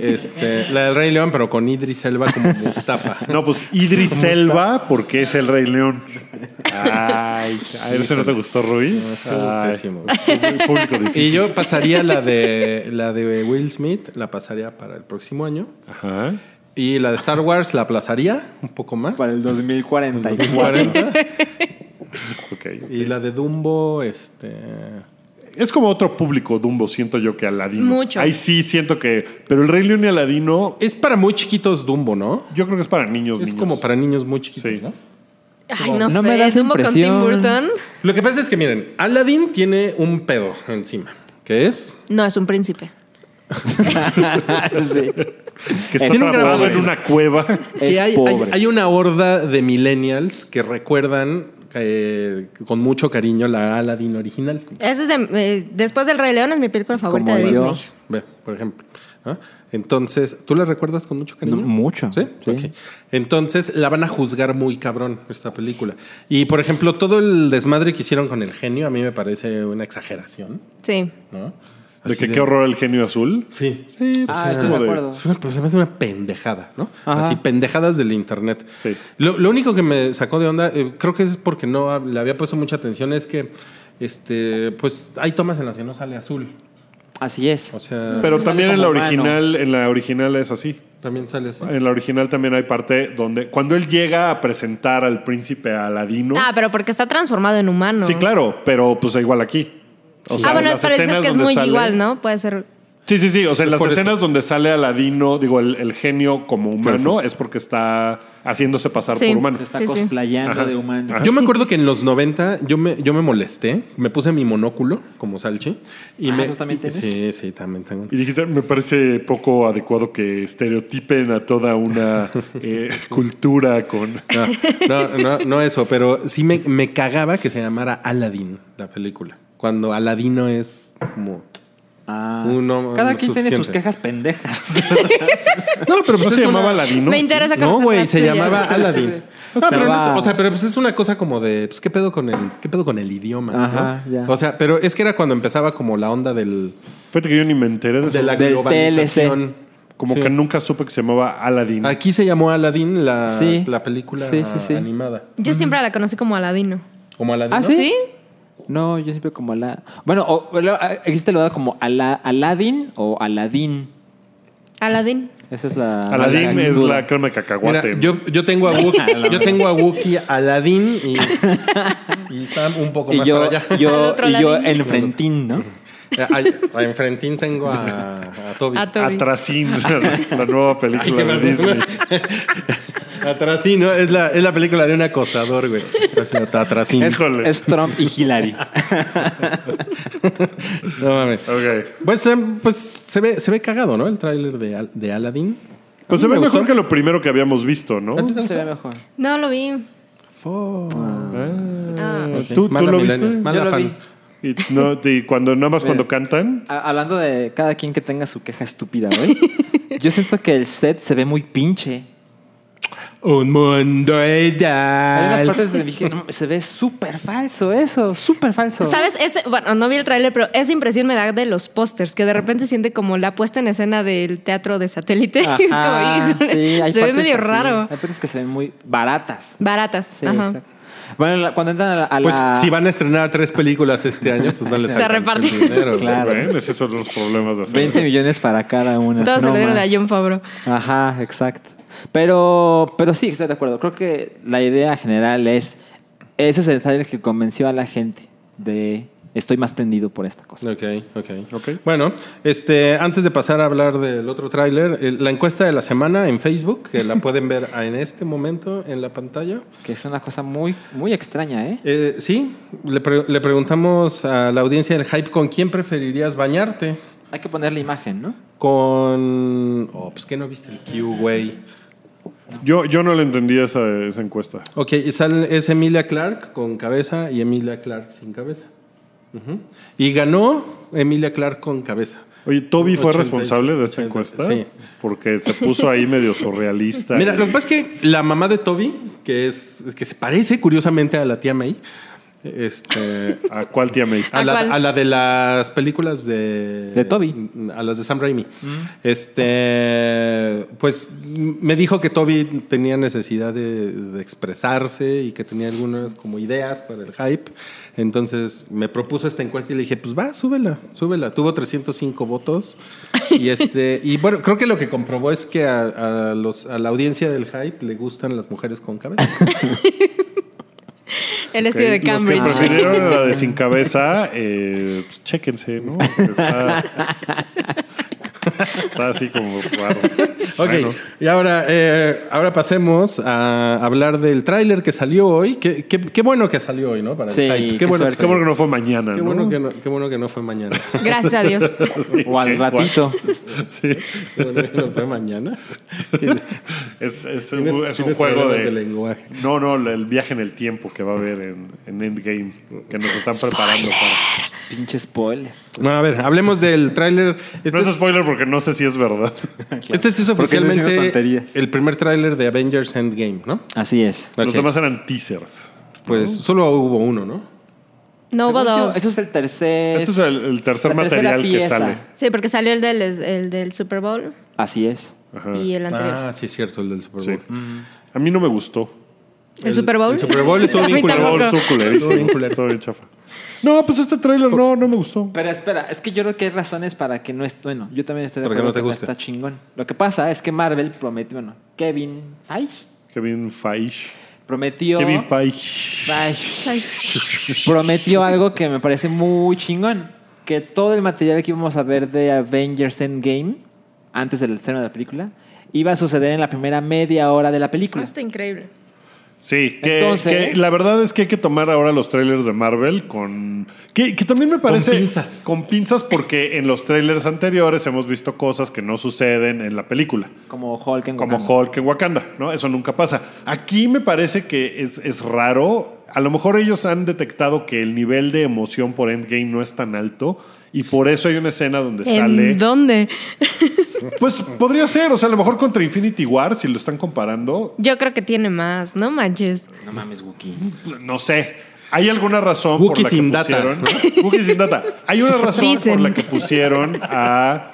S5: Este, la del Rey León, pero con Idris Elba como Mustafa.
S2: No, pues Idris Elba, porque es el Rey León. Ay, a ver, ¿eso no te gustó, Rui?
S5: No, estuvo
S2: Ay,
S5: pésimo.
S2: Público difícil.
S5: Y yo pasaría la de la de Will Smith, la pasaría para el próximo año.
S2: Ajá.
S5: Y la de Star Wars la aplazaría un poco más.
S3: Para el 2044.
S5: 40.
S2: Ok.
S5: Y la de Dumbo, este.
S2: Es como otro público, Dumbo, siento yo que Aladino.
S4: Mucho.
S2: Ahí sí siento que. Pero el Rey León y Aladino,
S5: Es para muy chiquitos Dumbo, ¿no?
S2: yo creo que es para niños.
S5: Es
S2: niños.
S5: como para niños muy chiquitos,
S2: Sí.
S5: ¿no?
S4: Ay, no, sé.
S3: No me das
S4: Dumbo con Tim
S3: impresión.
S4: Burton
S5: Lo que pasa es que, miren, Aladdin tiene un pedo encima, que es
S4: no es un príncipe.
S3: Sí.
S2: que está
S5: Tiene un
S2: atrapado
S5: grabado.
S2: en una cueva.
S5: que
S3: Es
S5: hay, hay,
S3: pobre.
S5: hay una horda de millennials que recuerdan eh, con mucho cariño la Aladdin original.
S4: Ese es de, eh, después del Rey León es mi película favorita
S3: Como
S4: de
S3: yo.
S4: Disney.
S5: Ve, por ejemplo. ¿no? Entonces, ¿tú la recuerdas con mucho cariño?
S3: No, mucho,
S5: ¿Sí?
S3: sí.
S5: Ok. Entonces, la van a juzgar muy cabrón esta película. Y, por ejemplo, todo el desmadre que hicieron con el genio a mí me parece una exageración,
S4: Sí.
S5: ¿no?
S2: De
S5: Así
S2: que qué horror el genio azul.
S5: Sí. Sí, pues,
S3: Ah,
S5: es
S3: estoy
S5: como
S3: de
S5: de-
S3: acuerdo.
S5: es una- pues, además es una pendejada, ¿no?
S3: Ajá.
S5: Así, pendejadas del internet.
S2: Sí.
S5: Lo, lo único que me sacó de onda, eh, creo que es porque no hab- le había puesto mucha atención, es que este, pues hay tomas en las que no sale azul.
S3: Así es.
S5: O sea,
S2: Pero
S3: Sale
S2: también en la
S3: como
S2: original, en la original es así.
S5: también sale azul.
S2: En la original también hay parte donde cuando él llega a presentar al príncipe Aladino.
S4: Ah, pero porque está transformado en humano.
S2: Sí, claro, pero pues igual aquí. O sea,
S4: ah, bueno,
S2: las
S4: pero dices
S2: escenas
S4: que es
S2: donde
S4: muy
S2: sale-
S4: igual, ¿no? Puede ser.
S2: Sí, sí, sí. O sea, en
S5: Es
S2: las
S5: por eso.
S2: escenas donde sale Aladino, digo, el, el genio como humano, es porque está haciéndose pasar
S4: Sí.
S2: por humano.
S3: Se está
S4: Sí, sí.
S3: cosplayando
S2: Ajá.
S3: de humano.
S5: Yo me acuerdo que en los 90 yo me, yo me molesté, me puse mi monóculo como salchi. Y
S3: Ah,
S5: me,
S3: ¿tú también
S5: y-
S3: tienes?
S5: Sí, sí, también tengo. uno.
S2: Y dijiste, me parece poco adecuado que estereotipen a toda una eh, cultura con...
S5: No, no, no, no eso, pero sí me, me cagaba que se llamara Aladdin la película. Cuando Aladino es como...
S3: Ah.
S5: Uno,
S3: Cada
S5: lo
S3: quien tiene sus
S5: suficiente.
S3: quejas pendejas.
S5: No, pero
S2: ¿No
S5: pues
S2: se llamaba Aladino?
S4: Me interesa
S5: No,
S4: conocer
S5: güey,
S4: las
S5: se
S4: tuyas.
S5: llamaba Aladdin. No,
S3: O sea,
S5: Ah, pero no
S3: va-
S5: es- o sea, pero pues es una cosa como de, pues qué pedo con el, qué pedo con el idioma.
S3: Ajá,
S5: ¿no?
S3: ya.
S5: O sea, pero es que era cuando empezaba como la onda del,
S2: Fíjate que yo ni me enteré de eso.
S5: de la
S3: Del
S5: globalización.
S2: Como
S5: Sí.
S2: que nunca supe que se llamaba Aladdin.
S5: Aquí se llamó Aladdin la,
S3: Sí.
S5: la película
S3: Sí, sí, sí.
S5: animada.
S4: Yo siempre la conocí como Aladino.
S5: Como Aladdin.
S3: ¿Ah,
S5: ¿no?
S3: sí? No, yo siempre como ala. Bueno, o- o la- existe la verdad como ala, Aladdin o Aladín.
S4: Aladín.
S3: Esa es la.
S2: Aladdin
S3: la-
S2: es
S3: duda.
S2: la crema de cacahuate.
S5: Mira, yo, yo tengo a Wookiee, yo tengo a Wookiee, Aladdin y, y Sam un poco
S3: Y
S5: más
S3: yo,
S5: para allá.
S4: Al
S3: yo,
S4: otro
S3: y yo
S4: Aladín.
S3: enfrentín, ¿no?
S5: Eh, A, a enfrentín tengo a, a Toby.
S4: A Toby.
S2: Atrasín, la nueva
S5: Ay, qué
S2: película de
S5: mal-
S2: Disney.
S5: Atrasino, es la, es la película de un acosador, güey. Está haciendo Atrasino.
S3: Es,
S2: Híjole.
S3: es Trump y Hillary.
S5: No mames.
S2: Ok.
S5: Pues, em, pues se, ve, se ve cagado, ¿no? El tráiler de, Al- de Aladdin.
S2: Pues se
S5: A mí
S2: ve
S5: me
S2: mejor
S5: gustó. Ah,
S2: que lo primero que habíamos visto, ¿no?
S5: Antes-
S3: Se ve mejor.
S4: No lo vi. Ah.
S5: Ok.
S2: ¿Tú, tú
S5: Mala
S2: lo
S5: millennial.
S2: viste?
S5: Mala
S3: Yo lo
S5: fan.
S3: vi.
S2: Y, no, y cuando, nada más cuando
S3: Mira.
S2: cantan.
S3: A- hablando de cada quien que tenga su queja estúpida, güey. Yo siento que el set se ve muy pinche.
S5: Un mundo
S3: Hay unas
S5: ideal.
S3: partes donde dije, no, mames, se ve súper falso eso, súper falso.
S4: ¿Sabes? Ese, bueno, no vi el tráiler, pero esa impresión me da de los pósters, que de repente siente como la puesta en escena del teatro de satélite.
S3: Ajá,
S4: Es como, híjole,
S3: sí, hay
S4: se ve
S3: partes
S4: medio
S3: así.
S4: raro.
S3: Hay partes que se ven muy baratas.
S4: Baratas.
S3: Sí,
S4: ajá.
S3: exacto. Bueno, la- cuando entran a la... a
S5: Pues
S3: la-
S5: si van a estrenar tres películas este año, pues no les
S4: Se
S5: alcanza el
S4: repartió.
S5: dinero, güey.
S3: Claro.
S2: ¿Ven? Esos son los problemas de hacer.
S3: 20 millones para cada una.
S4: Todos se
S3: no
S4: lo dieron a
S3: más.
S4: John Favreau.
S3: Ajá, exacto. Pero, pero sí, estoy de acuerdo. Creo que la idea general es, ese es el trailer que convenció a la gente de estoy más prendido por esta cosa.
S5: Ok, ok.
S2: Ok.
S5: Bueno, este, antes de pasar a hablar del otro tráiler, el- la encuesta de la semana en Facebook, que la pueden ver en este momento en la pantalla.
S3: Que es una cosa muy, muy extraña, ¿eh?
S5: Eh, sí, le, pre- le preguntamos a la audiencia del hype con quién preferirías bañarte.
S3: Hay que poner la imagen, ¿no?
S5: Con... Oh, pues que no viste el Q, güey.
S2: Yo, yo no le entendí esa, esa encuesta.
S5: Ok, y sale- es Emilia Clark con cabeza y Emilia Clark sin cabeza. Ujú. Y ganó Emilia Clark con cabeza.
S2: Oye, Toby fue
S5: 80,
S2: responsable de esta
S5: 80,
S2: encuesta
S5: sí.
S2: porque se puso ahí medio surrealista.
S5: Mira,
S2: y-
S5: lo que pasa es que la mamá de Toby, que es que se parece curiosamente a la tía May, este,
S2: ¿A cuál tía May?
S5: a,
S4: ¿A
S5: la,
S4: cuál?
S5: a la de las películas de
S3: De Toby.
S5: a las de Sam Raimi. Este, pues me dijo que Toby tenía necesidad de, de expresarse y que tenía algunas como ideas para el hype. Entonces me propuso esta encuesta y le dije, pues va, súbela, súbela. Tuvo 305 votos y este y bueno creo que lo que comprobó es que a, a los a la audiencia del hype le gustan las mujeres con cabeza.
S4: El
S2: Ok,
S4: estudio de Cambridge.
S2: Los que prefirieron la de sin cabeza, eh, pues, chéquense, ¿no? Está, está así como raro.
S5: Ok,
S2: Bueno,
S5: y ahora, eh, ahora pasemos a hablar del tráiler que salió hoy. Qué, qué- qué bueno que salió hoy, ¿no? Para el
S3: Sí,
S5: hype.
S3: qué
S5: Qué bueno, que
S3: suerte.
S2: qué bueno que
S5: salió.
S2: no fue mañana,
S5: Qué
S2: ¿no?
S5: bueno que no, qué bueno que no fue mañana.
S4: Gracias a Dios.
S2: Sí,
S3: O al
S2: qué
S3: ratito.
S2: guay. Sí.
S5: Qué bueno que no fue mañana.
S2: Es, es
S5: Tienes-
S2: un, es un juego
S5: tienes problemas
S2: de...
S5: de lenguaje.
S2: No, no, el viaje en el tiempo que va a haber en, en Endgame, que nos están preparando para...
S3: Pinche spoiler.
S5: Bueno, a ver, hablemos del tráiler. Este
S2: No es
S5: es-
S2: spoiler porque no sé si es verdad.
S5: Este sí es
S8: Porque estoy diciendo
S5: oficialmente
S8: tonterías.
S5: el primer tráiler de Avengers Endgame, ¿no?
S3: Así es.
S5: Ok.
S2: Los demás eran teasers.
S5: Pues solo hubo uno, ¿no?
S4: No hubo
S3: Según yo,
S4: dos.
S3: Eso es el tercer...
S2: este es el, el tercer
S3: la tercera
S2: material que
S3: pieza.
S2: sale.
S4: Sí, porque salió el del, el del Super Bowl
S3: Así es.
S2: Ajá.
S4: y el anterior.
S5: Ah, sí, es cierto, el del Super
S2: Sí.
S5: Bowl.
S2: A mí no me gustó.
S4: ¿El, Super Bowl?
S5: El Super Bowl estuvo
S4: A
S5: bien
S4: mí
S5: culero.
S4: tampoco.
S2: Pero estuvo culerísimo.
S5: Estuvo bien culero.
S2: Estuvo bien chafa. No, pues este tráiler no, no me gustó.
S3: Pero espera, es que yo creo que hay razones para que no est- Bueno, yo también estoy de
S5: Para que
S3: acuerdo
S5: no te
S3: que no
S5: guste.
S3: está chingón. Lo que pasa es que Marvel prometió, bueno, Kevin Feige
S2: Kevin Feige.
S3: prometió.
S2: Kevin Feige.
S3: Feige
S4: Ay,
S3: prometió algo que me parece muy chingón. Que todo el material que íbamos a ver de Avengers Endgame, antes del estreno de la película, iba a suceder en la primera media hora de la película.
S4: Está increíble.
S2: Sí, que,
S3: Entonces-
S2: que la verdad es que hay que tomar ahora los trailers de Marvel con... Que, que también me parece...
S5: pinzas.
S2: Con pinzas porque en los trailers anteriores hemos visto cosas que no suceden en la película.
S3: Como Hulk en
S2: Como
S3: Wakanda.
S2: Hulk en Wakanda, ¿no? Eso nunca pasa. Aquí me parece que es, es raro. A lo mejor ellos han detectado que el nivel de emoción por Endgame no es tan alto y por eso hay una escena donde sale...
S4: ¿En dónde?
S2: Pues podría ser, o sea, a lo mejor contra Infinity War, si lo están comparando,
S4: Yo creo que tiene más, no manches.
S3: No mames, Wookie.
S2: no sé. ¿Hay alguna razón por
S5: Wookiee
S2: la
S5: sin
S2: que
S5: data,
S2: pusieron? Wookiee sin data. Hay una razón
S4: Dicen.
S2: por la que pusieron a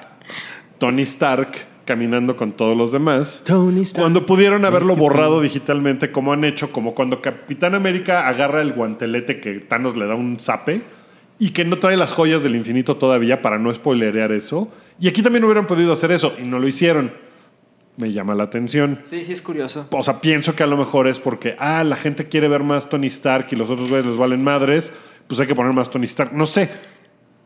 S2: Tony Stark caminando con todos los demás.
S5: Tony Stark.
S2: Cuando pudieron haberlo borrado digitalmente, como han hecho, como cuando Capitán América agarra el guantelete que Thanos le da un zape y que no trae las joyas del infinito todavía para no spoilerear eso. Y aquí también hubieran podido hacer eso y no lo hicieron. Me llama la atención.
S3: Sí, sí, es curioso.
S2: O sea, pienso que a lo mejor es porque, ah, la gente quiere ver más Tony Stark y los otros güeyes les valen madres, pues hay que poner más Tony Stark. No sé.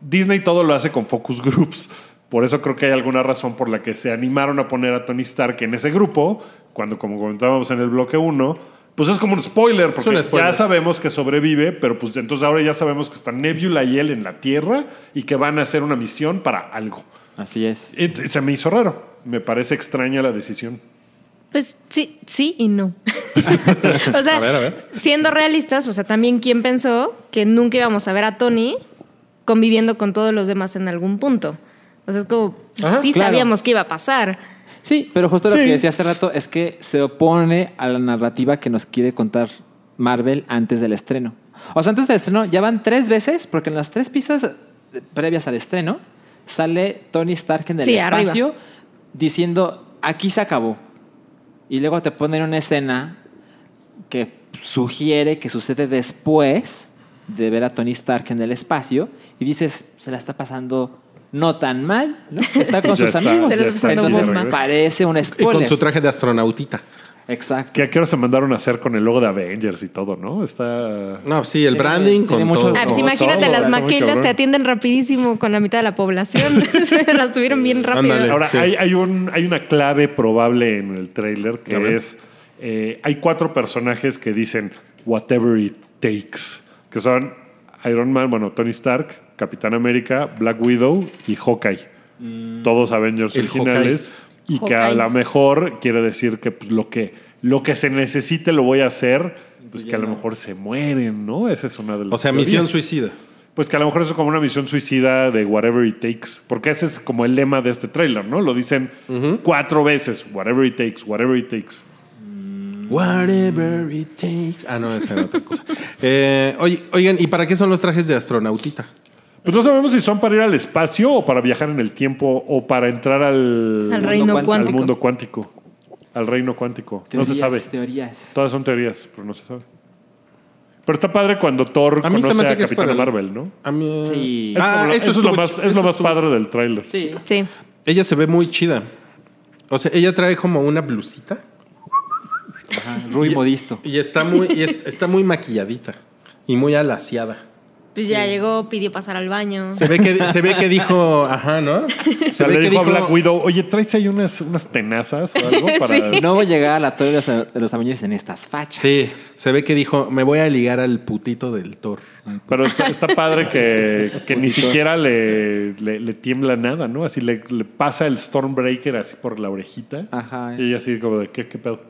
S2: Disney todo lo hace con focus groups. Por eso creo que hay alguna razón por la que se animaron a poner a Tony Stark en ese grupo, cuando, como comentábamos en el bloque 1, pues es como un spoiler, porque
S5: un spoiler.
S2: ya sabemos que sobrevive, pero pues entonces ahora ya sabemos que está Nebula y él en la Tierra y que van a hacer una misión para algo.
S3: Así es.
S2: It- se me hizo raro. Me parece extraña la decisión.
S4: Pues sí, sí y no. o sea,
S5: A ver, a ver.
S4: siendo realistas, o sea, también quién pensó que nunca íbamos a ver a Tony conviviendo con todos los demás en algún punto. O sea, es como,
S5: Ajá,
S4: sí
S3: claro.
S4: sabíamos que iba a pasar.
S3: Sí, pero justo lo
S2: Sí.
S3: que decía hace rato es que se opone a la narrativa que nos quiere contar Marvel antes del estreno. O sea, antes del estreno ya van tres veces, porque en las tres pistas previas al estreno sale Tony Stark en el
S4: Sí,
S3: espacio diciendo, aquí se acabó. Y luego te ponen una escena que sugiere que sucede después de ver a Tony Stark en el espacio y dices, se la está pasando no tan mal, ¿no? Está con
S2: Ya
S3: sus
S2: está,
S3: amigos.
S4: Se la está pasando
S3: Entonces
S4: bomba.
S3: parece un
S5: Y
S3: spoiler.
S5: con su traje de astronautita.
S3: Exacto.
S2: Que a qué hora se mandaron a hacer con el logo de Avengers y todo, ¿no? Está.
S5: No, sí, el
S3: Tiene-
S5: branding
S3: tiene
S5: con
S3: mucho-
S5: todo.
S4: Ah, pues
S3: No,
S4: imagínate,
S2: todo,
S4: las
S2: está muy
S4: Maquelas
S2: cabrón.
S4: te atienden rapidísimo con la mitad de la población. Se las tuvieron bien rápido.
S5: Ándale.
S2: Ahora,
S5: Sí.
S2: hay, hay un, hay una clave probable en el trailer
S5: A
S2: que
S5: ver.
S2: es: eh, hay cuatro personajes que dicen whatever it takes, que son Iron Man, bueno, Tony Stark, Capitán América, Black Widow y Hawkeye. Todos Avengers
S5: Mm. El
S2: originales. Y que a
S4: Hawkeye.
S2: lo mejor quiere decir que pues, lo que lo que se necesite lo voy a hacer. Pues que a lo mejor se mueren, ¿no? Esa es una de las
S5: O sea, misión
S2: teorías.
S5: suicida.
S2: Pues que a lo mejor eso es como una misión suicida de whatever it takes, porque ese es como el lema de este tráiler, ¿no? Lo dicen cuatro veces, whatever it takes, whatever it takes.
S5: Whatever it takes. Ah, no, esa era otra cosa. Eh, oye, oigan, ¿y para qué son los trajes de astronautita?
S2: Pues no sabemos si son para ir al espacio o para viajar en el tiempo o para entrar al,
S4: Al reino
S2: al
S4: cuántico.
S2: mundo cuántico, al reino cuántico. no se sabe.
S3: Teorías, Teorías.
S2: Todas son teorías, pero no se sabe. Pero está padre cuando Thor
S5: A mí se me
S2: conoce
S5: hace
S2: a
S5: que es
S2: Capitana
S5: para el-
S2: Marvel, ¿no?
S5: A mí-
S3: Sí.
S2: Es como lo- eso
S5: esto
S2: es lo
S5: estuvo
S2: más,
S5: ch-
S2: es
S5: eso
S2: lo más
S5: estuvo-
S2: padre del tráiler.
S3: Sí.
S4: Sí.
S5: Ella se ve muy chida. O sea, ella trae como una blusita
S3: Ajá. Rui
S5: Y-
S3: Modisto.
S5: y está muy, y es- está muy maquilladita y muy alaciada.
S4: Pues ya llegó, pidió pasar al baño.
S5: Se ve que, se ve que dijo, ajá, ¿no?
S2: O sea,
S5: ve
S2: le
S5: que
S2: dijo, a Black Widow, oye, tráese ahí unas, unas tenazas o algo para...
S3: No voy a llegar a la teoría de los- de los Avengers en estas fachas.
S5: Sí, se ve que dijo, me voy a ligar al putito del Thor.
S2: Pero está, está padre que, que ni siquiera le, le- le tiembla nada, ¿no? Así le, le pasa el Stormbreaker así por la orejita.
S3: Ajá.
S2: Y ella así como de, ¿qué, qué pedo?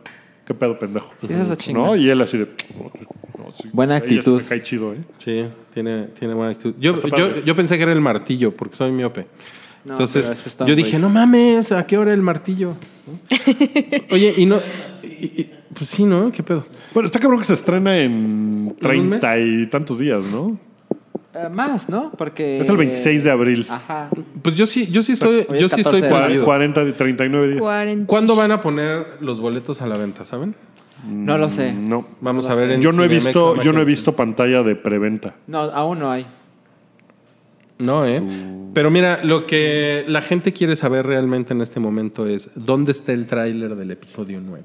S2: ¿Qué pedo, pendejo?
S3: Sí, eso está chingón.
S2: ¿No? Y él así de... no, sí,
S3: Buena
S2: ella sí
S3: actitud.
S2: me cae chido, ¿eh?
S5: Sí, tiene, tiene buena actitud. Yo,
S2: Está
S5: yo,
S2: padre.
S5: yo pensé que era el martillo, porque soy miope.
S3: No, pero ese
S5: Entonces,
S3: está
S5: yo
S3: muy-
S5: dije, no mames, ¿a qué hora el martillo? Oye, y no. y- y- pues sí, ¿no? ¿Qué pedo?
S2: Bueno, está cabrón que se estrena en treinta y tantos días, ¿no?
S3: Eh, más, ¿no? Porque. eh,
S2: Es el 26 de abril.
S3: Ajá.
S5: Pues yo sí, yo sí estoy,
S3: Hoy es
S5: yo sí estoy
S3: 14 de
S2: Cua-
S3: marzo.
S5: perdido.
S2: 40, y 39 días.
S4: 40.
S5: ¿Cuándo van a poner los boletos a la venta, saben?
S3: Mm, No lo sé.
S2: No.
S5: Vamos
S3: No
S5: a
S3: sé.
S5: ver en
S2: Yo no he
S5: Cinemex,
S2: visto, yo no he
S5: imagínate.
S2: visto pantalla de preventa.
S3: No, aún no hay.
S5: No, ¿eh?
S3: Uh.
S5: Pero mira, lo que la gente quiere saber realmente en este momento es ¿dónde está el tráiler del episodio 9?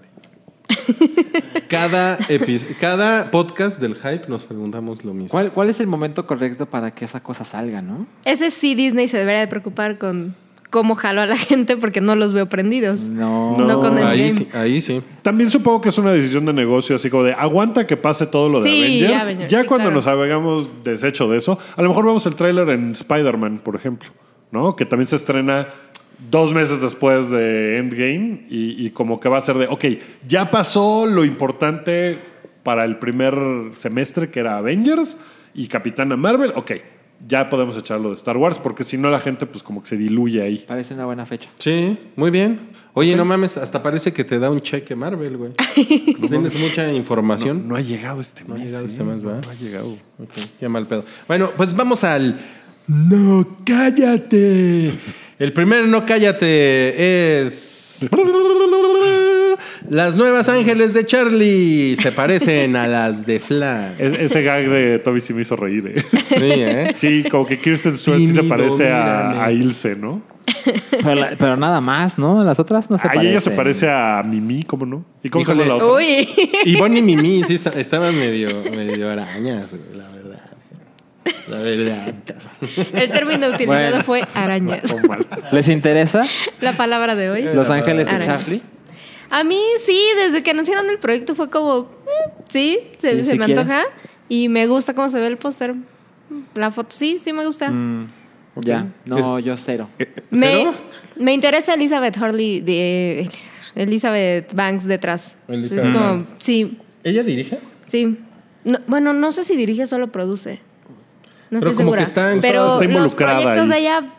S5: cada, epi- cada podcast del hype nos preguntamos lo mismo.
S3: ¿Cuál, ¿Cuál es el momento correcto para que esa cosa salga, no?
S4: Ese sí Disney se debería de preocupar con cómo jaló a la gente porque no los veo prendidos.
S3: No.
S4: No, con el
S5: ahí
S4: game.
S5: sí, ahí sí.
S2: También supongo que es una decisión de negocio, así como de aguanta que pase todo lo de
S4: Sí,
S2: Avengers.
S4: Avengers,
S2: ya
S4: sí,
S2: cuando
S4: claro.
S2: nos habíamos deshecho de eso, a lo mejor vemos el tráiler en Spider-Man, por ejemplo, ¿no? Que también se estrena dos meses después de Endgame y, y como que va a ser de, ok, ya pasó lo importante para el primer semestre que era Avengers y Capitana Marvel, ok, ya podemos echarlo de Star Wars porque si no la gente pues como que se diluye ahí.
S3: Parece una buena fecha.
S5: Sí, muy bien. Oye, no mames, hasta parece que te da un cheque Marvel, güey. Tienes mucha información.
S2: No ha llegado este
S5: No ha
S2: mes.
S5: llegado
S2: ¿eh?
S5: este mes, ¿verdad?
S2: No ha llegado.
S5: Ok, qué mal pedo. Bueno, pues vamos al.
S2: No, cállate.
S5: El primer no cállate es. Las nuevas ángeles de Charlie se parecen a las de Flash.
S2: Es- ese gag de Toby sí me hizo reír. eh.
S5: Sí, ¿eh?
S2: Sí, como que Kirsten Stewart sí se
S5: Tímido,
S2: parece
S5: mírame.
S2: a, a Ilse, ¿no?
S3: Pero, la- pero nada más, ¿no? Las otras no se
S2: Ahí
S3: parecen.
S2: ella se parece a Mimi, ¿cómo no? ¿Y cómo se
S5: Híjole.
S2: llama la otra?
S4: Uy.
S5: Y Bonnie y Mimi sí esta- estaban medio, medio arañas, güey, la verdad. La verdad.
S4: El término utilizado
S3: Bueno.
S4: fue arañas.
S2: Oh, mal.
S3: ¿Les interesa?
S4: La palabra de hoy.
S3: Los Ángeles de
S4: Arañas.
S3: Charlie.
S4: A mí sí, desde que anunciaron el proyecto fue como, mm, sí, se,
S3: Sí,
S4: se
S3: si
S4: me
S3: quieres.
S4: antoja y me gusta cómo se ve el póster. Mm, La foto sí, sí me gusta.
S3: Ya. No, yo cero.
S4: me,
S5: ¿Cero?
S4: me interesa Elizabeth Hurley de Elizabeth Banks detrás.
S5: Elizabeth
S4: Es como,
S5: Banks.
S4: sí,
S5: ¿Ella dirige?
S4: sí. No- bueno, no sé si dirige o solo produce. No
S5: Pero
S4: estoy
S5: como
S4: segura.
S5: que está en-
S4: pero
S2: está
S4: los
S2: involucrada
S4: proyectos de
S2: ahí.
S4: ella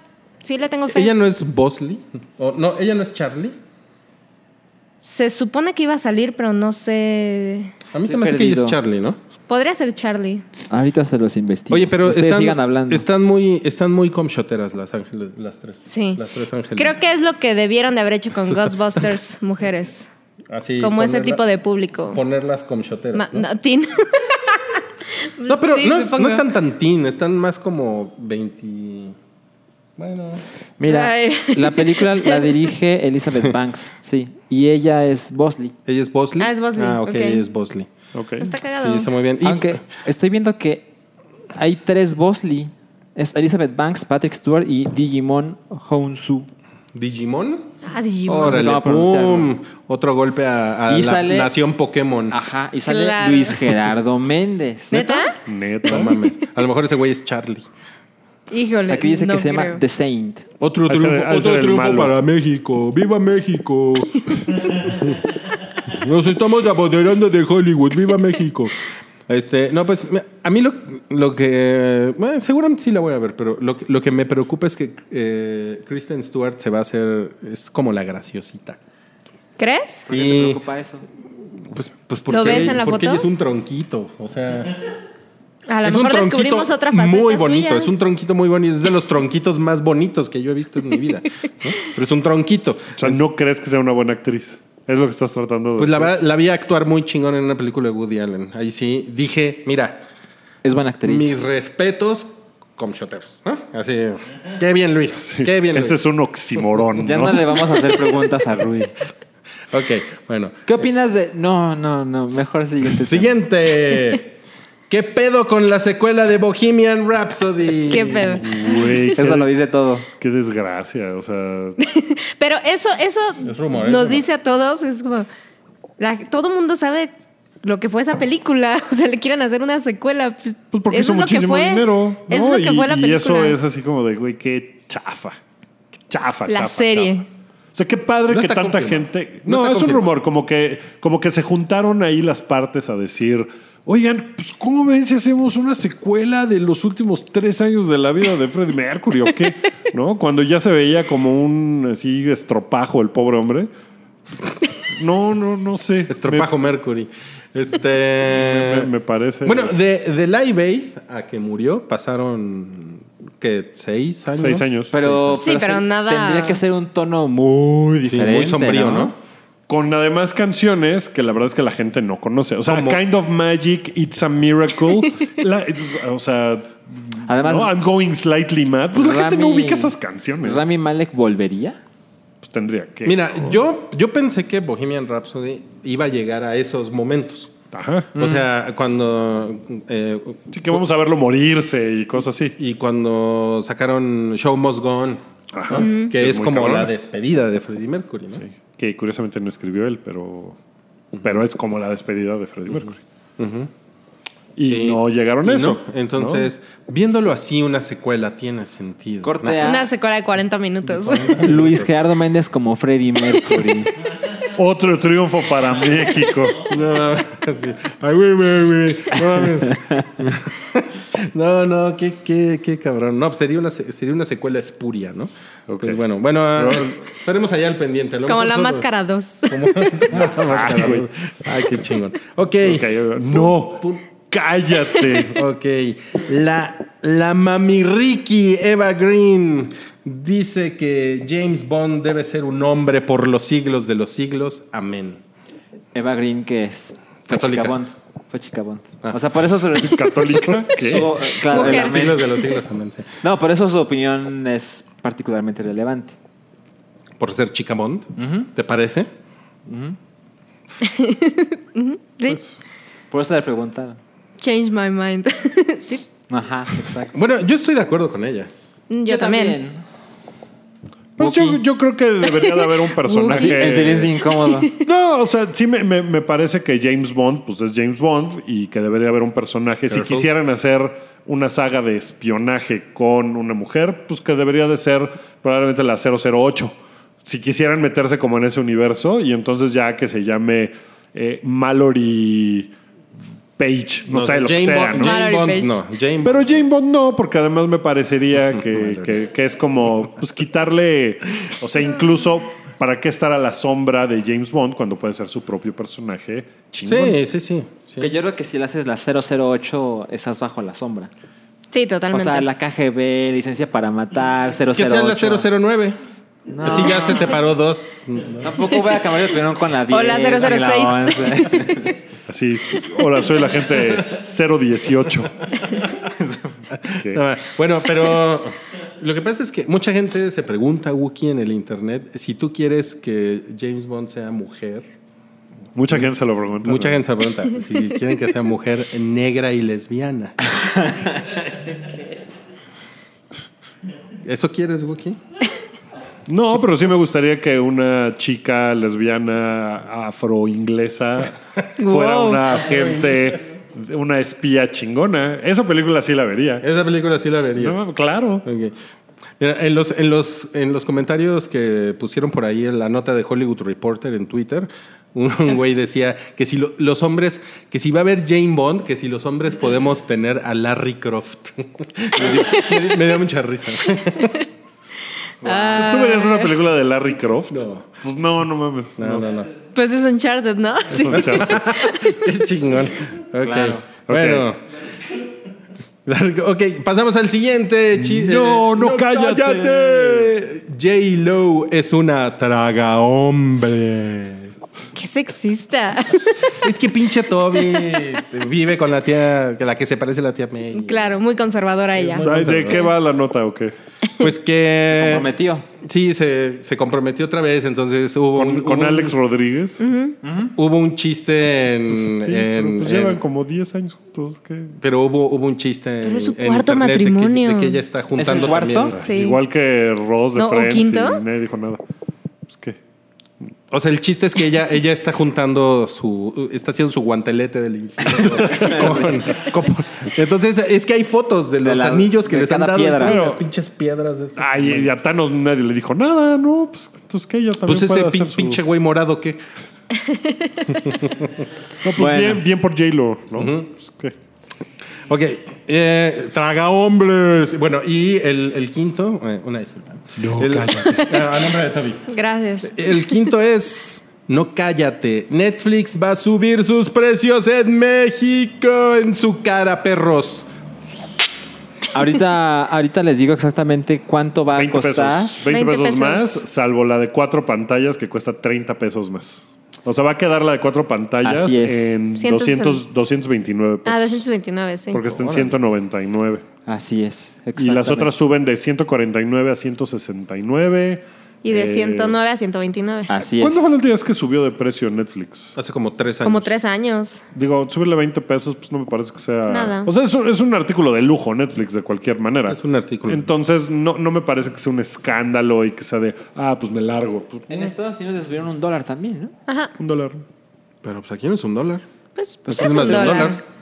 S4: sí le tengo fe.
S5: ¿Ella no es Bosley? ¿O no? ¿Ella no es Charlie?
S4: Se supone que iba a salir, pero no sé.
S5: A mí
S3: Estoy
S5: se me hace que ella
S3: perdido.
S5: es Charlie, ¿no?
S4: Podría ser Charlie.
S3: Ahorita se los investigo.
S5: Oye, pero
S3: Ustedes
S5: están,
S3: sigan hablando.
S5: están muy, están muy comchoteras las ángeles, las tres.
S4: Sí.
S5: Las tres ángeles.
S4: Creo que es lo que debieron de haber hecho con Ghostbusters mujeres.
S5: Así,
S4: como ese tipo de público.
S5: Ponerlas comchoteras.
S4: Ma-
S5: ¿no?
S4: no, teen.
S5: No, pero
S4: Sí,
S5: no,
S4: supongo.
S5: no están tan teen, están más como 20. Bueno.
S3: Mira,
S4: Ay.
S3: la película la dirige Elizabeth Banks, sí. Y ella es Bosley.
S5: ¿Ella es Bosley?
S4: Ah, es Bosley,
S5: Ah, ok,
S4: ok.
S5: ella es Bosley.
S2: Ok.
S4: Está cagado.
S5: Sí, está muy bien. Y-
S3: Aunque estoy viendo que hay tres Bosley. Es Elizabeth Banks, Patrick Stewart y Digimon Honsu.
S5: ¿Digimon?
S4: Ah, Digimon.
S5: Órale,
S3: No sé cómo
S5: pum. Otro golpe a, a
S3: Y
S5: la
S3: sale- Ah.
S5: nación Pokémon.
S3: Ajá, y sale
S4: Claro.
S3: Luis Gerardo Méndez.
S4: ¿Neta?
S2: Neta.
S5: No mames. A lo mejor ese güey es Charlie.
S4: Híjole.
S3: Aquí dice
S4: no
S3: que se llama
S4: creo.
S3: The Saint.
S5: Otro
S2: Ha de ser-
S5: triunfo,
S2: ha de ser
S5: otro
S2: el
S5: triunfo
S2: malo.
S5: para México. ¡Viva México! Nos estamos apoderando de Hollywood. ¡Viva México! Este, no, pues me- a mí lo, lo que. bueno, seguramente sí la voy a ver, pero lo, que- lo que me preocupa es que eh, Kristen Stewart se va a hacer. Es como la graciosita.
S4: ¿Crees?
S3: ¿Por qué te preocupa eso?
S5: Pues, pues porque,
S4: ¿Lo ves en la
S5: porque
S4: foto?
S5: ella es un tronquito. O sea.
S4: A lo
S5: es
S4: mejor
S5: un tronquito
S4: descubrimos otra faceta
S5: Muy bonito,
S4: suya.
S5: es un tronquito muy bonito. Es de los tronquitos más bonitos que yo he visto en mi vida. ¿no? Pero es un tronquito.
S2: O sea, no crees que sea una buena actriz. Es lo que estás tratando de
S5: Pues la,
S2: decir.
S5: verdad, la vi actuar muy chingón en una película de Woody Allen. Ahí sí dije, mira,
S3: Es buena actriz.
S5: mis respetos con ¿no? Así, qué bien Luis, qué bien Luis.
S2: Ese es un oximorón.
S3: Ya
S2: ¿no?
S3: no le vamos a hacer preguntas a Rui.
S5: Ok, bueno.
S3: ¿Qué opinas de.? No, no, no. Mejor siguiente. tema.
S5: Siguiente. ¿Qué pedo con la secuela de Bohemian Rhapsody?
S4: Qué pedo.
S2: Güey, qué,
S3: Eso lo dice todo.
S2: qué desgracia. O sea,
S4: Pero eso, eso
S5: es rumor, es
S4: nos
S5: rumor.
S4: dice a todos, es como, la- todo mundo sabe lo que fue esa película, o sea, le quieren hacer una secuela. Pues,
S2: pues porque hizo
S4: eso es lo que
S2: muchísimo
S4: fue.
S2: dinero. ¿no?
S4: Eso es lo que
S2: y,
S4: fue la película.
S2: y eso es así como de, güey, qué chafa. Qué Chafa,
S4: La
S2: chafa,
S4: serie.
S2: chafa. O sea, qué padre
S5: No
S2: que
S5: está
S2: tanta
S5: confirmado.
S2: gente.
S5: No
S2: No,
S5: está
S2: es un
S5: confirmado.
S2: rumor, como que, como que se juntaron ahí las partes a decir. Oigan, pues ¿cómo ven si hacemos una secuela de los últimos tres años de la vida de Freddie Mercury o qué? ¿No? Cuando ya se veía como un así estropajo el pobre hombre. No, no, no sé. Me-
S5: Estropajo Mercury. Este.
S2: Me, me parece.
S5: Bueno, de, de Live Aid a que murió pasaron, ¿qué? ¿Seis años?
S2: seis años.
S3: Pero,
S4: Sí, pero
S3: se-
S4: nada-
S3: Tendría que ser un tono muy
S5: Sí,
S3: diferente.
S5: muy sombrío, ¿no?
S2: Con además canciones que la verdad es que la gente no conoce. O sea,
S5: Como-
S2: Kind of Magic, It's a Miracle. la- it's- o sea,
S3: Además-
S2: no, I'm Going Slightly Mad. Pues la gente no
S3: Rami-
S2: ubica esas canciones.
S3: ¿Rami Malek volvería?
S2: Pues tendría que.
S5: Mira, yo, yo pensé que Bohemian Rhapsody iba a llegar a esos momentos.
S2: Ajá.
S5: O sea, cuando. eh,
S2: Sí, que vamos a verlo morirse y cosas así.
S5: y cuando sacaron Show Must Go On,
S2: Ajá.
S5: ¿no? que es,
S2: muy
S5: como
S2: cabrona.
S5: la despedida de Freddie Mercury, ¿no?
S2: Sí, Que curiosamente no escribió él, pero. Pero es como la despedida de Freddie Mercury. Y
S5: Sí.
S2: no llegaron a
S5: Y
S2: eso.
S5: no. Entonces, viéndolo así, una secuela tiene sentido.
S3: Corte
S5: No.
S3: a-
S4: Una secuela de 40 minutos.
S3: Luis Gerardo Méndez como Freddie Mercury.
S2: Otro triunfo para México.
S5: No, sí. Ay, güey, güey, güey. No mames. No, no, qué, qué, qué cabrón. No, sería una, se- sería una secuela espuria, ¿no?
S2: Ok.
S5: Pues bueno, bueno, ah, estaremos allá al pendiente. A lo
S4: como
S5: mejor
S4: la
S5: solo-
S4: máscara 2.
S5: Como, como la máscara.
S2: Ay, güey.
S5: Ay, qué chingón. Ok.
S2: Ok, No, cállate.
S5: Ok, la, la mami Ricky Eva Green dice que James Bond debe ser un hombre por los siglos de los siglos. Amén.
S3: Eva Green, que es? Fue
S5: Católica.
S3: chica Bond. Fue chica Bond.
S5: Ah.
S3: O sea, por eso su,
S2: ¿Católica? ¿Qué?
S3: su- eh, claro,
S5: Por
S4: Mujer.
S3: el
S5: los siglos
S3: amén.
S5: de los siglos, amén. sí.
S3: No, por eso su opinión es particularmente relevante.
S5: por ser chica Bond. ¿Te parece?
S4: Sí.
S3: Por eso le preguntaron.
S4: Change my mind. sí.
S3: Ajá, exacto.
S5: Bueno, yo estoy de acuerdo con ella.
S4: Yo, también.
S2: Pues yo, yo creo que debería de haber un
S3: Así, en silencio
S2: personaje.
S3: incómodo.
S2: No, o sea, sí me, me- me parece que James Bond, pues es James Bond y que debería haber un personaje. Si
S5: Careful.
S2: quisieran hacer una saga de espionaje con una mujer, pues que debería de ser probablemente la 008. Si quisieran meterse como en ese universo y entonces ya que se llame eh, Mallory Page, no, sé, lo que
S5: Jane
S2: sea.
S5: Bond,
S2: ¿no?
S4: Jane
S5: Jane
S4: Mallory
S5: Bond,
S4: Page.
S5: no. Jane
S2: Pero Jane Bond no, porque además me parecería que, que- que es como pues, quitarle, o sea, incluso ¿para qué estar a la sombra de James Bond cuando puede ser su propio personaje chingón?
S5: Sí, sí, sí. sí.
S3: Que yo creo que si le haces la 008, estás bajo la sombra.
S4: Sí, totalmente.
S3: O sea, la KGB, licencia para matar, 008.
S5: Que sea la 009.
S3: No.
S5: Así ya se separó dos.
S3: Tampoco voy a cambiar de opinión con la 10.
S4: O la 006.
S3: ni la 11.
S2: Así, hola, soy la gente 018. Ok.
S5: Ah, Bueno, pero lo que pasa es que mucha gente se pregunta, Wookie, en el internet, si tú quieres que James Bond sea mujer.
S2: Mucha gente se lo pregunta.
S5: Mucha
S2: ¿no?
S5: gente se pregunta si quieren que sea mujer negra y lesbiana. ¿Eso quieres, Wookie?
S2: No, pero sí me gustaría que una chica lesbiana afro-inglesa fuera
S4: Wow.
S2: una agente, una espía chingona. Esa película sí la vería.
S5: Esa película sí la verías.
S2: No, claro.
S5: Ok. Mira, en, los, en, los, en los comentarios que pusieron por ahí en la nota de Hollywood Reporter en Twitter, un, un güey decía que si lo- los hombres, que si va a haber Jane Bond, que si los hombres podemos tener a Larry Croft. me, dio, me di- me dio mucha risa.
S4: Ah,
S2: O sea, ¿Tú verías una película de Larry Croft?
S5: No.
S2: Pues no, no mames.
S5: No, no, no.
S4: Pues es Uncharted, ¿no? Sí.
S2: O sea,
S5: Es chingón. Ok. Bueno. Larry- Ok, pasamos al siguiente chiste.
S2: No, no, cállate.
S5: J. Lo es una traga hombre.
S4: Qué sexista.
S5: Es que pinche Toby vive con la tía, la que se parece a la tía May.
S4: claro, muy conservadora ella.
S5: muy-
S2: ay, ¿De qué va la nota o qué?
S5: Pues
S3: Eh,
S5: que.
S3: Comprometió.
S5: Sí, se, se comprometió otra vez, entonces hubo
S2: ¿Con,
S5: un,
S2: con
S5: hubo un-
S2: Alex Rodríguez?
S5: Hubo un chiste en.
S2: Sí,
S5: en-
S2: pero pues
S5: en-
S2: llevan como 10 años juntos. ¿qué?
S5: pero hubo, hubo un chiste
S4: Pero es su
S5: en
S4: cuarto
S5: internet de que- De
S4: matrimonio.
S5: que, ella está juntando
S3: el cuarto?
S5: también.
S4: Sí.
S2: Igual que Ross de
S4: No, ¿o
S2: Friends
S4: quinto?
S2: y nadie dijo nada. Pues qué.
S5: O sea, el chiste es que ella, ella está juntando su. Está haciendo su guantelete del infierno. con- con- entonces, es que hay fotos de los
S3: la-
S5: anillos que
S3: de
S5: les han
S3: cada
S5: dado.
S3: piedra.
S5: son
S2: Pero-
S5: Las pinches piedras. de este
S2: Ay, y a Thanos nadie le dijo nada, ¿no? Pues entonces que ella también
S5: Pues ese
S2: puede hacer
S5: pin-
S2: su-
S5: pinche güey morado que.
S2: No, pues
S3: Bueno.
S2: bien, bien por J-Lo, ¿no? Pues, ¿qué?
S5: Ok, eh, traga hombres. Bueno, y el, el quinto, eh, una disculpa.
S7: No,
S5: el,
S7: cállate.
S5: Eh, a nombre de Toby.
S4: Gracias.
S5: El quinto es, no cállate, Netflix va a subir sus precios en México en su cara, perros.
S3: Ahorita, ahorita les digo exactamente cuánto va a
S2: 20
S3: costar.
S2: pesos. 20,
S4: 20
S2: pesos,
S4: pesos.
S2: más, salvo la de cuatro pantallas que cuesta 30 pesos más. O sea, va a quedar la de cuatro pantallas
S3: Así es.
S2: en 200, 229 pesos.
S4: Ah, 229, sí.
S2: pues, Porque está en 199.
S3: Así es.
S2: Y las
S3: exactamente.
S2: otras suben de 149 a 169.
S4: Y de
S2: Eh,
S4: 109 a 129.
S3: Así es.
S2: ¿Cuándo fue la última vez que subió de precio Netflix?
S5: Hace como tres años.
S4: Como tres años.
S2: Digo, súbele 20 pesos, pues no me parece que sea.
S4: Nada.
S2: O sea, es un, es un artículo de lujo Netflix de cualquier manera.
S5: Es un artículo.
S2: Entonces, no, no me parece que sea un escándalo y que sea de, ah, pues me largo. Pues,
S3: En Estados Unidos les subieron un dólar también, ¿no?
S4: Ajá.
S2: un dólar.
S5: Pero pues aquí no es un dólar.
S4: Pues,
S5: Pues
S4: pues
S5: es
S4: es
S5: más
S4: un
S5: de un
S4: dólar.
S5: dólar.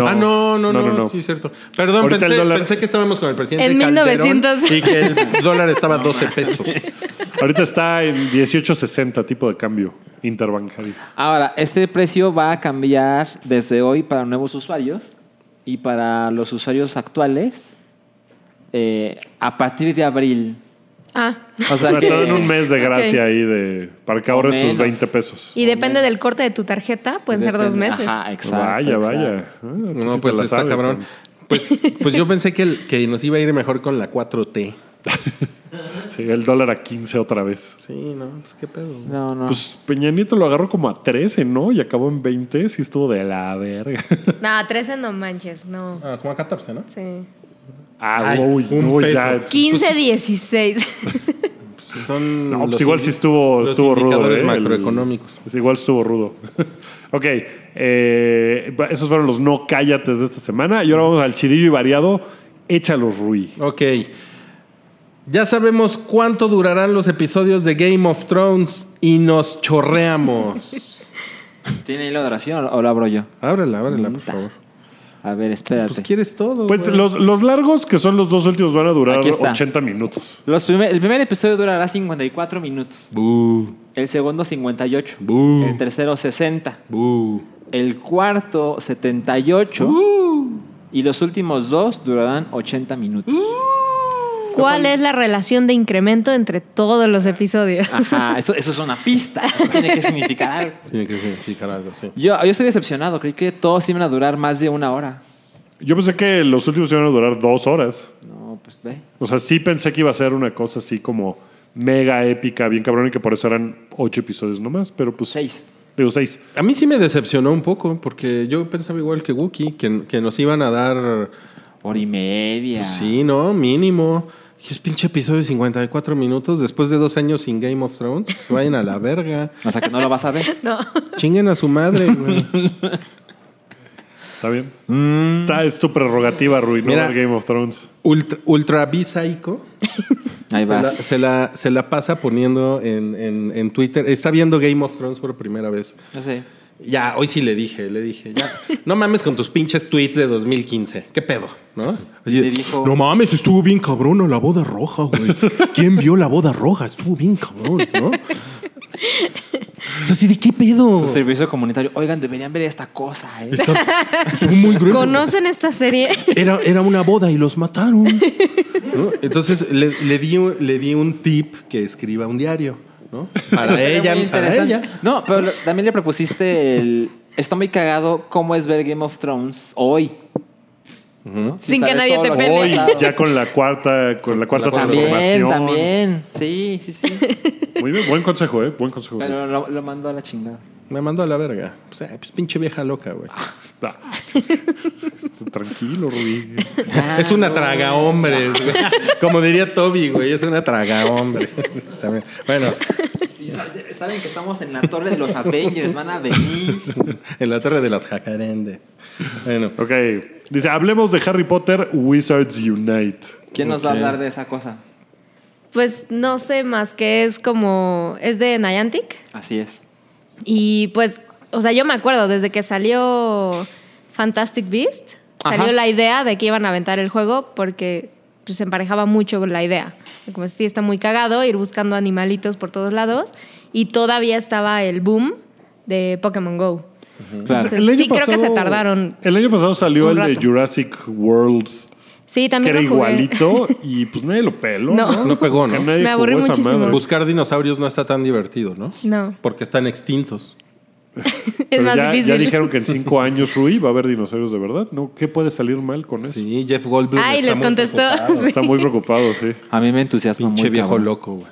S5: Ah, no no no, Sí, cierto. Perdón,
S2: Ahorita
S5: pensé,
S2: el dólar-
S5: pensé que estábamos con el presidente
S4: En
S5: Calderón
S4: 1900.
S5: y que el dólar estaba 12 pesos.
S2: Ahorita está en 18.60 tipo de cambio interbancario.
S3: Ahora, este precio va a cambiar desde hoy para nuevos usuarios y para los usuarios actuales eh, a partir de abril.
S4: Ah.
S3: O
S2: O sea,
S3: que-
S2: te dan un mes de
S4: Ok.
S2: gracia ahí de, para que ahorres tus
S3: menos.
S2: 20 pesos.
S4: Y depende del corte de tu tarjeta, pueden ser dos
S3: Depende-
S4: meses.
S3: Ajá, exacto.
S2: vaya, vaya.
S3: exacto.
S2: Ah, tú sí
S5: No,
S2: te
S5: pues
S2: la
S5: está
S2: sabes,
S5: cabrón. Pues, pues yo pensé que, el- que nos iba a ir mejor con la 4T.
S2: Sí, el dólar a 15 otra vez.
S5: Sí, no, pues qué pedo.
S3: No, no.
S2: Pues Peña Nieto lo agarró como a 13, ¿no? Y acabó en 20, sí estuvo de la verga.
S4: No, 13 no manches, no.
S5: Ah, como a 14, ¿no?
S4: Sí.
S2: Ah,
S5: Ay,
S2: uy,
S5: un
S2: no,
S5: peso.
S2: ya.
S4: 15, 16.
S5: Pues son
S2: No, pues
S5: los
S2: igual
S5: indi-
S2: sí estuvo,
S5: los
S2: estuvo rudo.
S5: indicadores
S2: ¿eh?
S5: macroeconómicos.
S2: El- pues igual estuvo rudo. ok, eh, esos fueron los no cállates de esta semana. Y ahora vamos al chidillo y variado. Échalos, Rui.
S5: Ok. Ya sabemos cuánto durarán los episodios de Game of Thrones y nos chorreamos.
S3: ¿Tiene hilo de oración o lo abro yo?
S5: ábrela, ábrela, por
S3: Puta.
S5: favor.
S3: A ver, espérate.
S5: Pues quieres todo.
S2: Pues
S5: güey.
S2: los, los largos, que son los dos últimos, van a durar
S3: Aquí está.
S2: 80 minutos.
S3: Los primer- el primer episodio durará 54 minutos.
S5: Bu,
S3: El segundo 58.
S5: Bu.
S3: El tercero 60.
S5: bu.
S3: El cuarto 78. Y los últimos dos durarán 80 minutos.
S4: cuál es la relación de incremento entre todos los episodios.
S3: Ajá, eso, eso es una pista. Eso tiene que significar algo.
S5: Tiene que significar algo, sí.
S3: Yo, yo estoy decepcionado. Creí que todos iban a durar más de una hora.
S2: Yo pensé que los últimos iban a durar dos horas.
S3: No, pues ve.
S2: O sea, sí pensé que iba a ser una cosa así como mega épica, bien cabrón, y que por eso eran ocho episodios nomás, pero pues...
S3: Seis.
S2: Digo, seis.
S5: A mí sí me decepcionó un poco, porque yo pensaba igual que Wookie, que, que nos iban a dar,
S3: Hora y media.
S5: pues sí, ¿no? Mínimo. Y es pinche episodio de 54 minutos, después de dos años sin Game of Thrones, que se vayan a la verga.
S3: O sea que no lo vas a ver.
S4: No.
S5: Chinguen a su madre, güey.
S2: ¿Está bien? Está, es tu prerrogativa, Rui, no
S5: Mm. Mira.
S2: ver Game of Thrones.
S5: Ultra, ultra bisaico.
S3: Ahí
S5: Se la,
S3: vas.
S5: se, la, se la pasa poniendo en, en- en Twitter. Está viendo Game of Thrones por primera vez.
S3: No sé.
S5: Ya, hoy sí le dije, le dije, ya, no mames con tus pinches tweets de 2015. ¿Qué pedo? ¿No? Así
S3: Le
S5: de,
S3: dijo.
S7: No mames, estuvo bien cabrón la boda roja, güey. ¿Quién vio la boda roja? Estuvo bien cabrón, ¿no?
S5: Es así de qué pedo.
S3: Su servicio comunitario. Oigan, deberían ver esta cosa. ¿eh?
S7: Está- estuvo muy grueso.
S4: ¿Conocen esta serie?
S7: Era, era una boda y los mataron.
S5: ¿No? Entonces le, le di, un- le di un tip que escriba un diario, ¿no? Para
S3: Sería
S5: ella,
S3: muy
S5: para
S3: interesante.
S5: ella.
S3: No, pero lo- también le propusiste el. Está muy cagado cómo es ver Game of Thrones hoy. ¿No?
S4: Sin que
S3: saber
S4: nadie
S3: todo
S4: te
S3: lo que
S4: pele.
S3: ha
S2: Hoy,
S3: pasado.
S2: ya con la cuarta, con la cuarta
S3: También,
S2: transformación.
S3: también. Sí, sí, sí.
S2: Muy bien, buen consejo, ¿eh? Buen consejo.
S3: Pero lo, lo mandó a la chingada.
S5: Me mandó a la verga. O sea, pues pinche vieja loca, güey.
S2: Ah, tranquilo, Rui.
S3: Ah,
S5: es una traga hombres, güey. Como diría Toby, güey, es una traga hombres. También. Bueno,
S3: Y sa- Saben que estamos en la torre de los Avengers, van a venir.
S5: en la torre de las jacarendes. Bueno,
S2: Ok. Dice, hablemos de Harry Potter, Wizards Unite.
S3: ¿Quién nos va a
S5: Ok.
S3: hablar de esa cosa?
S4: Pues no sé más que es como. Es de Niantic.
S3: Así es.
S4: Y pues, o sea, yo me acuerdo, desde que salió Fantastic Beast, salió
S3: Ajá.
S4: la idea de que iban a aventar el juego porque pues emparejaba mucho con la idea. Como si está muy cagado ir buscando animalitos por todos lados y todavía estaba el boom de Pokémon Go.
S3: Claro.
S4: Entonces, Pues sí, creo que se tardaron.
S2: El año pasado salió
S4: un
S2: el de
S4: rato.
S2: Jurassic World,
S4: Sí,
S2: que
S4: también
S2: era
S4: lo jugué.
S2: igualito, y pues nadie lo peló.
S4: No.
S2: No,
S5: No pegó, ¿no?
S2: Que nadie
S4: Me aburrí
S2: jugó esa
S4: muchísimo.
S2: madre.
S5: buscar dinosaurios no está tan divertido, ¿no?
S4: No.
S5: Porque están extintos.
S4: Es
S2: Pero
S4: más
S2: ya, ya
S4: difícil.
S2: dijeron que en cinco años, Rui, va a haber dinosaurios de verdad. ¿No? ¿Qué puede salir mal con eso?
S5: Sí, Jeff Goldblum.
S4: Ay,
S5: está
S4: les
S5: muy
S4: contestó.
S5: preocupado.
S4: sí.
S2: Está muy preocupado, sí.
S3: A mí me entusiasma
S5: Pinche
S3: muy
S5: viejo
S3: cabrón.
S5: loco, güey.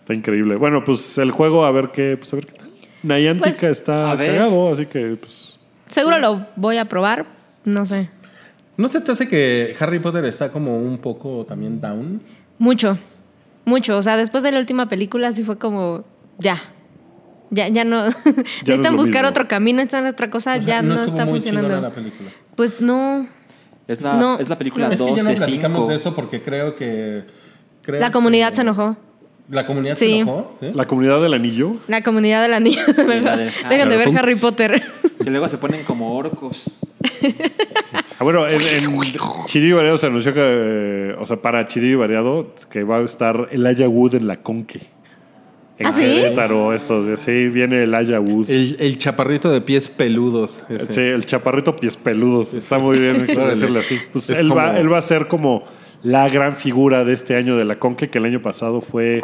S2: Está increíble. Bueno, pues el juego, a ver qué, pues a ver qué tal. Niantica
S4: Pues,
S2: está
S3: a ver.
S2: cagado, así que pues.
S4: Seguro lo voy a probar. No sé.
S5: ¿No se te hace que Harry Potter está como un poco también down?
S4: Mucho, mucho. O sea, después de la última película sí fue como, ya. Ya, ya no.
S2: es
S4: necesitan
S2: lo
S4: buscar
S2: mismo.
S4: otro camino, necesitan otra cosa,
S5: O sea,
S4: Ah, ya no,
S5: estuvo
S4: está
S5: muy chingona
S4: funcionando.
S5: la película.
S4: Pues no.
S3: Es la,
S4: No.
S3: es la película
S5: es que
S3: 2
S5: ya no
S3: de
S5: platicamos
S3: 5.
S5: de eso porque creo que... creo
S4: La comunidad
S5: que-
S4: se enojó.
S5: ¿La comunidad
S4: Sí.
S5: se enojó? ¿Sí?
S2: La comunidad del anillo.
S4: La comunidad de la niña.
S3: la de-
S4: Dejen de
S2: Claro,
S4: ver
S2: son-
S4: Harry Potter.
S3: Que luego se ponen como orcos.
S2: Ah, bueno, en, en Chidillo y Variado se anunció que, eh, o sea, para Chidillo y Variado, que va a estar Elijah Wood en la Conque. En
S4: ¿Ah, sí?
S2: Querétaro, estos días. Sí, viene Elijah Wood.
S5: El, el chaparrito de pies peludos. ese.
S2: Sí, el chaparrito pies peludos. Está muy bien quiero
S5: Órale.
S2: decirle así. Pues
S5: Es
S2: él, va,
S5: como-
S2: él va a ser como la gran figura de este año de la Conque, que el año pasado fue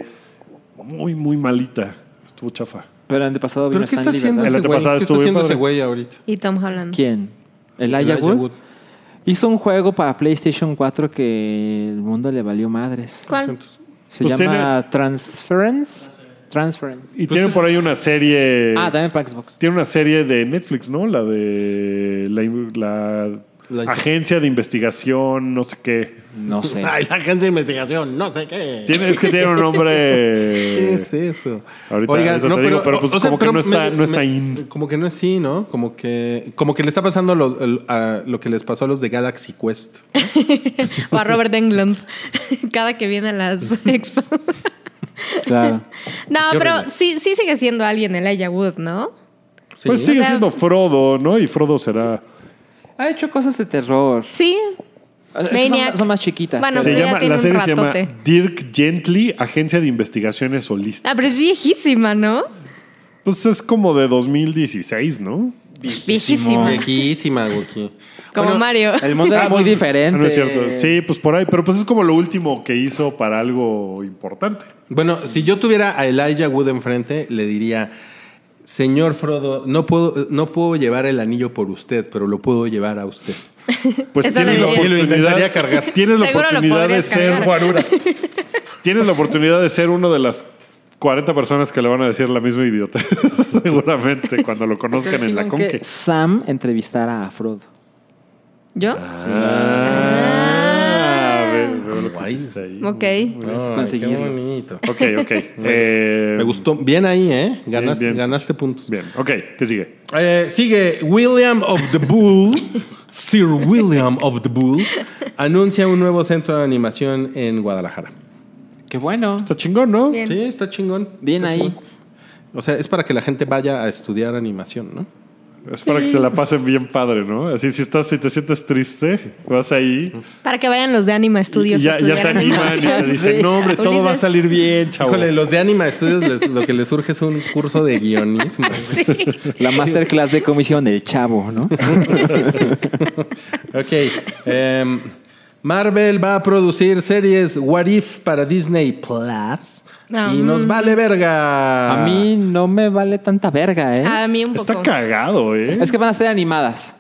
S2: muy, muy malita. Estuvo chafa.
S3: Pero el antepasado vino
S5: ¿Pero qué está
S3: Stan Lee,
S5: haciendo
S3: ¿verdad?
S2: El
S5: ese güey?
S2: antepasado
S5: ¿Qué está
S2: estuvo bien
S5: haciendo ese
S2: padre.
S5: güey ahorita?
S4: y Tom Holland.
S3: ¿Quién? ¿El Aya
S5: Elijah
S3: Wood? Hizo un juego para PlayStation 4 que el mundo le valió madres.
S4: ¿Cuál?
S3: Se
S2: Pues
S3: llama Transference. Transference.
S2: Y tiene por ahí una serie.
S3: Ah, también para Xbox.
S2: Tiene una serie de Netflix, ¿no? La de la, la
S5: La-
S2: agencia de investigación, no sé qué.
S3: No sé.
S5: Ay, la agencia de investigación, no sé qué.
S2: Tiene, es que tiene un nombre.
S5: ¿Qué es eso?
S2: Eh, Ahorita- ahorita te digo, pero pues como que no está- no está in.
S5: Como que no es sí, ¿no? Como que, como que le está pasando los- el- a lo que les pasó a los de Galaxy Quest.
S4: O a Robert Englund. Cada que viene a las expos.
S3: Claro.
S4: no,
S5: Qué
S4: pero
S5: horrible.
S4: sí, sí sigue siendo alguien Elijah Wood, ¿no?
S2: Pues
S4: O
S2: sigue
S4: sea-
S2: siendo Frodo, ¿no? Y Frodo será.
S3: Ha hecho cosas de terror.
S4: Sí.
S3: Es que Son,
S4: Maniac.
S3: más- son más chiquitas.
S4: Bueno,
S2: se
S4: pero ya
S2: llama,
S4: tiene
S2: la
S4: un
S2: serie se llama
S4: ratote.
S2: Dirk Gently, Agencia de Investigaciones Holísticas.
S4: Ah, pero es viejísima, ¿no?
S2: Pues es como de 2016, ¿no?
S4: Viejísimo.
S5: Viejísima, Wookie.
S4: Como
S5: Bueno,
S4: Mario.
S3: El mundo era
S2: Ah,
S3: muy
S2: pues,
S3: diferente.
S2: No es cierto. Sí, pues por ahí. Pero pues es como lo último que hizo para algo importante.
S5: Bueno, si yo tuviera a Elijah Wood enfrente, le diría, señor Frodo, no puedo, no puedo llevar el anillo por usted, pero lo puedo llevar a usted.
S2: Pues
S4: Eso
S2: tienes la
S4: le diría.
S5: Y lo
S2: oportunidad,
S5: intentaría cargar.
S2: tienes la
S4: Seguro lo
S2: oportunidad de
S4: podrías
S2: ser
S4: cargar.
S2: guaruras. Tienes la oportunidad de ser una de las 40 personas que le van a decir la misma idiota. Seguramente cuando lo conozcan en la
S4: Imagino
S2: conque.
S3: Pues Sam entrevistara a Frodo.
S4: ¿Yo?
S2: Ah, ves, veo lo que
S5: Guay.
S2: hiciste ahí.
S4: Ok.
S5: Ay,
S3: Conseguirlo.
S5: qué bonito.
S2: Ok, ok. Eh,
S5: Me gustó. Bien ahí, ¿eh? Ganaste,
S2: bien.
S5: ganaste puntos.
S2: Bien, ok, ¿qué sigue?
S5: Eh, sigue William of the Bull. Sir William of the Bull anuncia un nuevo centro de animación en Guadalajara.
S3: Qué bueno.
S2: Está chingón, ¿no?
S4: Bien.
S5: Sí, está chingón.
S3: Bien
S5: Está
S3: ahí.
S5: chingón. O sea, es para que la gente vaya a estudiar animación, ¿no?
S2: Es para que se la pasen bien padre, ¿no? Así si estás, si te sientes triste, vas ahí.
S4: Para que vayan los de Anima
S2: Y
S4: Studios
S2: ya, ya
S4: a estudiar
S2: te animan y te
S4: animación.
S2: dicen, no, hombre, todo va a
S4: Ulises.
S2: salir bien, chavo.
S5: Híjole, los de Anima Studios les- lo que les surge es un curso de guionismo.
S3: La masterclass de comisión del chavo, ¿no?
S5: Ok. em, Marvel va a producir series What If para Disney Plus.
S4: Ah,
S5: y nos
S4: mm.
S5: vale verga.
S3: A mí no me vale tanta verga, ¿eh?
S4: A mí un poco.
S2: Está cagado, ¿eh?
S3: Es que van a ser animadas.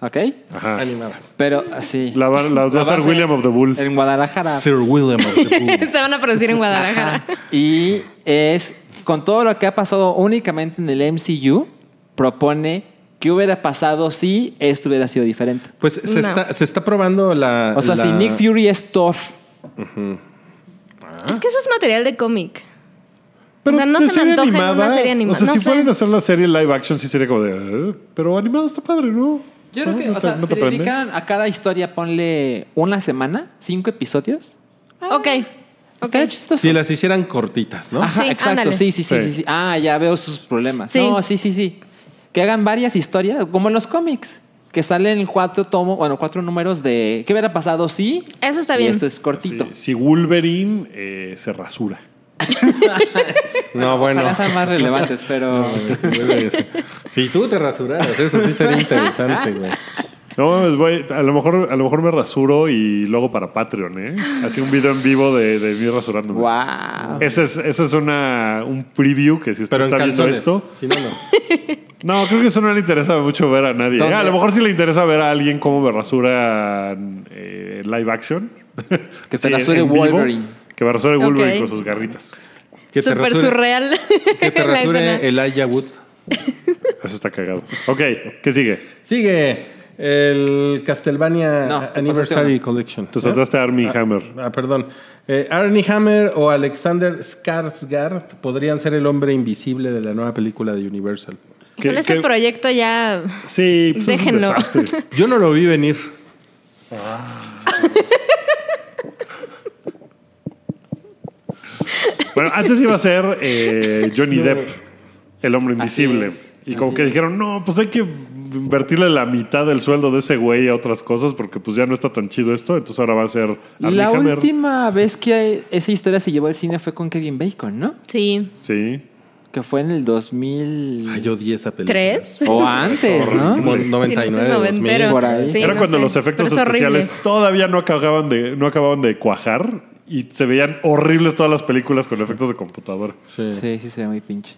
S3: ¿Ok?
S2: Ajá.
S5: Animadas.
S3: Pero sí.
S2: La van- las va a
S3: La
S2: hacer
S3: base
S2: William of the Bull.
S3: En Guadalajara.
S5: Sir William of the Bull.
S4: Se van a producir en Guadalajara.
S3: Y es con todo lo que ha pasado únicamente en el MCU, propone qué hubiera pasado si esto hubiera sido diferente.
S5: Pues se,
S4: No.
S5: está, se está probando la.
S3: O sea,
S5: la-
S3: si Nick Fury es Thor,
S4: Es que eso es material de cómic. O sea, no
S2: de
S4: se me antoja en una serie animada.
S2: O sea,
S4: No
S2: si
S4: sé.
S2: fueran a hacer la serie live action, sí sería como de. "Eh, pero animada está padre, ¿no?
S3: yo creo
S2: ¿No?
S3: que,
S2: Ah, ¿No
S3: o
S2: te-
S3: sea,
S2: no
S3: si
S2: te prende?
S3: dedican a cada historia, ponle una semana, cinco episodios. Ah.
S4: Ok. Ok.
S3: Estaría chistoso.
S5: Si las hicieran cortitas, ¿no?
S3: Ajá,
S4: Sí,
S3: exacto.
S4: ándale.
S3: Sí, sí, sí,
S2: Sí.
S3: sí, sí. Ah, ya veo sus problemas.
S4: Sí.
S3: No, sí, sí, sí. Que hagan varias historias, como en los cómics, que salen cuatro tomos, bueno, cuatro números de qué hubiera pasado si.
S4: Eso está
S3: Y
S4: bien.
S3: Esto es
S2: Si,
S3: cortito.
S2: si Wolverine eh, se rasura.
S5: No, bueno.
S3: Ojalá sean más relevantes, pero.
S5: Si tú te rasuraras, eso sí sería interesante, güey.
S2: No mames, güey. A lo mejor, a lo mejor me rasuro y luego para Patreon, ¿eh? Así un video en vivo de, de mí rasurándome.
S3: ¡Wow!
S2: Ese es, ese es una, un preview que si usted
S5: Pero en
S2: está viendo
S5: calzones.
S2: esto.
S5: Si no, no.
S2: No, creo que eso no le interesa mucho ver a nadie.
S3: ¿Dónde?
S2: A lo mejor sí le interesa ver a alguien cómo me rasura eh, live action.
S3: te
S2: Sí, en-
S3: rasure
S2: en vivo.
S3: Wolverine.
S2: Que me rasure Wolverine con
S4: Ok.
S2: sus garritas.
S5: Que te
S4: Súper
S5: rasure-
S4: surreal.
S5: Que te
S4: la escena.
S5: rasure Elijah Wood.
S2: Eso está cagado. Ok, ¿qué sigue?
S5: Sigue el Castlevania
S3: No, te
S5: Anniversary
S3: pasaste una.
S5: Collection.
S2: Te saltaste a Army Hammer.
S5: Ah, perdón. Eh, Arnie Hammer o Alexander Skarsgård podrían ser el hombre invisible de la nueva película de Universal.
S4: Con ese
S2: qué-
S4: proyecto ya.
S2: Sí, pues
S4: Déjenlo.
S2: es un desastre.
S5: Yo no lo vi venir.
S2: Bueno, antes iba a ser eh, Johnny Depp, el hombre
S3: Así
S2: invisible.
S3: es,
S2: y como
S3: así
S2: que
S3: es.
S2: dijeron, no, pues hay que invertirle la mitad del sueldo de ese güey a otras cosas porque pues ya no está tan chido esto. Entonces ahora va a ser Armie
S3: La
S2: Hammer.
S3: última vez que esa historia se llevó al cine fue con Kevin Bacon, ¿no?
S4: Sí.
S2: Sí.
S3: Que fue en el 2000.
S5: Ay, yo odié esa película.
S4: ¿Tres?
S3: O antes, ¿no?
S5: Como 99,
S4: Sí, no,
S5: 2000.
S4: noventero.
S3: por ahí.
S4: Sí,
S2: Era
S4: no
S2: cuando
S4: sé,
S2: los efectos
S4: pero es horrible.
S2: especiales todavía no acababan de, no acababan de cuajar y se veían horribles todas las películas con efectos de computadora.
S5: Sí.
S3: Sí, sí, se ve muy pinche.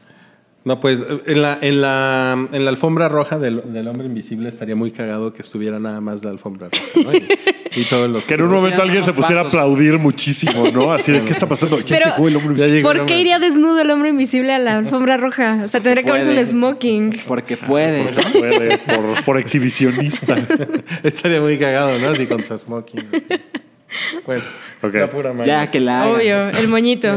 S5: No, pues en la, en la, en la alfombra roja del, del hombre invisible estaría muy cagado que estuviera nada más la alfombra roja. ¿no? Y, y todos los.
S2: Que en un
S3: Sí,
S2: momento
S3: eran
S2: alguien se
S3: unos
S2: pusiera a
S3: Pues, pasos.
S2: aplaudir muchísimo, ¿no? Así de, ¿qué está pasando? Ya
S4: Pero-
S2: llegó el hombre
S5: Ya
S2: invisible.
S5: llegó el
S4: ¿Por
S5: hombre-
S4: qué iría desnudo el hombre invisible a la alfombra roja? O sea, tendría que
S3: Puede.
S4: haberse un smoking.
S3: Porque puede.
S2: Porque puede, por, por exhibicionista.
S5: Estaría muy cagado, ¿no? Así con su smoking. así. Bueno,
S2: Ok.
S5: la pura madre.
S3: Ya que la. hagan.
S4: Obvio, el moñito.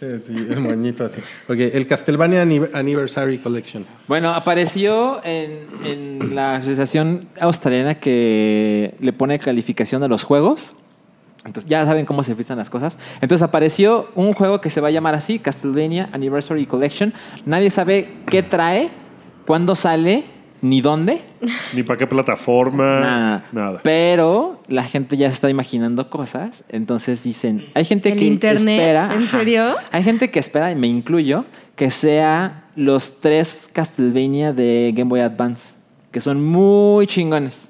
S5: Eh, Sí, el moñito así. Ok, el Castlevania Anni- Anniversary Collection.
S3: Bueno, apareció en, en la asociación australiana que le pone calificación a los juegos. Entonces, ya saben cómo se filtran las cosas. Entonces, apareció un juego que se va a llamar así, Castlevania Anniversary Collection. Nadie sabe qué trae, cuándo sale, ni dónde.
S2: Ni para qué plataforma.
S3: Nada.
S2: Nada.
S3: Pero la gente ya se está imaginando cosas. Entonces dicen, hay gente
S4: El
S3: que
S4: internet,
S3: espera.
S4: ¿en serio?
S3: Hay gente que espera, y me incluyo, que sea los tres Castlevania de Game Boy Advance, que son muy chingones.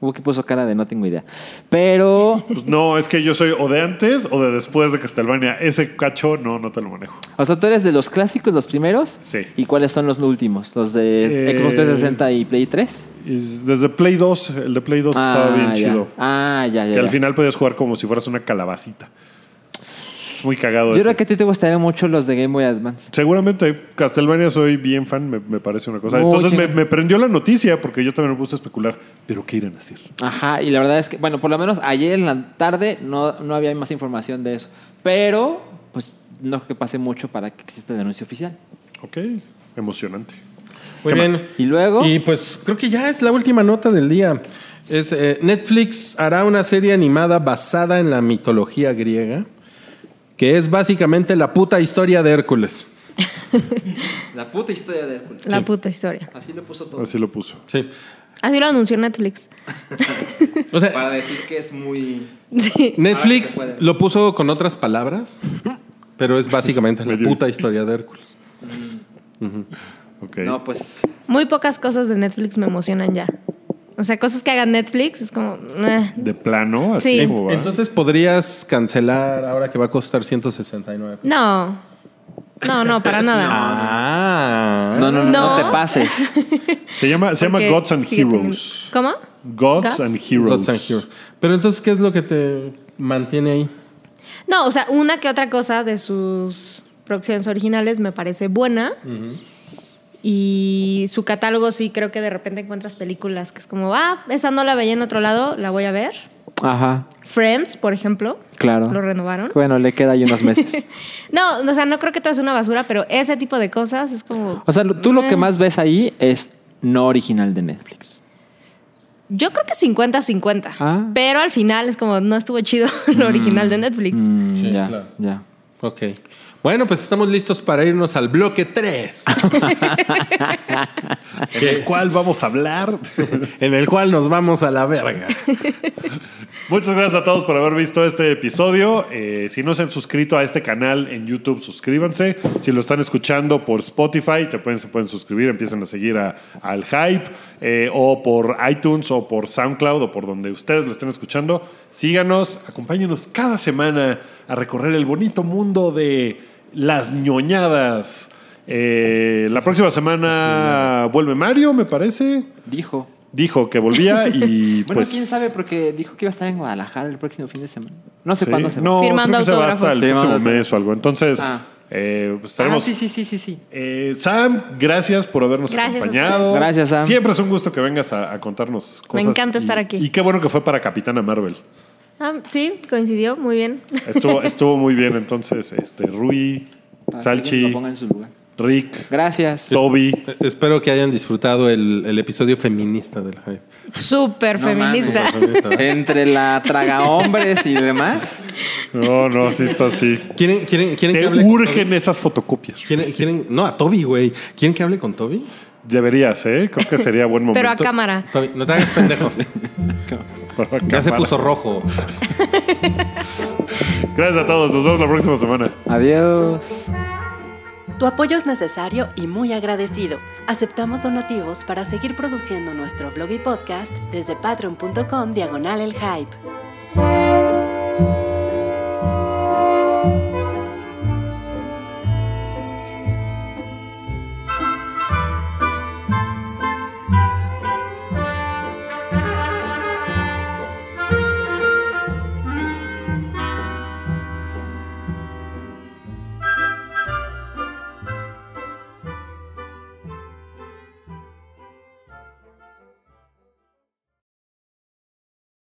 S3: Hubo que puso cara de no tengo idea. Pero,
S2: Pues no, es que yo soy o de antes o de después de Castlevania. Ese cacho, no, no te lo manejo.
S3: o sea, tú eres de los clásicos, los primeros.
S2: Sí.
S3: ¿Y cuáles son los últimos? ¿Los de
S2: Eh,
S3: Xbox 360 y Play 3?
S2: Y desde Play 2, el de Play 2 estaba bien
S3: ya.
S2: chido.
S3: Ah, ya, ya.
S2: que al
S3: ya.
S2: final podías jugar como si fueras una calabacita. Es muy cagado
S3: Yo
S2: ese.
S3: creo que a ti te gustaría mucho los de Game Boy Advance.
S2: Seguramente Castlevania soy bien fan, me, me parece una cosa.
S3: Muy
S2: Entonces me,
S3: chingón.
S2: me prendió la noticia porque yo también me gusta especular. ¿Pero qué irán a hacer?
S3: Ajá, y la verdad es que, bueno, por lo menos ayer en la tarde no, no había más información de eso. Pero, pues, no creo que pase mucho para que exista el anuncio oficial.
S2: Ok, emocionante.
S5: Muy
S2: ¿Qué
S5: bien.
S2: más?
S3: Y luego,
S5: Y pues creo que ya es la última nota del día. Es, eh, Netflix hará una serie animada basada en la mitología griega, que es básicamente la puta historia de Hércules.
S3: la puta historia de Hércules.
S4: La puta historia.
S3: Así lo puso todo.
S2: Así lo puso.
S5: Sí.
S4: Así lo anunció Netflix.
S5: O
S3: Para
S5: sea,
S3: decir que es muy...
S4: Sí.
S5: Netflix
S3: Ahora sí se puede.
S5: lo puso con otras palabras, pero es básicamente
S2: Me
S5: la
S2: dio-
S5: puta historia de Hércules.
S2: Ok.
S3: No, pues...
S4: Muy pocas cosas de Netflix me emocionan ya. O sea, cosas que haga Netflix es como. eh.
S2: De plano, así
S4: Sí.
S2: como va.
S5: Entonces podrías cancelar ahora que va a costar 169.
S4: No. No, no, para nada.
S5: Ah.
S3: No, no, no,
S4: No.
S3: no te pases.
S2: se llama, se llama
S4: Porque
S2: Gods and
S4: sigue teniendo-
S2: Heroes.
S4: ¿Cómo?
S2: Gods,
S4: Gods?
S2: and Heroes.
S5: Gods and Heroes. Pero entonces, ¿qué es lo que te mantiene ahí?
S4: No, o sea, una que otra cosa de sus producciones originales me parece buena. Y su catálogo sí creo que de repente encuentras películas que es como, ah, esa no la veía en otro lado, la voy a ver.
S3: Ajá,
S4: Friends, por ejemplo.
S3: claro.
S4: Lo renovaron.
S3: Bueno, le queda ahí unos meses.
S4: No, o sea, no creo que todo es una basura, pero ese tipo de cosas es como...
S3: O sea, lo- tú lo que
S4: eh.
S3: más ves ahí es no original de Netflix.
S4: Yo creo que 50-50.
S3: Ah.
S4: Pero al final es como, no estuvo chido lo original de Netflix.
S3: Mm,
S5: Sí,
S3: ya,
S5: claro.
S3: ya.
S5: Ok. Bueno, pues estamos listos para irnos al bloque 3,
S2: ¿En el cual vamos a hablar?
S5: en el cual nos vamos a la verga.
S2: Muchas gracias a todos por haber visto este episodio. Eh, si no se han suscrito a este canal en YouTube, suscríbanse. Si lo están escuchando por Spotify, te pueden, se pueden suscribir, empiecen a seguir a- al hype, eh, o por iTunes, o por SoundCloud, o por donde ustedes lo estén escuchando. Síganos, acompáñenos cada semana a recorrer el bonito mundo de las ñoñadas. Eh, la próxima semana vuelve Mario, me parece.
S3: Dijo.
S2: Dijo que volvía y
S3: Bueno,
S2: pues...
S3: quién sabe, porque dijo que iba a estar en Guadalajara el próximo fin de semana. No sé
S2: Sí.
S3: cuándo se va.
S2: No, creo
S4: Firmando
S2: que se va
S4: autógrafos.
S2: hasta el
S3: Firmando
S2: próximo
S3: autógrafos.
S2: mes o algo. Entonces,
S3: Ah.
S2: eh, pues
S3: Ah,
S2: estaremos.
S3: sí, sí, sí, sí, sí.
S2: Eh, Sam, gracias por habernos
S4: Gracias a
S2: acompañado.
S4: ustedes.
S3: Gracias, Sam.
S2: Siempre es un gusto que vengas a, a contarnos
S4: Me
S2: cosas.
S4: encanta
S2: y-
S4: estar aquí.
S2: Y qué bueno que fue para Capitana Marvel.
S4: Ah, sí, coincidió, muy bien.
S2: Estuvo, estuvo muy bien. Entonces, este, Rui,
S3: Para que alguien
S2: Salchi,
S3: lo ponga en su lugar.
S2: Rick,
S3: Gracias.
S2: Toby.
S5: Eh, Espero que hayan disfrutado el, el episodio feminista del hype.
S4: Súper
S3: No
S4: feminista.
S3: mames. Entre la traga hombres y demás.
S2: No, no, sí está así.
S5: ¿Quieren, quieren, quieren que
S2: Te
S5: hable con Toby?
S2: urgen esas fotocopias.
S5: ¿Quieren, quieren- no, a Toby, güey. ¿Quieren que hable con Toby?
S2: Deberías, ¿eh? Creo que sería buen momento.
S4: Pero a cámara.
S5: Toby, no te hagas pendejo.
S2: para
S5: ya se
S2: cámara.
S5: puso rojo.
S2: Gracias a todos. Nos vemos la próxima semana.
S3: Adiós.
S8: Tu apoyo es necesario y muy agradecido. Aceptamos donativos para seguir produciendo nuestro blog y podcast desde patreon.com diagonal el hype.